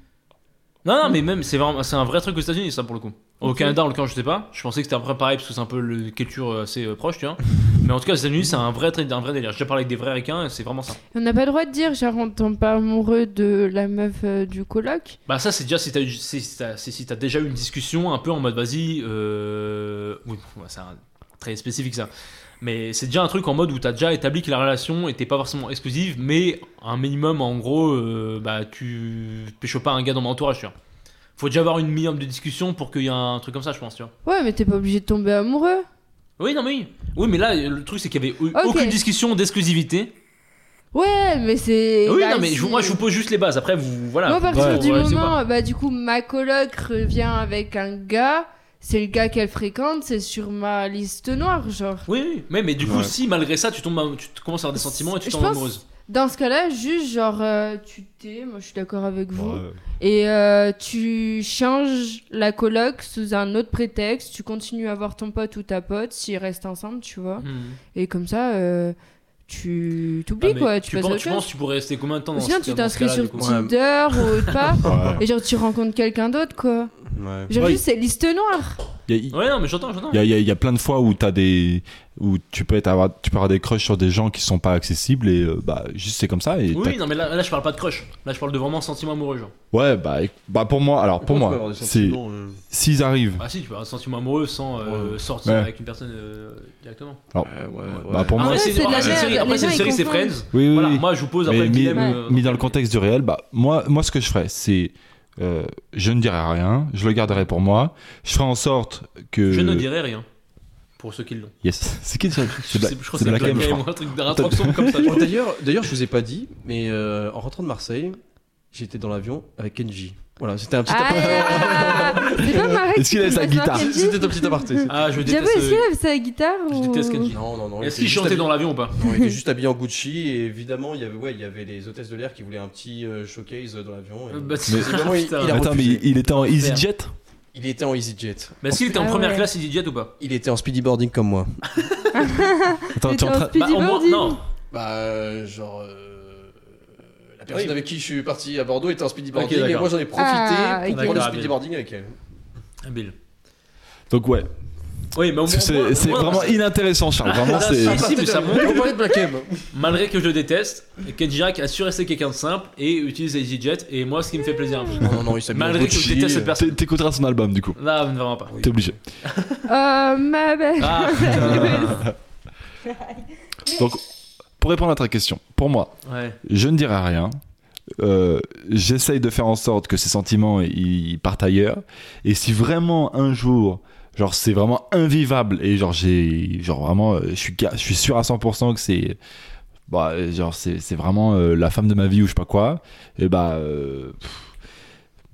Non, non, mais même, c'est vraiment, c'est un vrai truc aux États-Unis, ça pour le coup. Au Ok. Canada, en l'occurrence, je sais pas. Je pensais que c'était un peu pareil parce que c'est un peu le culture euh, assez euh, proche, tu vois. mais en tout cas, aux États-Unis, c'est un vrai, trait- un vrai délire. J'ai déjà parlé avec des vrais ricains, et c'est vraiment ça. On n'a pas le droit de dire, genre, on tombe pas amoureux de la meuf euh, du coloc. Bah ça c'est déjà si t'as eu- si si t'as- si- si t'as déjà eu une discussion un peu en mode vas-y euh... oui bon, c'est un- très spécifique ça mais c'est déjà un truc en mode où t'as déjà établi que la relation était pas forcément exclusive mais un minimum en gros euh, bah tu pécho pas un gars dans mon entourage tu vois faut déjà avoir une minimum de discussion pour qu'il y ait un truc comme ça je pense tu vois Ouais, mais t'es pas obligé de tomber amoureux. oui non mais oui oui mais là le truc c'est qu'il y avait eu Ok. aucune discussion d'exclusivité Ouais, mais c'est. oui bah, non mais je, si- moi je vous pose juste les bases après vous voilà Moi, à partir Vous- du vous réalisez ou pas. moment, bah, du coup, ma coloc revient avec un gars, c'est le gars qu'elle fréquente, c'est sur ma liste noire, genre. Oui, oui, mais, mais du coup, Ouais. si malgré ça, tu, tombes, am- tu te- commences à avoir des sentiments et tu Je tombes pense- amoureuse. Dans ce cas-là, juste genre, euh, tu t'es, moi je suis d'accord avec vous, Ouais. et euh, tu changes la coloc sous un autre prétexte, tu continues à voir ton pote ou ta pote, s'ils restent ensemble, tu Mm. vois, Hmm. et comme ça, euh, tu Ah, t'oublies mais quoi, tu, tu passes penses, à tu autre penses chose. que tu pourrais rester combien de temps Ou dans Sinon, ce- tu dans ce t'inscris cas-là, sur du coup Ouais. Tinder ou autre part, Ouais. et genre tu rencontres quelqu'un d'autre quoi. Ouais. Genre, Ouais. juste c'est liste noire. Y a- y- Ouais, non, mais j'entends, j'entends. Il y a, il y a- il y a plein de fois où t'as des où tu peux être avoir tu peux avoir des crushs sur des gens qui sont pas accessibles et euh, bah juste c'est comme ça et Oui, non, mais là, là, je parle pas de crush. Là, je parle de vraiment sentiment amoureux, genre. t'as- ouais bah éc- bah pour moi alors pour Pourquoi tu peux moi avoir des c'est sentiments, euh, s'ils arrivent Ah, si, tu peux avoir un sentiment amoureux sans euh, sortir Ouais. avec une personne euh, directement. ouais, ouais, bah, ouais. pour Après, moi c'est de la après, c'est une merde, série- après, les c'est une gens, ils série, c'est confondent. Friends. oui oui, Ah, Voilà, oui. moi, je vous pose après mais le mis, dilemme. euh, mis dans le contexte du réel bah moi moi ce que je ferais c'est euh, je ne dirais rien je le garderai pour moi je ferai en sorte que Je ne dirais rien. Pour ceux qui l'ont. Yes. C'est qui ça C'est Je, Bla- sais- je crois que c'est c'est Black Black M, je Game crois. ou un truc d'un rapprochement comme ça. je Oh, crois. D'ailleurs, d'ailleurs, je vous ai pas dit, mais euh, en rentrant de Marseille, j'étais dans l'avion avec Kenji. Voilà, c'était un petit. Ah, c'est pas Marek Est-ce qu'il qui a sa fait ça, guitare Kenji C'était un petit aparté. Ah, je J'avoue, déteste. est-ce qu'il euh, avait sa guitare Je ou- déteste Kenji. Non, non, non. il Est-ce était qu'il juste chantait habillé- dans l'avion ou pas Non, il était juste habillé en Gucci et évidemment, il y avait, ouais, il y avait les hôtesses de l'air qui voulaient un petit euh, showcase dans l'avion. et- Euh, bah, Mais- Évidemment, il- putain. il a- Attends, mais refusé. il était en EasyJet Il était en EasyJet. Mais Bah, est-ce qu'il était en Ah première ouais. classe Easy Jet ou pas Il était en speedy boarding comme moi. Attends, t'es en train. Speedy Bah, au moins- Boarding. non. Bah, euh, genre. euh, La personne Oui. avec qui je suis parti à Bordeaux était en speedy boarding et d'accord. moi j'en ai profité Ah, pour ok. prendre le D'accord, speedy bien. boarding avec elle. Habile. Donc, ouais. Oui, mais au moins. Parce que au moins- c'est- c'est au moins, vraiment inintéressant, Charles. Vraiment, c'est. Ah, si, mais ça monte. On parlait de Black M. Malgré que je le déteste, Ken Girac a su rester quelqu'un de simple et utilise EasyJet. Et moi, ce qui me fait plaisir un peu. Non, non, non, il s'habille en Malgré que je Gucci, déteste cette euh, personne. T'é- T'écouteras son album, du coup. Là, vraiment pas. T'es obligé. Euh, ma belle. Ah putain. Donc, pour répondre à ta question, pour moi, Ouais. je ne dirai rien. Euh, J'essaye de faire en sorte que ces sentiments ils partent ailleurs. Et si vraiment un jour, genre c'est vraiment invivable et genre j'ai, genre vraiment, euh, je suis, ga- je suis sûr à 100% que c'est, bah euh, genre c'est c'est vraiment euh, la femme de ma vie ou je sais pas quoi. Et bah, euh, pff,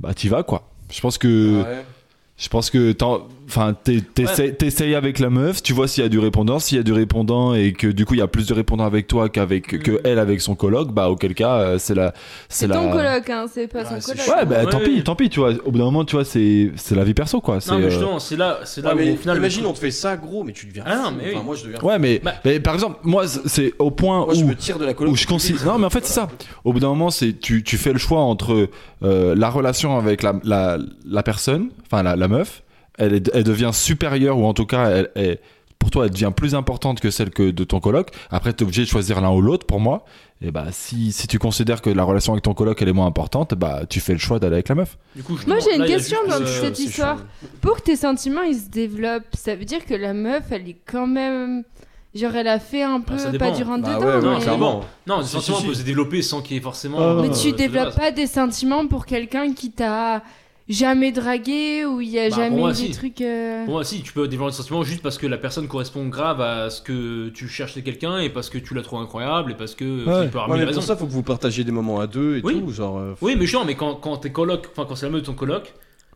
bah t'y vas quoi. Je pense que, ouais. je pense que t'en- enfin t'es- t'essayes t'essayes avec la meuf, tu vois s'il y a du répondant, s'il y a du répondant et que du coup il y a plus de répondants avec toi qu'avec Mm. que elle avec son coloc, bah auquel cas euh, c'est la c'est C'est la ton coloc, hein, c'est pas son Ah, c'est coloc. Ouais, bah Ouais, tant ouais. pis, tant pis, tu vois, au bout d'un moment, tu vois, c'est c'est la vie perso quoi, c'est Non, mais euh, justement, c'est là, c'est Ouais, là mais où au final. imagine, on te fait ça gros, mais tu deviens. Ah non, fou. mais oui. Enfin, moi, je deviens. Ouais, mais, Bah- mais par exemple, moi c'est au point Moi, où je me tire de la coloc. où je considère. Non, mais en fait, c'est ça. Au bout d'un moment, c'est tu, tu fais le choix entre euh, la relation avec la, la, la personne, enfin la, la meuf, elle, est- elle devient supérieure ou en tout cas, elle, elle- pour toi, elle devient plus importante que celle que de ton coloc. Après, tu es obligé de choisir l'un ou l'autre. Pour moi, et bah si, si tu considères que la relation avec ton coloc elle est moins importante, bah tu fais le choix d'aller avec la meuf. Du coup, Moi, j'ai une là, il y a question juste, dans euh, cette histoire. Pour que tes sentiments ils se développent, ça veut dire que la meuf, elle est quand même. Genre, elle a fait un peu, ça pas dépend. du rentre Bah dedans. ouais, Non, ouais, mais... clairement. Non, des Si, sentiments si, si. peuvent se développer sans qu'il y ait forcément. Ah, mais euh, tu de développes base. pas des sentiments pour quelqu'un qui t'a jamais dragué ou il y a Bah, jamais pour moi, eu des si. trucs. euh, Bon, si, tu peux développer des sentiments juste parce que la personne correspond grave à ce que tu cherches chez quelqu'un et parce que tu la trouves incroyable et parce que. Ouais. tu peux avoir Ouais, mille mais raisons. pour ça, faut que vous partagiez des moments à deux et Oui. tout. Genre, euh, Oui, mais genre, mais quand, quand t'es coloc, enfin quand c'est la meuf de ton coloc,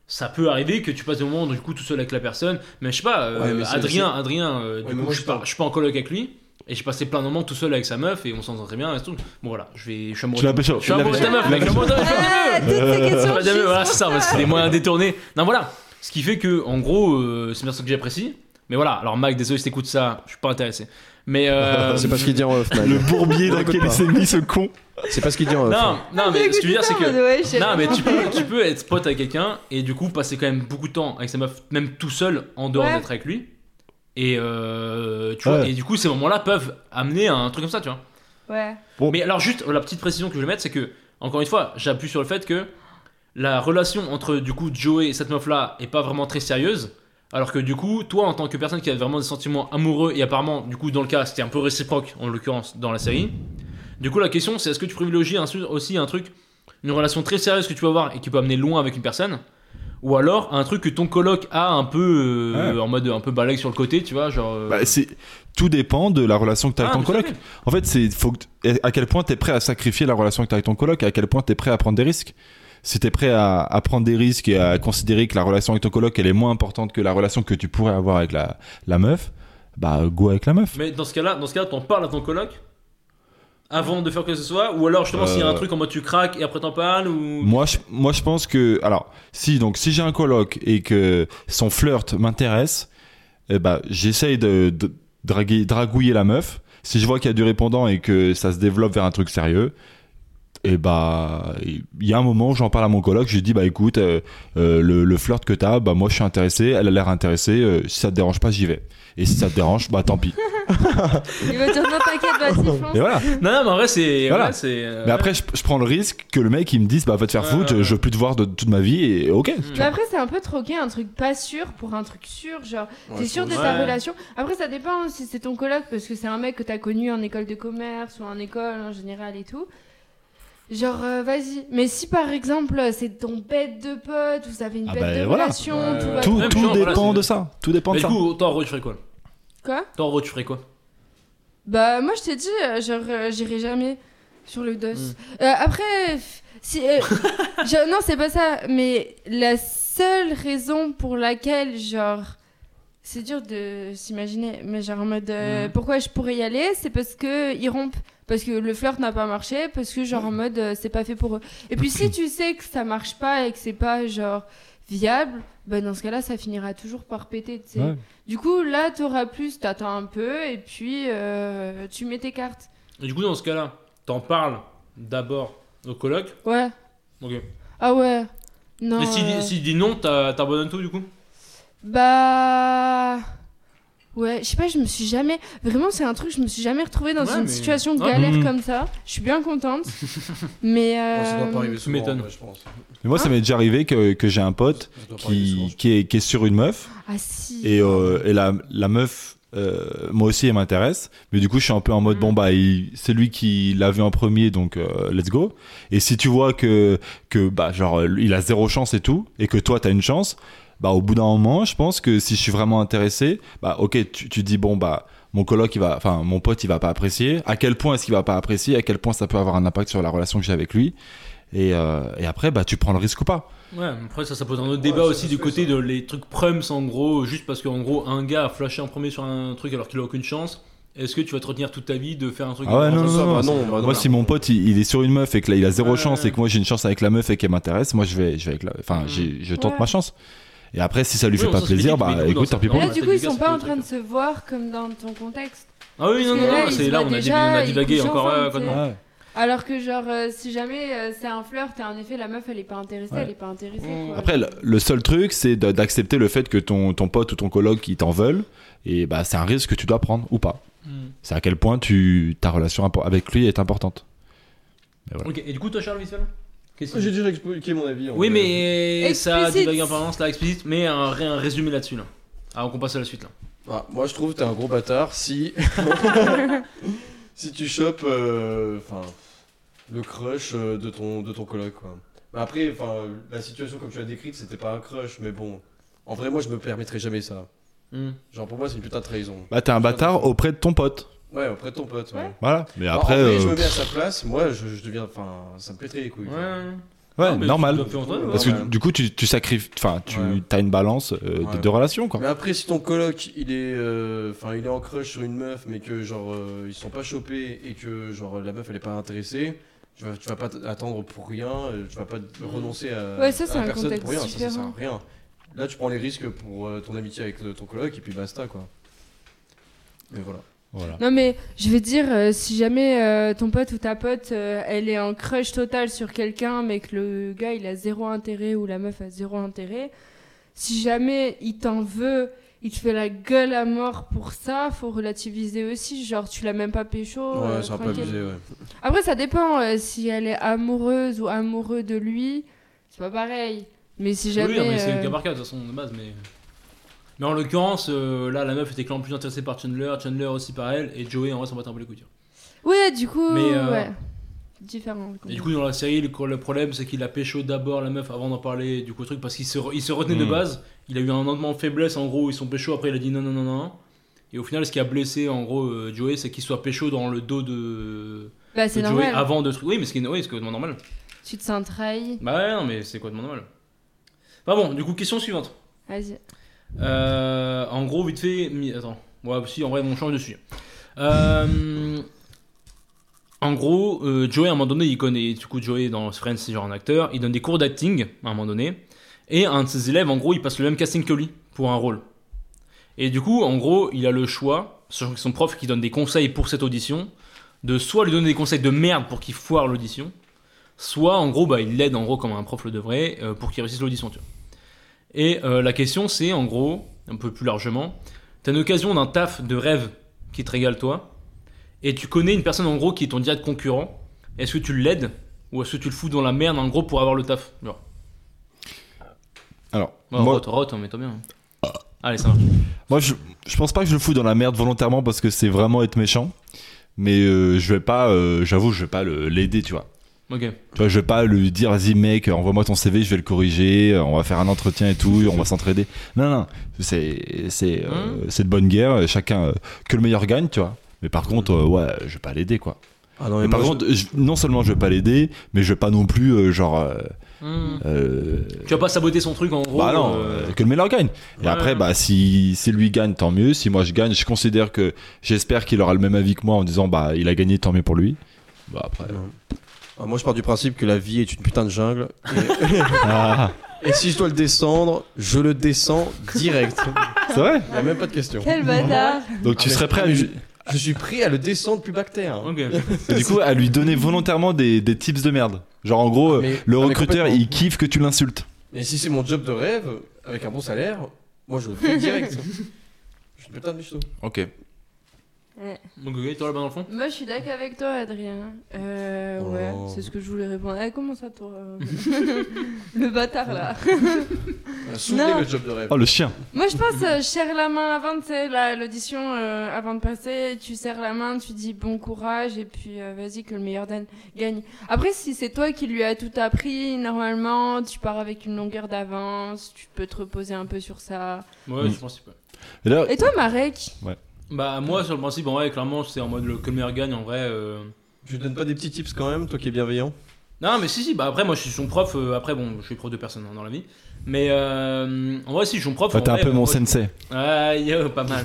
ça peut arriver que tu passes des moments du coup tout seul avec la personne. Mais je sais pas, euh, Ouais, mais c'est- Adrien, Adrien, euh, du Ouais, mais coup, moi, je, je suis pas, parle. je suis pas en coloc avec lui. Et j'ai passé plein de moments tout seul avec sa meuf et on s'entend très bien et tout. Bon voilà, je vais, je suis amoureux. Tu l'as pécho. Je suis amoureux de ta meuf, mec, je suis amoureux de ta meuf, je suis amoureux de ta meuf. Ah, toutes ces Euh, questions Madame, justes voilà, pour c'est ça, parce que c'est des moyens détournés. Non, voilà. Ce qui fait que, en gros, euh, c'est une personne que j'apprécie. Mais voilà, alors Mac, désolé si t'écoutes ça, je suis pas intéressé. Mais. Euh, C'est pas ce qu'il dit en off, man. Le bourbier dans lequel il s'est mis ce con. C'est pas ce qu'il dit en off. Non, non, mais ce que je veux dire, c'est que. Ouais, je- Ah, Non, mais tu peux, tu peux être pote avec quelqu'un et du coup passer quand même beaucoup de temps avec sa meuf, même tout seul, en dehors Ouais. d'être avec lui. Et, euh, tu vois, Ouais. et du coup, ces moments-là peuvent amener à un truc comme ça, tu vois. Ouais. Mais alors, juste la petite précision que je vais mettre, c'est que, encore une fois, j'appuie sur le fait que la relation entre du coup Joey et cette meuf-là est pas vraiment très sérieuse. Alors que du coup, toi, en tant que personne qui a vraiment des sentiments amoureux, et apparemment, du coup, dans le cas, c'était un peu réciproque, en l'occurrence, dans la série. Du coup, la question, c'est est-ce que tu privilégies un- aussi un truc, une relation très sérieuse que tu peux avoir et qui peut amener loin avec une personne ou alors un truc que ton coloc a un peu euh, en mode un peu balègue sur le côté, tu vois, genre. euh, Bah, c'est tout dépend de la relation que tu as Ah, avec ton mais tout à coloc. fait. En fait, c'est faut que t- à quel point tu es prêt à sacrifier la relation que tu as avec ton coloc, et à quel point tu es prêt à prendre des risques. Si tu es prêt à, à prendre des risques et à considérer que la relation avec ton coloc elle est moins importante que la relation que tu pourrais avoir avec la, la meuf, bah go avec la meuf. Mais dans ce cas-là, dans ce cas-là, t'en parles à ton coloc avant de faire que ce soit, ou alors justement s'il y a un Euh. truc en mode tu craques et après t'en parles ou. Moi je, moi je pense que alors si donc si j'ai un coloc et que son flirt m'intéresse, eh bah, j'essaye de, de draguer dragouiller la meuf. Si je vois qu'il y a du répondant et que ça se développe vers un truc sérieux, et bah il y a un moment où j'en parle à mon coloc, je lui dis bah écoute euh, euh, le, le flirt que t'as, bah moi je suis intéressé, elle a l'air intéressée, euh, si ça te dérange pas j'y vais. Et si ça te dérange, bah tant pis. Il va dire non, t'inquiète, vas-y, fonce. Et voilà. Non, non, mais en vrai c'est. Voilà. ouais, c'est, euh, Mais après je, je prends le risque que le mec il me dise bah va te faire Ouais, foutre, ouais, Mm. je veux plus te voir de toute ma vie et ok. Mais après, c'est un peu troquer un truc pas sûr pour un truc sûr. Genre, t'es sûr de ta Ouais. relation. Après, ça dépend si c'est ton coloc, parce que c'est un mec que t'as connu en école de commerce ou en école en général et tout. Genre, euh, vas-y. Mais si par exemple, c'est ton bête de pote, vous avez une Ah bête bah, de voilà. relation, Ouais, tout ouais. va Tout, Ouais, bien. mais tout genre, dépend voilà, c'est- de ça. Tout dépend Mais de du ça. coup, toi, en gros, tu ferais quoi Quoi Toi, en gros, tu ferais quoi Bah, moi, je t'ai dit, euh, genre, euh, j'irai jamais sur le DOS. Mm. Euh, après, f- si, euh, je- non, c'est pas ça, mais la seule raison pour laquelle, genre, c'est dur de s'imaginer, mais genre en mode euh, Mm. pourquoi je pourrais y aller, c'est parce que ils rompent, parce que le flirt n'a pas marché, parce que genre en mode euh, c'est pas fait pour eux. Et puis si tu sais que ça marche pas et que c'est pas genre viable, bah dans ce cas-là ça finira toujours par péter. tu sais. Ouais. Du coup là t'auras plus, t'attends un peu et puis euh, tu mets tes cartes. Et du coup, dans ce cas-là, t'en parles d'abord au coloc. Ouais. Ok. Ah ouais. Non. Et s'il euh, dit, s'il dit non, t'as- t'abandonnes tout du coup Bah. Ouais, je sais pas, je me suis jamais. Vraiment, c'est un truc, je me suis jamais retrouvée dans Ouais, une mais- situation Ah. galère Mhm. comme ça. Je suis bien contente. mais. Bon, ça doit euh, pas arriver souvent, m'étonnes. ouais, je pense. Mais moi, ça hein m'est déjà arrivé que, que j'ai un pote Ça doit pas arriver souvent, qui, je qui, est, qui est sur une meuf Ah si. et, euh, et la, la meuf, euh, moi aussi, elle m'intéresse. Mais du coup, je suis un peu en mode, bon, bah, il- c'est lui qui l'a vu en premier, donc euh, let's go. Et si tu vois que, que bah, genre, lui, il a zéro chance et tout, et que toi, t'as une chance, bah, au bout d'un moment, je pense que si je suis vraiment intéressé, bah, ok, tu, tu dis, bon, bah, mon coloc, il va, enfin, mon pote, il va pas apprécier. À quel point est-ce qu'il va pas apprécier À quel point ça peut avoir un impact sur la relation que j'ai avec lui et, euh, et après, bah, tu prends le risque ou pas. Ouais, après ça, ça pose un autre Ouais, débat ça, aussi ça du se côté fait, de les trucs prums en gros, juste parce qu'en gros un gars a flashé en premier sur un truc alors qu'il a aucune chance. Est-ce que tu vas te retenir toute ta vie de faire un truc Ah ouais, non, pense. non, Ça, non, bah non, non, bah non. Moi, si mon pote il, il est sur une meuf et que là il a zéro Ouais. chance et que moi j'ai une chance avec la meuf et qu'elle m'intéresse, moi je vais, je vais avec la, enfin, Mm. j'ai- je tente Ouais. ma chance. Et après, si ça lui Oui, fait on pas s'en fait plaisir, des bah vidéos dans écoute, ça. tant pis Non, pour Là, mais moi. du t'as coup, des ils gars, sont ça pas peut en être train de intéressant. se voir comme dans ton contexte. Ah oui, non, Parce non, que là, non, ils c'est se là, voient on a, divagué- déjà, on a ils divagué couchent encore euh, ouais, ensemble, complètement. tu Ouais. Alors que genre, euh, si jamais euh, c'est un flirt et en effet la meuf elle est pas intéressée, Ouais. elle est pas intéressée. Mm. Quoi. Après, le- le seul truc, c'est de- d'accepter le fait que ton, ton pote ou ton coloc ils t'en veulent et bah c'est un risque que tu dois prendre ou pas. Hmm. C'est à quel point tu ta relation impo- avec lui est importante. Ok, et du coup, toi, Charles Vissel Qu'est-ce que pense. J'ai déjà expliqué mon avis. en Oui, vrai. mais ça Explicite. divague en permanence là, explicite, mais un, ré- un résumé là-dessus là. Avant qu'on passe à la suite là. Ah, moi, je trouve que t'es un gros bâtard si. si tu chopes. euh, Enfin. le crush euh, de ton, de ton coloc, quoi. Bah après, enfin, la situation comme tu l'as décrite, c'était pas un crush, mais bon. En vrai, moi, je me permettrais jamais ça. Hmm. Genre, pour moi, c'est une putain de trahison. Bah t'es un bâtard auprès de ton pote. Ouais, auprès de ton pote, ouais. Ouais. Voilà. Mais Bah, Alors, après, en vrai, je me euh, mets à sa place, moi, je, je deviens. Enfin, ça me pèterait les couilles. quoi. Ouais. ouais, Non, mais normal. tu dois faire en toi, Parce ouais. que du coup, tu, tu sacrifies, enfin, tu Ouais. as une balance euh, Ouais. de, de relations quoi. Mais après, si ton coloc il est, euh, enfin, il est en crush sur une meuf, mais que genre euh, ils sont pas chopés et que genre la meuf elle est pas intéressée, tu vas, tu vas pas t- attendre pour rien, euh, tu vas pas t- renoncer à, Ouais, ça, à c'est la un personne contexte pour rien, ça, ça sert à différent. rien. Là, tu prends les risques pour euh, ton amitié avec euh, ton coloc et puis basta quoi. Mais voilà. Voilà. Non mais je veux dire, euh, si jamais euh, ton pote ou ta pote, euh, elle est en crush total sur quelqu'un, mais que le gars il a zéro intérêt ou la meuf a zéro intérêt, si jamais il t'en veut, il te fait la gueule à mort pour ça, faut relativiser aussi, genre tu l'as même pas pécho. euh, ouais, c'est un peu tranquille. abusé, ouais. Après ça dépend, euh, si elle est amoureuse ou amoureux de lui, c'est pas pareil. Mais si jamais... hein. Oui, non, mais c'est euh, cas par cas de toute façon de base, mais. Mais en l'occurrence, euh, là, la meuf était clairement plus intéressée par Chandler, Chandler aussi par elle, et Joey en vrai s'en battait un peu les couilles. tu vois. Ouais, du coup... Mais, euh, ouais. Différent. Et du coup, dans la série, le, le problème, c'est qu'il a pécho d'abord la meuf avant d'en parler du coup, truc, parce qu'il se, re- il se retenait de Mm. base. Il a eu un rendement de faiblesse, en gros, ils sont pécho, après il a dit non, non, non, non. Et au final, ce qui a blessé, en gros, euh, Joey, c'est qu'il soit pécho dans le dos de, bah de c'est Joey normal, avant de truc. Oui, mais ce qui est, oui, c'est complètement normal. tu te sens trahi. Bah ouais, non, mais c'est complètement normal. Enfin bon, du coup, question suivante. Vas-y. Euh, en gros, vite fait. mi- Attends. Ouais, si, en vrai, on change de sujet. Euh, en gros, euh, Joey, à un moment donné, il connaît. Du coup, Joey, dans Friends, c'est genre un acteur. Il donne des cours d'acting, à un moment donné. Et un de ses élèves, en gros, il passe le même casting que lui pour un rôle. Et du coup, en gros, il a le choix, sachant que son prof qui donne des conseils pour cette audition, de soit lui donner des conseils de merde pour qu'il foire l'audition, soit en gros, bah, il l'aide en gros comme un prof le devrait euh, pour qu'il réussisse l'audition. tu vois. Et euh, la question, c'est en gros, un peu plus largement, t'as une occasion d'un taf de rêve qui te régale toi, et tu connais une personne en gros qui est ton direct concurrent, est-ce que tu l'aides ou est-ce que tu le fous dans la merde en gros pour avoir le taf Genre, Alors, ouais, moi, rote, rote, mais toi bien. hein. Allez, ça marche. Moi, je, je pense pas que je le fous dans la merde volontairement parce que c'est vraiment être méchant. Mais euh, je vais pas, euh, j'avoue, je vais pas le- l'aider, tu vois. Ok. Tu vois, je vais pas lui dire, vas-y mec, envoie-moi ton CV, je vais le corriger, euh, on va faire un entretien et tout, on va s'entraider. Non, non, c'est c'est euh, c'est de bonne guerre, chacun, euh, que le meilleur gagne, tu vois. Mais par contre, euh, ouais, je vais pas l'aider, quoi. Ah non, Mais par moi, contre, je- non seulement je vais pas l'aider, mais je vais pas non plus, euh, genre, euh, Hmm. euh, Tu vas pas saboter son truc en gros. bah non, euh, euh, que le meilleur gagne. Et ouais. après, bah, si, si lui gagne, tant mieux. Si moi je gagne, je considère que j'espère qu'il aura le même avis que moi en disant, bah, il a gagné, tant mieux pour lui. Bah, après. je- non. Ah, moi, je pars du principe que la vie est une putain de jungle. Ah, Et si je dois le descendre, je le descends direct. c'est vrai? Il n'y a même pas de question. Quel bâtard Donc tu Ah, mais- serais prêt à ah, mais je, lui, je suis prêt à le descendre plus bas que terre. Ok. Et du coup, à lui donner volontairement des, des tips de merde. Genre, en gros, euh, Mais- le ah, mais recruteur, complètement. il kiffe que tu l'insultes. Mais si c'est mon job de rêve, avec un bon salaire, moi je le fais direct. je suis putain de michto. Ok. Donc, ok, toi là-bas dans le fond Moi, je suis d'accord avec toi, Adrien. Euh, ouais, Oh. c'est ce que je voulais répondre. Eh, comment ça, toi euh, Le bâtard, là. Souvenez Non. le job de rêve. Oh, le chien. Moi, je pense, euh, je serre la main avant, tu sais, la- l'audition, euh, avant de passer, tu serres la main, tu dis bon courage, et puis euh, vas-y, que le meilleur dan- gagne. Après, si c'est toi qui lui as tout appris, normalement, tu pars avec une longueur d'avance, tu peux te reposer un peu sur ça. Ouais, Mm. je pense que c'est pas. Et là, Et toi, Marek Bah, moi, sur le principe, en vrai, clairement, c'est en mode le, que le meilleur gagne en vrai. euh, Je lui donne pas des petits tips quand même, toi qui es bienveillant. Non, mais si, si, bah après, moi je suis son prof. euh, après, bon, je suis prof de personne hein, dans la vie. Mais euh, en vrai, si, je suis son prof. bah, en t'es un vrai, peu euh, mon moi, sensei. Ah, yo, pas mal.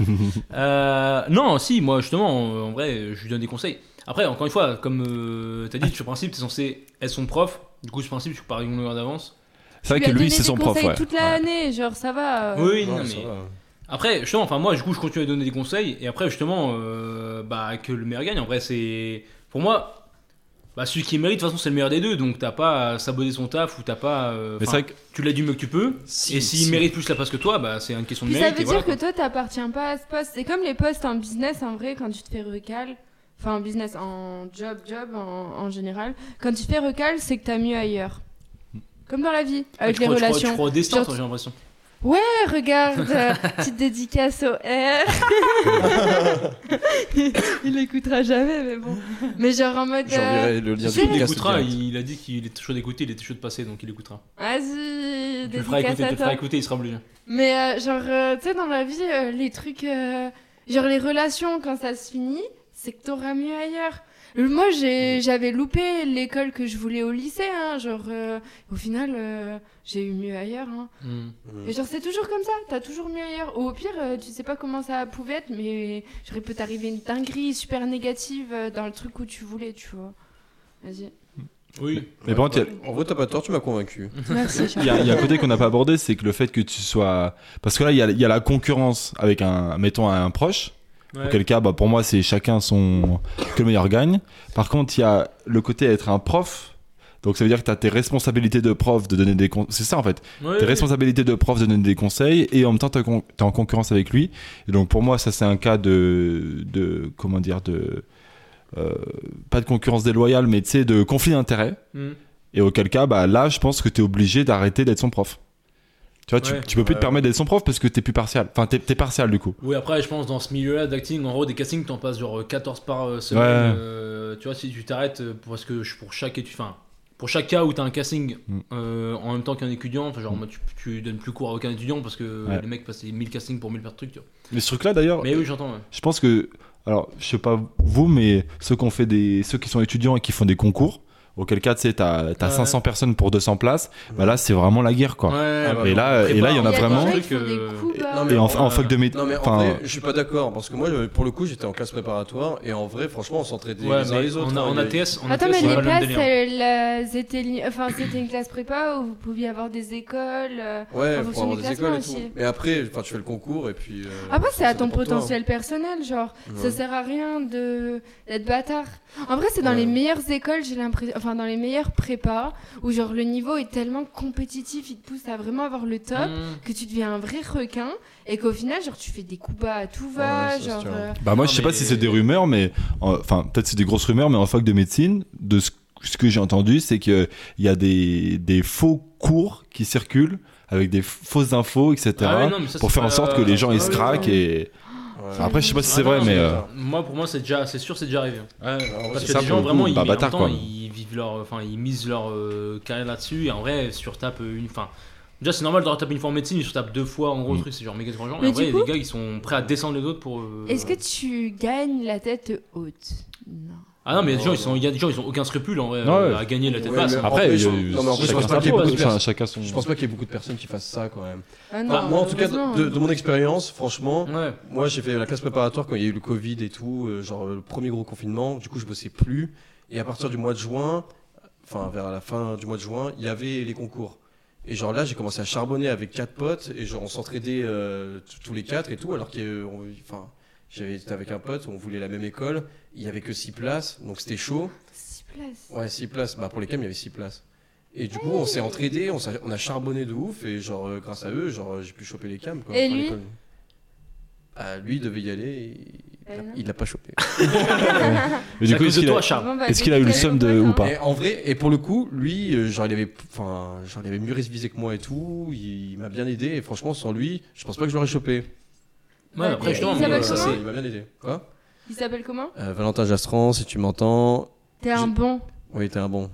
Euh, non, si, moi justement, euh, en vrai, je lui donne des conseils. Après, encore une fois, comme euh, t'as dit, sur le principe, t'es censé être son prof. Du coup, ce principe, je pars une longueur d'avance. C'est vrai Tu que lui as lui, donné c'est des son prof, conseils ouais. toute l'année, genre, ça va. euh. Oui, oui, Ouais, non, ça mais. va. Après, justement, enfin, moi, du coup, je continue à donner des conseils. Et après, justement, euh, bah, que le meilleur gagne. En vrai, c'est. Pour moi, bah, celui qui mérite, de toute façon, c'est le meilleur des deux. Donc, t'as pas à saboter son taf ou t'as pas. euh, Mais c'est enfin, vrai que. tu l'as du mieux que tu peux. Si, et s'il si. mérite plus la place que toi, bah, c'est une question de Puis ça mérite. veut et dire voilà, que quoi. toi, t'appartiens pas à ce poste. C'est comme les postes en business, en vrai, quand tu te fais recal, enfin en business, en job, job en, en général, quand tu te fais recal, c'est que t'as mieux ailleurs. Comme dans la vie, avec Ah, Tu les crois- tu crois- relations. Tu crois au destin, Genre, toi, j'ai l'impression. Eh, regarde, euh, petite dédicace au R. il l'écoutera jamais, mais bon. Mais genre en mode. euh, J'enverrai le lien si, il du Il podcast écoutera, direct. il a dit qu'il était chaud d'écouter, il était chaud de passer, donc il écoutera. Vas-y, Tu le feras dédicace écouter, tu à le feras toi. écouter, il sera obligé. Mais euh, genre, euh, tu sais, dans la vie, euh, les trucs, euh, genre les relations, quand ça se finit, c'est que t'auras mieux ailleurs. Euh, Moi, j'ai- j'avais loupé l'école que je voulais au lycée, hein, genre, euh, au final, euh, j'ai eu mieux ailleurs. Hein. Hmm. Mm. Et genre, c'est toujours comme ça, t'as toujours mieux ailleurs. Ou au pire, euh, tu sais pas comment ça pouvait être, mais j'aurais peut t'arriver une dinguerie super négative euh, dans le truc où tu voulais, tu vois. Vas-y. Oui. Mais par contre, il y a- En vrai, t'as pas tort, tu m'as convaincu. Merci, il y, a- il y a un côté qu'on n'a pas abordé, c'est que le fait que tu sois. Parce que là, il y a, il y a la concurrence avec un. Mettons un proche. Auquel cas, bah, pour moi, c'est chacun son. que le meilleur gagne. Par contre, il y a le côté être un prof. Donc ça veut dire que tu as tes responsabilités de prof, de donner des conseils. C'est ça en fait. Ouais, tes ouais. responsabilités de prof de donner des conseils et en même temps t'es con- t'es en concurrence avec lui et donc pour moi ça c'est un cas de de comment dire de euh, pas de concurrence déloyale mais tu sais de conflit d'intérêts Mm. et auquel cas bah là je pense que t'es obligé d'arrêter d'être son prof tu vois tu, Ouais. tu peux plus Ouais. te permettre d'être son prof parce que t'es plus partial enfin t'es t'es partial du coup Oui, après, je pense dans ce milieu-là d'acting, en gros, des castings, t'en passes genre euh, 14 par euh, semaine. Ouais. euh, tu vois, si tu t'arrêtes, euh, parce que je- pour chaque étude, enfin, pour chaque cas où t'as un casting Mm. euh, en même temps qu'un étudiant, enfin, genre, Mm. moi, tu, tu donnes plus cours à aucun étudiant parce que Ouais. les mecs passent les 1000 castings pour 1000 paires de trucs, tu vois. mais ce truc là d'ailleurs Mais oui, j'entends, ouais. Je pense que, alors, je sais pas vous, mais ceux, qu'on fait des, ceux qui sont étudiants et qui font des concours, auquel cas, tu sais, t'as t'as Ouais. 500 personnes pour 200 places, bah là, c'est vraiment la guerre, quoi. Ouais, bah, et, là, et là, il y en a Il y a vraiment. euh, des gens- Truc, des coups, hein. bas. Non, Et en, Ouais. en fac de métier. Non mais en Enfin, vrai, je suis pas d'accord parce que moi euh, pour le coup j'étais en classe préparatoire et en vrai franchement on s'entraidait Ouais, les uns mais les autres. en, hein, en il y a- ATS, en Attends, ATS, mais c'est les pas le même classes, délire. elles, elles étaient li- enfin, c'était une classe prépa où vous pouviez avoir des écoles. euh. Ouais, en pour fonction avoir du des écoles et classement tout. aussi. Mais après, enfin, tu fais le concours et puis. euh, Après, c'est ça à ton dépend de toi, potentiel personnel, genre. Ouais. Ça sert à rien de d'être bâtard. En vrai, c'est dans Ouais. les meilleures écoles, j'ai l'impression, enfin, dans les meilleures prépas, où genre le niveau est tellement compétitif, il te pousse à vraiment avoir le top. Mm. Que tu deviens un vrai requin et qu'au final, genre, tu fais des coups bas à tout va. Ouais, ça, c'est genre, sûr. euh, bah, moi, Non, je sais mais- pas si c'est des rumeurs, mais. en- Enfin, peut-être c'est des grosses rumeurs, mais en fac de médecine, de ce, ce que j'ai entendu, c'est qu'il y a des, des faux cours qui circulent avec des fausses infos, etc. Ah ouais, non, mais ça, pour c'est faire en pas- sorte que les gens Ah ils ouais, se craquent ouais. et Ouais. Après, je sais pas si Ah c'est non, vrai, non, mais. c'est- euh, Moi, pour moi, c'est déjà, c'est sûr, c'est déjà arrivé. hein. Alors, Parce C'est que ça, les gens pour le vraiment coup, ils, bah, mais en bâtard, même temps, quoi. ils vivent leur, enfin ils misent leur euh, carrière là-dessus et en vrai surtapent une, enfin déjà c'est normal de retaper une fois en médecine, ils surtapent deux fois en gros le Mm. truc c'est genre méga dérangeant. Mais Et en vrai du il y a coup- des gars ils sont prêts à descendre les autres pour. euh, Est-ce que tu gagnes la tête haute Non. Ah non mais il y a Oh. des gens ils sont, il y a des gens ils ont aucun scrupule en vrai Non, euh, ouais. à gagner la tête Ouais, basse. mais- hein. Après, En plus, il y a- je- non, mais en chacun plus, je pense sa pas qu'il y ait peau, beaucoup de enfin, personnes. chacun son. Je pense pas qu'il y ait beaucoup de personnes qui fassent ça quand même. Ah non, Bah, moi, en tout cas, heureusement. de, de mon expérience, franchement, Ouais. moi j'ai fait la classe préparatoire quand il y a eu le Covid et tout, euh, genre euh, le premier gros confinement, du coup je bossais plus. Et à partir du mois de juin, enfin vers la fin du mois de juin, il y avait les concours. Et genre là, j'ai commencé à charbonner avec quatre potes et genre on s'entraidait euh, t- tous les quatre et tout, alors que, enfin, j'avais été avec un pote, on voulait la même école, il y avait que six places, donc c'était chaud. hein. Six places. Ouais, 6 places. Bah, pour les cams, il y avait 6 places. Et du coup, on s'est entraidés, on, s'a- on a charbonné de ouf, et genre, euh, grâce à eux, genre, euh, j'ai pu choper les cams. Quoi, Et pour lui l'école. Bah, lui, il devait y aller, et il Eh l'a- non. il l'a pas chopé. Ah Mais C'est du à coup, cause est-ce de qu'il toi a- Charles. Bon, bah, Ah. est-ce qu'il a eu le désolé, seum mon de pote, ou hein. pas Et en vrai, et pour le coup, lui, euh, genre, il avait, enfin, genre, il avait mieux visé que moi et tout, il, il m'a bien aidé, et franchement, sans lui, je pense pas que je l'aurais chopé. Ouais, après Et justement il mais, s'appelle euh, ça comment c'est. Il m'a bien aidé. Quoi Il s'appelle comment Euh, Valentin Jastran, si tu m'entends, T'es un Je- bon. oui, t'es un bon.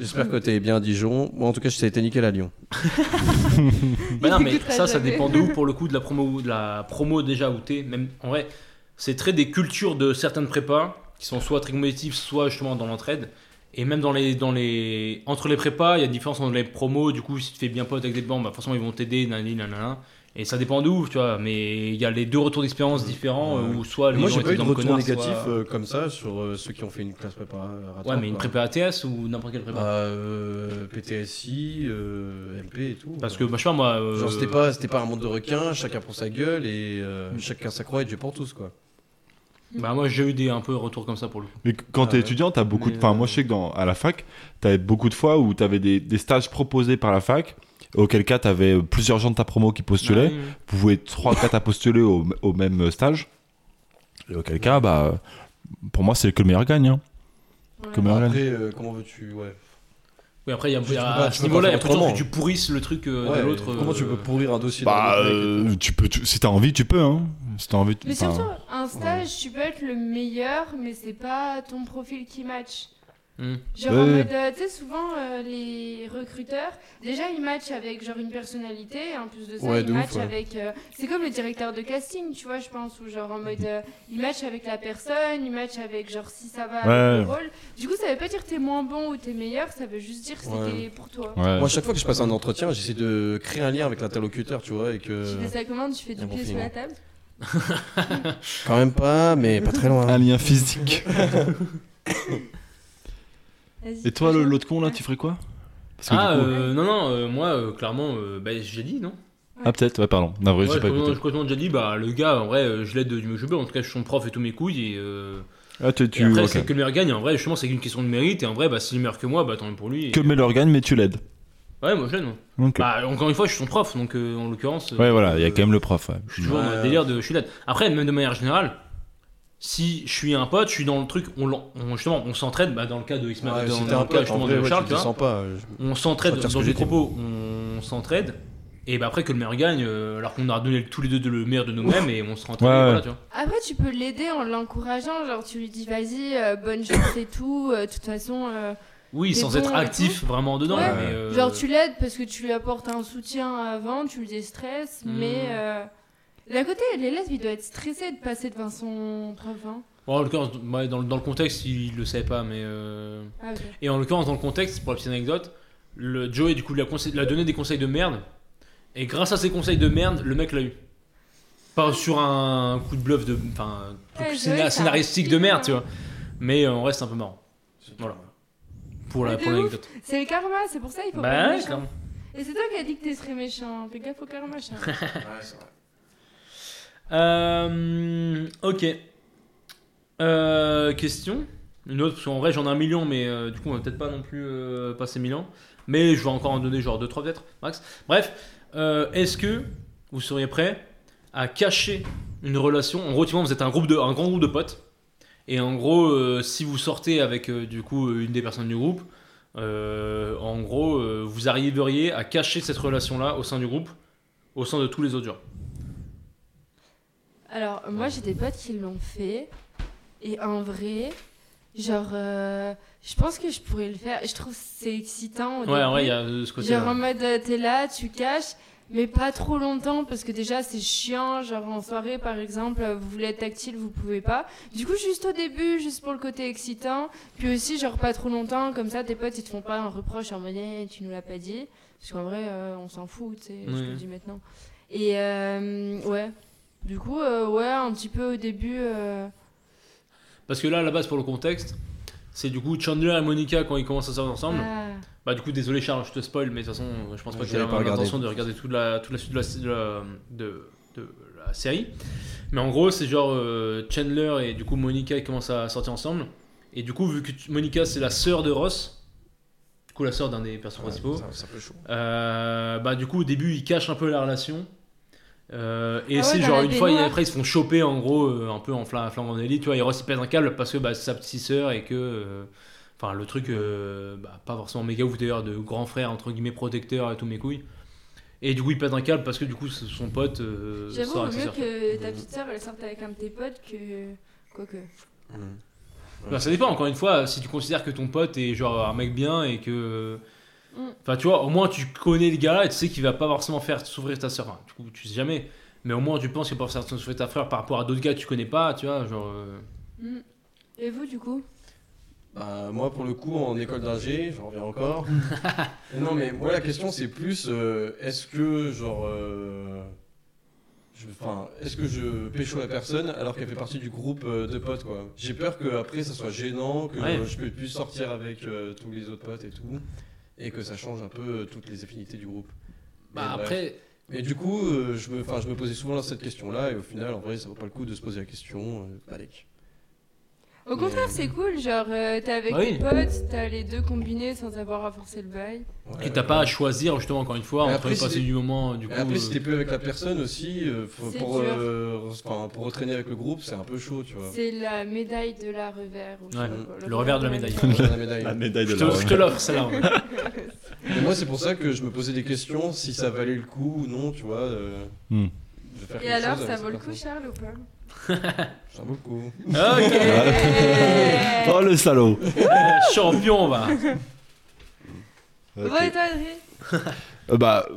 J'espère que t'es bien à Dijon. Moi, en tout cas, je t'ai été nickel à Lyon. Bah non, Il mais écoutera ça, ça jamais. dépend de où, pour le coup, de la promo, de la promo déjà où t'es. Même, en vrai, c'est très des cultures de certaines prépas qui sont soit très compétitives, soit justement dans l'entraide. Et même dans les, dans les, entre les prépas, il y a une différence entre les promos. Du coup, si tu fais bien pote avec des bancs, bah forcément, ils vont t'aider, nanani, nanana. Et ça dépend de où, tu vois. Mais il y a les deux retours d'expérience différents Ouais. euh, où soit les Moi, gens j'ai étaient pas eu de dans le retour connard, négatif soit- euh, comme ça sur euh, ceux qui ont fait une classe préparatoire. Ouais, mais une quoi. prépa ATS ou n'importe quelle prépa. euh, Bah, euh, PTSI, euh, MP et tout. Parce que, bah, je sais pas, moi. euh, Genre, c'était pas, c'était pas un monde de requins, chacun pour sa gueule et euh, chacun sa croix et Dieu pour tous, quoi. Bah, moi, j'ai eu des un peu retours comme ça pour le coup. Mais quand Ah t'es ouais. étudiant, t'as beaucoup. de- Mais, Enfin, euh, moi, je sais que dans à la fac, t'avais beaucoup de fois où t'avais des, des stages proposés par la fac. Auquel cas, t'avais plusieurs gens de ta promo qui postulaient. Ouais, ouais. Vous pouvez être 3 4 à postuler au, au même stage. Et auquel cas, bah, pour moi, c'est que le meilleur gagne. Hein. Ouais. Que le meilleur gagne. Après, euh, comment veux-tu. Ouais. Oui, après, il y a, Tu peux à pas- tu ce peux pas niveau-là, il y a plus faire de chances que autrement. tu pourrisses le truc euh, Ouais, de l'autre. Comment euh, tu peux pourrir un dossier d'un Bah, autre mec et tout euh, tu peux, tu- si t'as envie, tu peux. Hein. Si t'as envie, tu Mais enfin, surtout, un stage, tu peux être le meilleur, mais c'est pas ton profil qui match. Hmm. Genre en Ouais. mode, euh, tu sais, souvent euh, les recruteurs, déjà ils matchent avec genre une personnalité, et en plus de ça, Ouais, ils de ouf, matchent ouais. avec. euh, c'est comme le directeur de casting, tu vois, je pense, ou genre en mode, euh, ils matchent avec la personne, ils matchent avec genre si ça va avec le rôle. Du coup, ça veut pas dire que t'es moins bon ou t'es meilleur, ça veut juste dire que Ouais. c'était pour toi. ouais. Moi, à chaque fois que je passe un entretien, j'essaie de créer un lien avec l'interlocuteur, tu vois, et que. Tu fais ça comment Tu fais du un bon pied sous feeling. la table Quand même pas, mais pas très loin. Un lien physique. Vas-y, Et toi, le- prochain. l'autre con, là, tu ferais quoi Parce que Ah, du coup- euh, non, non, euh, moi, euh, clairement, euh, bah, j'ai dit, non Ah, peut-être, ouais, pardon. Non, en vrai, Ouais, j'ai Je pas écouté. crois qu'on a déjà dit, bah, le gars, en vrai, euh, je l'aide du mieux que je peux. En tout cas, je suis son prof et tous mes couilles. Et, euh, Ah, tu, et tu- après, ok. c'est que le meilleur gagne. En vrai, justement, c'est qu'une question de mérite. Et en vrai, bah, s'il est meilleur que moi, bah, tant mieux pour lui. Et- Que le meilleur gagne, mais tu l'aides. Ouais, moi, je l'aide. moi. Ok. Bah, encore une fois, je suis son prof, donc euh, en l'occurrence. euh, ouais, voilà, il y a euh, quand même le prof. ouais. Je suis toujours dans le Ouais. délire de je suis là. Après, même de manière générale, si je suis un pote, je suis dans le truc, on, l'en- on- justement, on s'entraide, bah, dans le cas de Ismaël, Ouais, dans, si t'es dans un le cas pote, en justement vrai, de ouais, Charles, tu tu te vois. sens pas. euh, on s'entraide Sortir ce dans que des j'ai dit. propos, on s'entraide. Et bah après que le meilleur gagne, euh, alors qu'on a donné tous les deux de- le meilleur de nous-mêmes et on se rentraîne. Ouais, et ouais. voilà, tu vois. Après, tu peux l'aider en l'encourageant, genre tu lui dis vas-y, euh, bonne chance et tout, euh, de toute façon. euh, Oui, Des sans bons être actif vraiment dedans. Ouais. mais, euh, Genre tu l'aides parce que tu lui apportes un soutien avant, tu le déstresses, Hmm. mais euh, d'un côté, l'élève il doit être stressé de passer devant son prof. hein. bon, en l'occurrence, ouais, dans, le- dans le contexte, il le savait pas, mais. euh, Ah, ok. Et en l'occurrence, dans le contexte, pour la petite anecdote, le Joey, du coup, lui a, conseil- lui a donné des conseils de merde. Et grâce à ces conseils de merde, le mec l'a eu. Pas sur un coup de bluff de. Enfin, un truc Ouais, Joey, scénar- ça scénaristique arrive, de merde, hein. tu vois. Mais euh, on reste un peu marrant. Voilà. Pour la Mais de pour ouf. l'anecdote. C'est le karma, c'est pour ça il faut Bah, pas ouais, être méchant. clairement. Et c'est toi qui as dit que tu serais méchant, fais gaffe au karma, Charles. Euh, ok. Euh, question. Une autre, parce qu'en vrai j'en ai un million, mais euh, du coup on va peut-être pas non plus euh, passer mille ans. Mais je vais encore en donner genre 2-3 peut-être, max. Bref, euh, est-ce que vous seriez prêt à cacher une relation En gros, tu vois, vous êtes un, groupe de, un grand groupe de potes. Et en gros, euh, si vous sortez avec euh, du coup une des personnes du groupe, euh, en gros, euh, vous arriveriez à cacher cette relation-là au sein du groupe, au sein de tous les autres gens. Alors, moi, j'ai des potes qui l'ont fait. Et en vrai, genre, euh, je pense que je pourrais le faire. Je trouve que c'est excitant. au Ouais, en vrai, début. il y a euh, ce Genre en côté-là. mode, euh, t'es là, tu caches, mais pas trop longtemps, parce que déjà, c'est chiant. Genre en soirée, par exemple, euh, vous voulez être tactile, vous pouvez pas. Du coup, juste au début, juste pour le côté excitant. Puis aussi, genre pas trop longtemps, comme ça, tes potes, ils te font pas un reproche en mode, Eh, tu nous l'as pas dit. Parce qu'en vrai, euh, on s'en fout, tu sais, je Ouais. te le dis maintenant. Et euh, ouais. Du coup, euh, ouais, un petit peu au début. euh, Parce que là, à la base, pour le contexte, c'est du coup Chandler et Monica quand ils commencent à sortir ensemble. ah. Bah, du coup, désolé Charles, je te spoil, mais de toute façon, je pense pas Ouais, que je tu l'avais pas regardé. l'intention de regarder toute la, toute la suite de la, de la- de- de la série. Mais en gros, c'est genre euh, Chandler et du coup Monica ils commencent à sortir ensemble. Et du coup, vu que tu- Monica c'est la sœur de Ross, du coup la sœur d'un des personnages principaux, C'est un- c'est un peu chaud. euh, bah du coup au début ils cachent un peu la relation. Euh, et Ah c'est ouais, dans genre la une fois, baignoire. et après ils se font choper en gros, euh, un peu en flamme en délit, tu vois, et Ross il pète un câble parce que bah, c'est sa petite sœur et que. euh, Enfin, le truc, euh, bah, pas forcément méga ouf d'ailleurs, de grand frère, entre guillemets, protecteur et tout mes couilles. Et du coup, il pète un câble parce que du coup, c'est son pote euh, J'avoue, sort vaut avec sa mieux sœur. que ta petite sœur, elle sorte avec un de tes potes que. Quoique. Mhm. Bah, ça dépend, encore une fois, si tu considères que ton pote est genre un mec bien et que. Mm. Enfin, tu vois, au moins tu connais le gars là et tu sais qu'il va pas forcément faire souffrir ta soeur. Du coup, tu sais jamais. Mais au moins tu penses qu'il va pas forcément souffrir ta frère par rapport à d'autres gars que tu connais pas, tu vois. Genre. euh, Mm. Et vous, du coup Bah, moi, pour le coup, en école d'ingé, j'en reviens encore. non, mais moi, la question, c'est plus euh, est-ce que, genre. euh, je- Enfin, est-ce que je pécho la personne alors qu'elle fait partie du groupe euh, de potes, quoi J'ai peur que après ça soit gênant, que Ouais. euh, je peux plus sortir avec euh, tous les autres potes et tout, et que ça change un peu euh, toutes les affinités du groupe. Bah, Mais bref. après. Mais du coup, euh, je, me, enfin, je me posais souvent cette question-là, et au final, en vrai, ça vaut pas le coup de se poser la question. euh, Bah, Balek. Au contraire, c'est cool. Genre, euh, t'es avec Ah oui. tes potes, t'as les deux combinés sans avoir à forcer le bail. Ouais, Et t'as ouais. pas à choisir justement encore une fois Mais entre après, si passer t'es- du moment du coup. Mais après, si euh, t'es plus avec la personne aussi, euh, faut- C'est pour, dur. euh, enfin, pour retraîner avec le groupe, c'est un peu chaud, tu vois. C'est la médaille de la revers. ou je Ouais, sais pas quoi, le revers de la médaille. Voilà la médaille. La médaille de Je la te, je te l'offre celle-là. ouais. Mais moi, c'est pour ça que je me posais des questions si ça valait le coup ou non, tu vois. euh, Hmm. de faire Et quelque alors, chose ça avec vaut le cette coup, Charles, ou pas personne. Ça vaut le coup. ok, Oh le salaud champion, va. Bon, et toi, Adrien Euh, bah,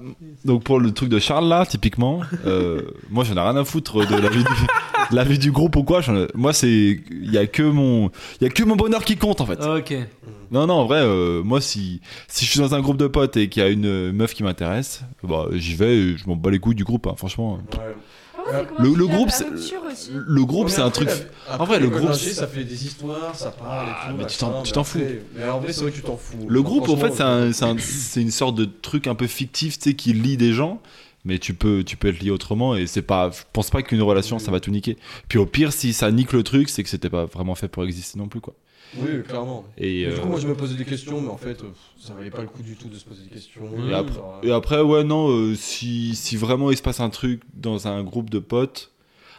donc pour le truc de Charles là, typiquement, euh, moi j'en ai rien à foutre de la vie du, de la vie du groupe ou quoi. j'en ai- Moi c'est, il y a que mon, il y a que mon bonheur qui compte en Euh. fait. Ok. Non non en vrai, euh, moi si si je suis dans un groupe de potes et qu'il y a une euh, meuf qui m'intéresse, bah j'y vais, et je m'en bats les couilles du groupe. hein, franchement, Ouais. Comment c'est comment Le- Euh, le tu gères la groupe, c'est- rupture aussi. le groupe Ouais, c'est un après, truc. la- en vrai, le après, groupe, l'ingé, c'est- ça fait des histoires, ça parle et tout. mais tu t'en- machin, tu mais t'en après- fous. Mais en vrai, c'est vrai que tu t'en fous. Le groupe, en Franchement, fait, c'est un- c'est un- c'est une sorte de truc un peu fictif, tu sais, qui lie des gens, mais tu peux, tu peux être lié autrement, et c'est pas, je pense pas qu'une relation, ça va tout niquer. Puis au pire, si ça nique le truc, c'est que c'était pas vraiment fait pour exister non plus, quoi. Oui, clairement. Et, Mais Du euh, coup, moi, je me posais des questions, mais en fait, euh, ça valait pas le coup du tout de se poser des questions. Et et, après, genre, et après, ouais, non, euh, si, si vraiment il se passe un truc dans un groupe de potes,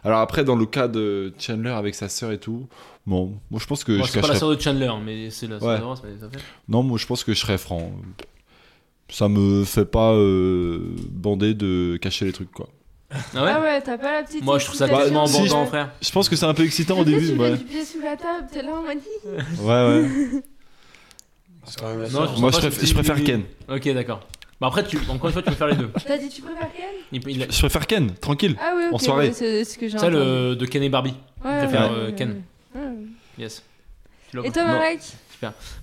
alors après, dans le cas de Chandler avec sa sœur et tout, bon, moi je pense que Bon, je c'est pas la cacherais- sœur de Chandler, mais c'est la sœur Ouais. de Ross, mais ça fait. Non, moi je pense que je serais franc. Ça me fait pas euh, bander de cacher les trucs, quoi. Ah ouais Ah ouais, t'as pas la petite. Moi, je trouve ça Bah, tellement excitation. si, important, frère. Je pense que c'est un peu excitant au Tu sais, début. Tu Ouais, mets du pied sous la table, t'es là, on m'a dit. ouais. ouais. C'est quand même la Non, sœur. je- Moi, je, pas préfère- si- je préfère Ken. Ok, d'accord. Bah après, tu, encore une fois, tu peux faire les deux. T'as dit, tu préfères quelle Il, il a- Je préfère Ken, tranquille. Ah ouais, En ok, soirée. ouais, c'est c'est ce que j'ai tu sais, entendu. le de Ken et Barbie. Ouais, préfère, ouais, euh, ouais, Ken. ouais, ouais. Yes. Tu l'as Et pas. toi, Non. Marek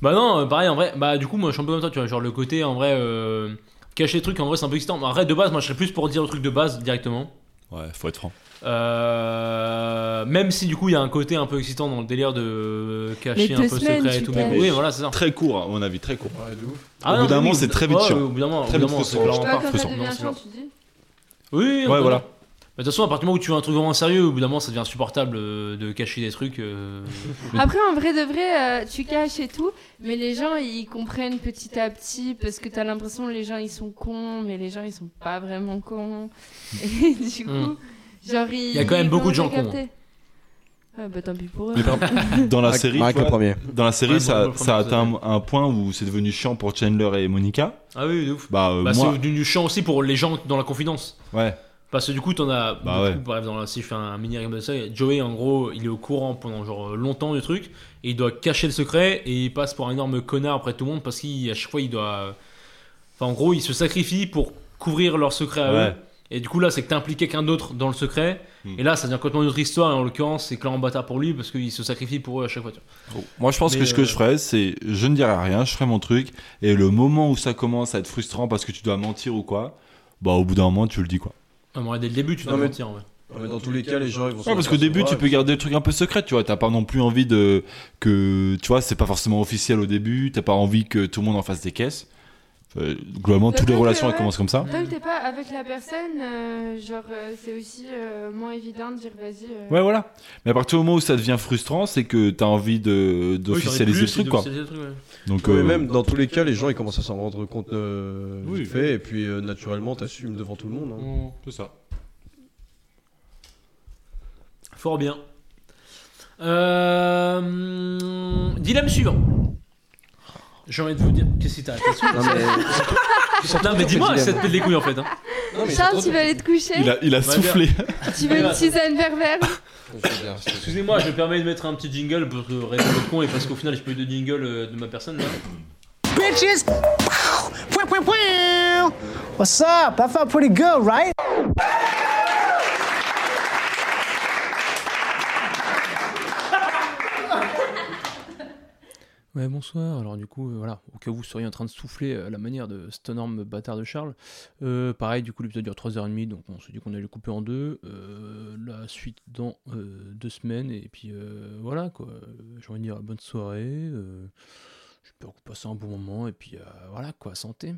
Bah non, euh, pareil en vrai. Bah du coup, moi je suis un peu comme toi, tu vois, genre le côté en vrai euh, cacher les trucs en vrai c'est un peu excitant. Mais arrête de base, moi je serais plus pour dire le truc de base directement. Ouais, faut être franc. Euh, même si du coup il y a un côté un peu excitant dans le délire de cacher Mais un deux peu le secret semaines, et tout. tu Mais peux. oui, voilà, c'est ça. Très court, à mon avis, très court. Ouais, de ouf. Ah Au bout non, d'un mais moment, oui, c'est au- très vite ouais, chiant. Au bout d'un moment, au Très bout d'un vite moment, c'est frustrant. Je sais clairement pas. pas, quand ça frustrant. devient Non, c'est chiant, tu dis. Oui, oui, Ouais, on- voilà. Mais De toute façon, à partir du moment où tu veux un truc vraiment sérieux, au bout d'un moment, ça devient insupportable euh, de cacher des trucs. euh, Après, en vrai de vrai, euh, tu caches et tout, mais les gens, ils comprennent petit à petit parce que t'as l'impression que les gens, ils sont cons, mais les gens, ils sont pas vraiment cons. Et du coup, Hmm. genre, ils. y a quand même ils beaucoup de commencent à gens cons, capter. Ouais, bah tant pis pour eux. Mais par- Dans la Marc- série, Marc, tu vois, premier. dans la série, Ouais, moi, ça, le premier ça a atteint un, un point où c'est devenu chiant pour Chandler et Monica. Ah oui, de ouf. Bah, euh, Bah, c'est moi, devenu du champ aussi pour les gens dans la confidence. ouais. Parce que du coup, t'en as Bah beaucoup. ouais. Par exemple, là, si je fais un mini résumé de ça, Joey, en gros, il est au courant pendant genre longtemps du truc, et il doit cacher le secret, et il passe pour un énorme connard après tout le monde, parce qu'à chaque fois, il doit. Enfin, en gros, il se sacrifie pour couvrir leur secret à Ouais. eux. Et du coup, là, c'est que t'impliques quelqu'un d'autre dans le secret, Hmm. et là, ça devient complètement une autre histoire, et en l'occurrence, c'est clairement bâtard pour lui, parce qu'il se sacrifie pour eux à chaque fois. tu vois. Moi, je pense Mais, que ce que euh, je ferais, c'est je ne dirais rien, je ferais mon truc, et le moment où ça commence à être frustrant parce que tu dois mentir ou quoi, bah au bout d'un moment, tu le dis quoi. Ah, bon, dès le début, tu dois Non, mais- mentir en vrai. Ouais, Ah, mais dans tous les cas, les gens ils vont. Ouais, parce qu'au début, tu peux garder le truc un peu secret, tu vois. T'as pas non plus envie de. que Tu vois, c'est pas forcément officiel au début, t'as pas envie que tout le monde en fasse des caisses. Euh, globalement, Bah, toutes les ouais, relations, ouais. elles commencent comme ça. Tant que t'es pas avec la personne, euh, genre, euh, c'est aussi euh, moins évident de dire vas-y. euh, Ouais, voilà. Mais à partir du moment où ça devient frustrant, c'est que t'as envie de- d'officialiser le truc, quoi. Donc, Oui, euh, même dans tous les cas, les gens ils commencent à s'en rendre compte euh, Oui. vite fait, et puis euh, naturellement, t'assumes devant tout le monde. hein. C'est ça. Fort bien. Euh, hum, Dilemme suivant. J'ai envie de vous dire. Qu'est-ce que t'as Non, mais- Non, mais dis-moi, ça te pète les couilles en fait. hein. Non, mais Charles, c'est tu veux aller te coucher Il a, il a bien. soufflé. Tu veux une Voilà. tisane pervers trop- Je veux dire, c'est- Excusez-moi, je me permets de mettre un petit jingle pour que raison de con et parce qu'au final, j'ai pas eu de jingle euh, de ma personne là. bitches. Wah, wah, wah. What's up? I felt pretty good, right? Ouais, bonsoir. Alors, du coup, euh, voilà, au cas où vous seriez en train de souffler euh, à la manière de cet énorme bâtard de Charles. euh, pareil, du coup, l'épisode dure 3h30, donc on s'est dit qu'on allait le couper en deux. Euh, la suite dans euh, deux semaines, et puis euh, voilà, quoi. Euh, J'ai envie de dire bonne soirée. euh, J'espère que vous passez un bon moment, et puis euh, voilà, quoi, santé.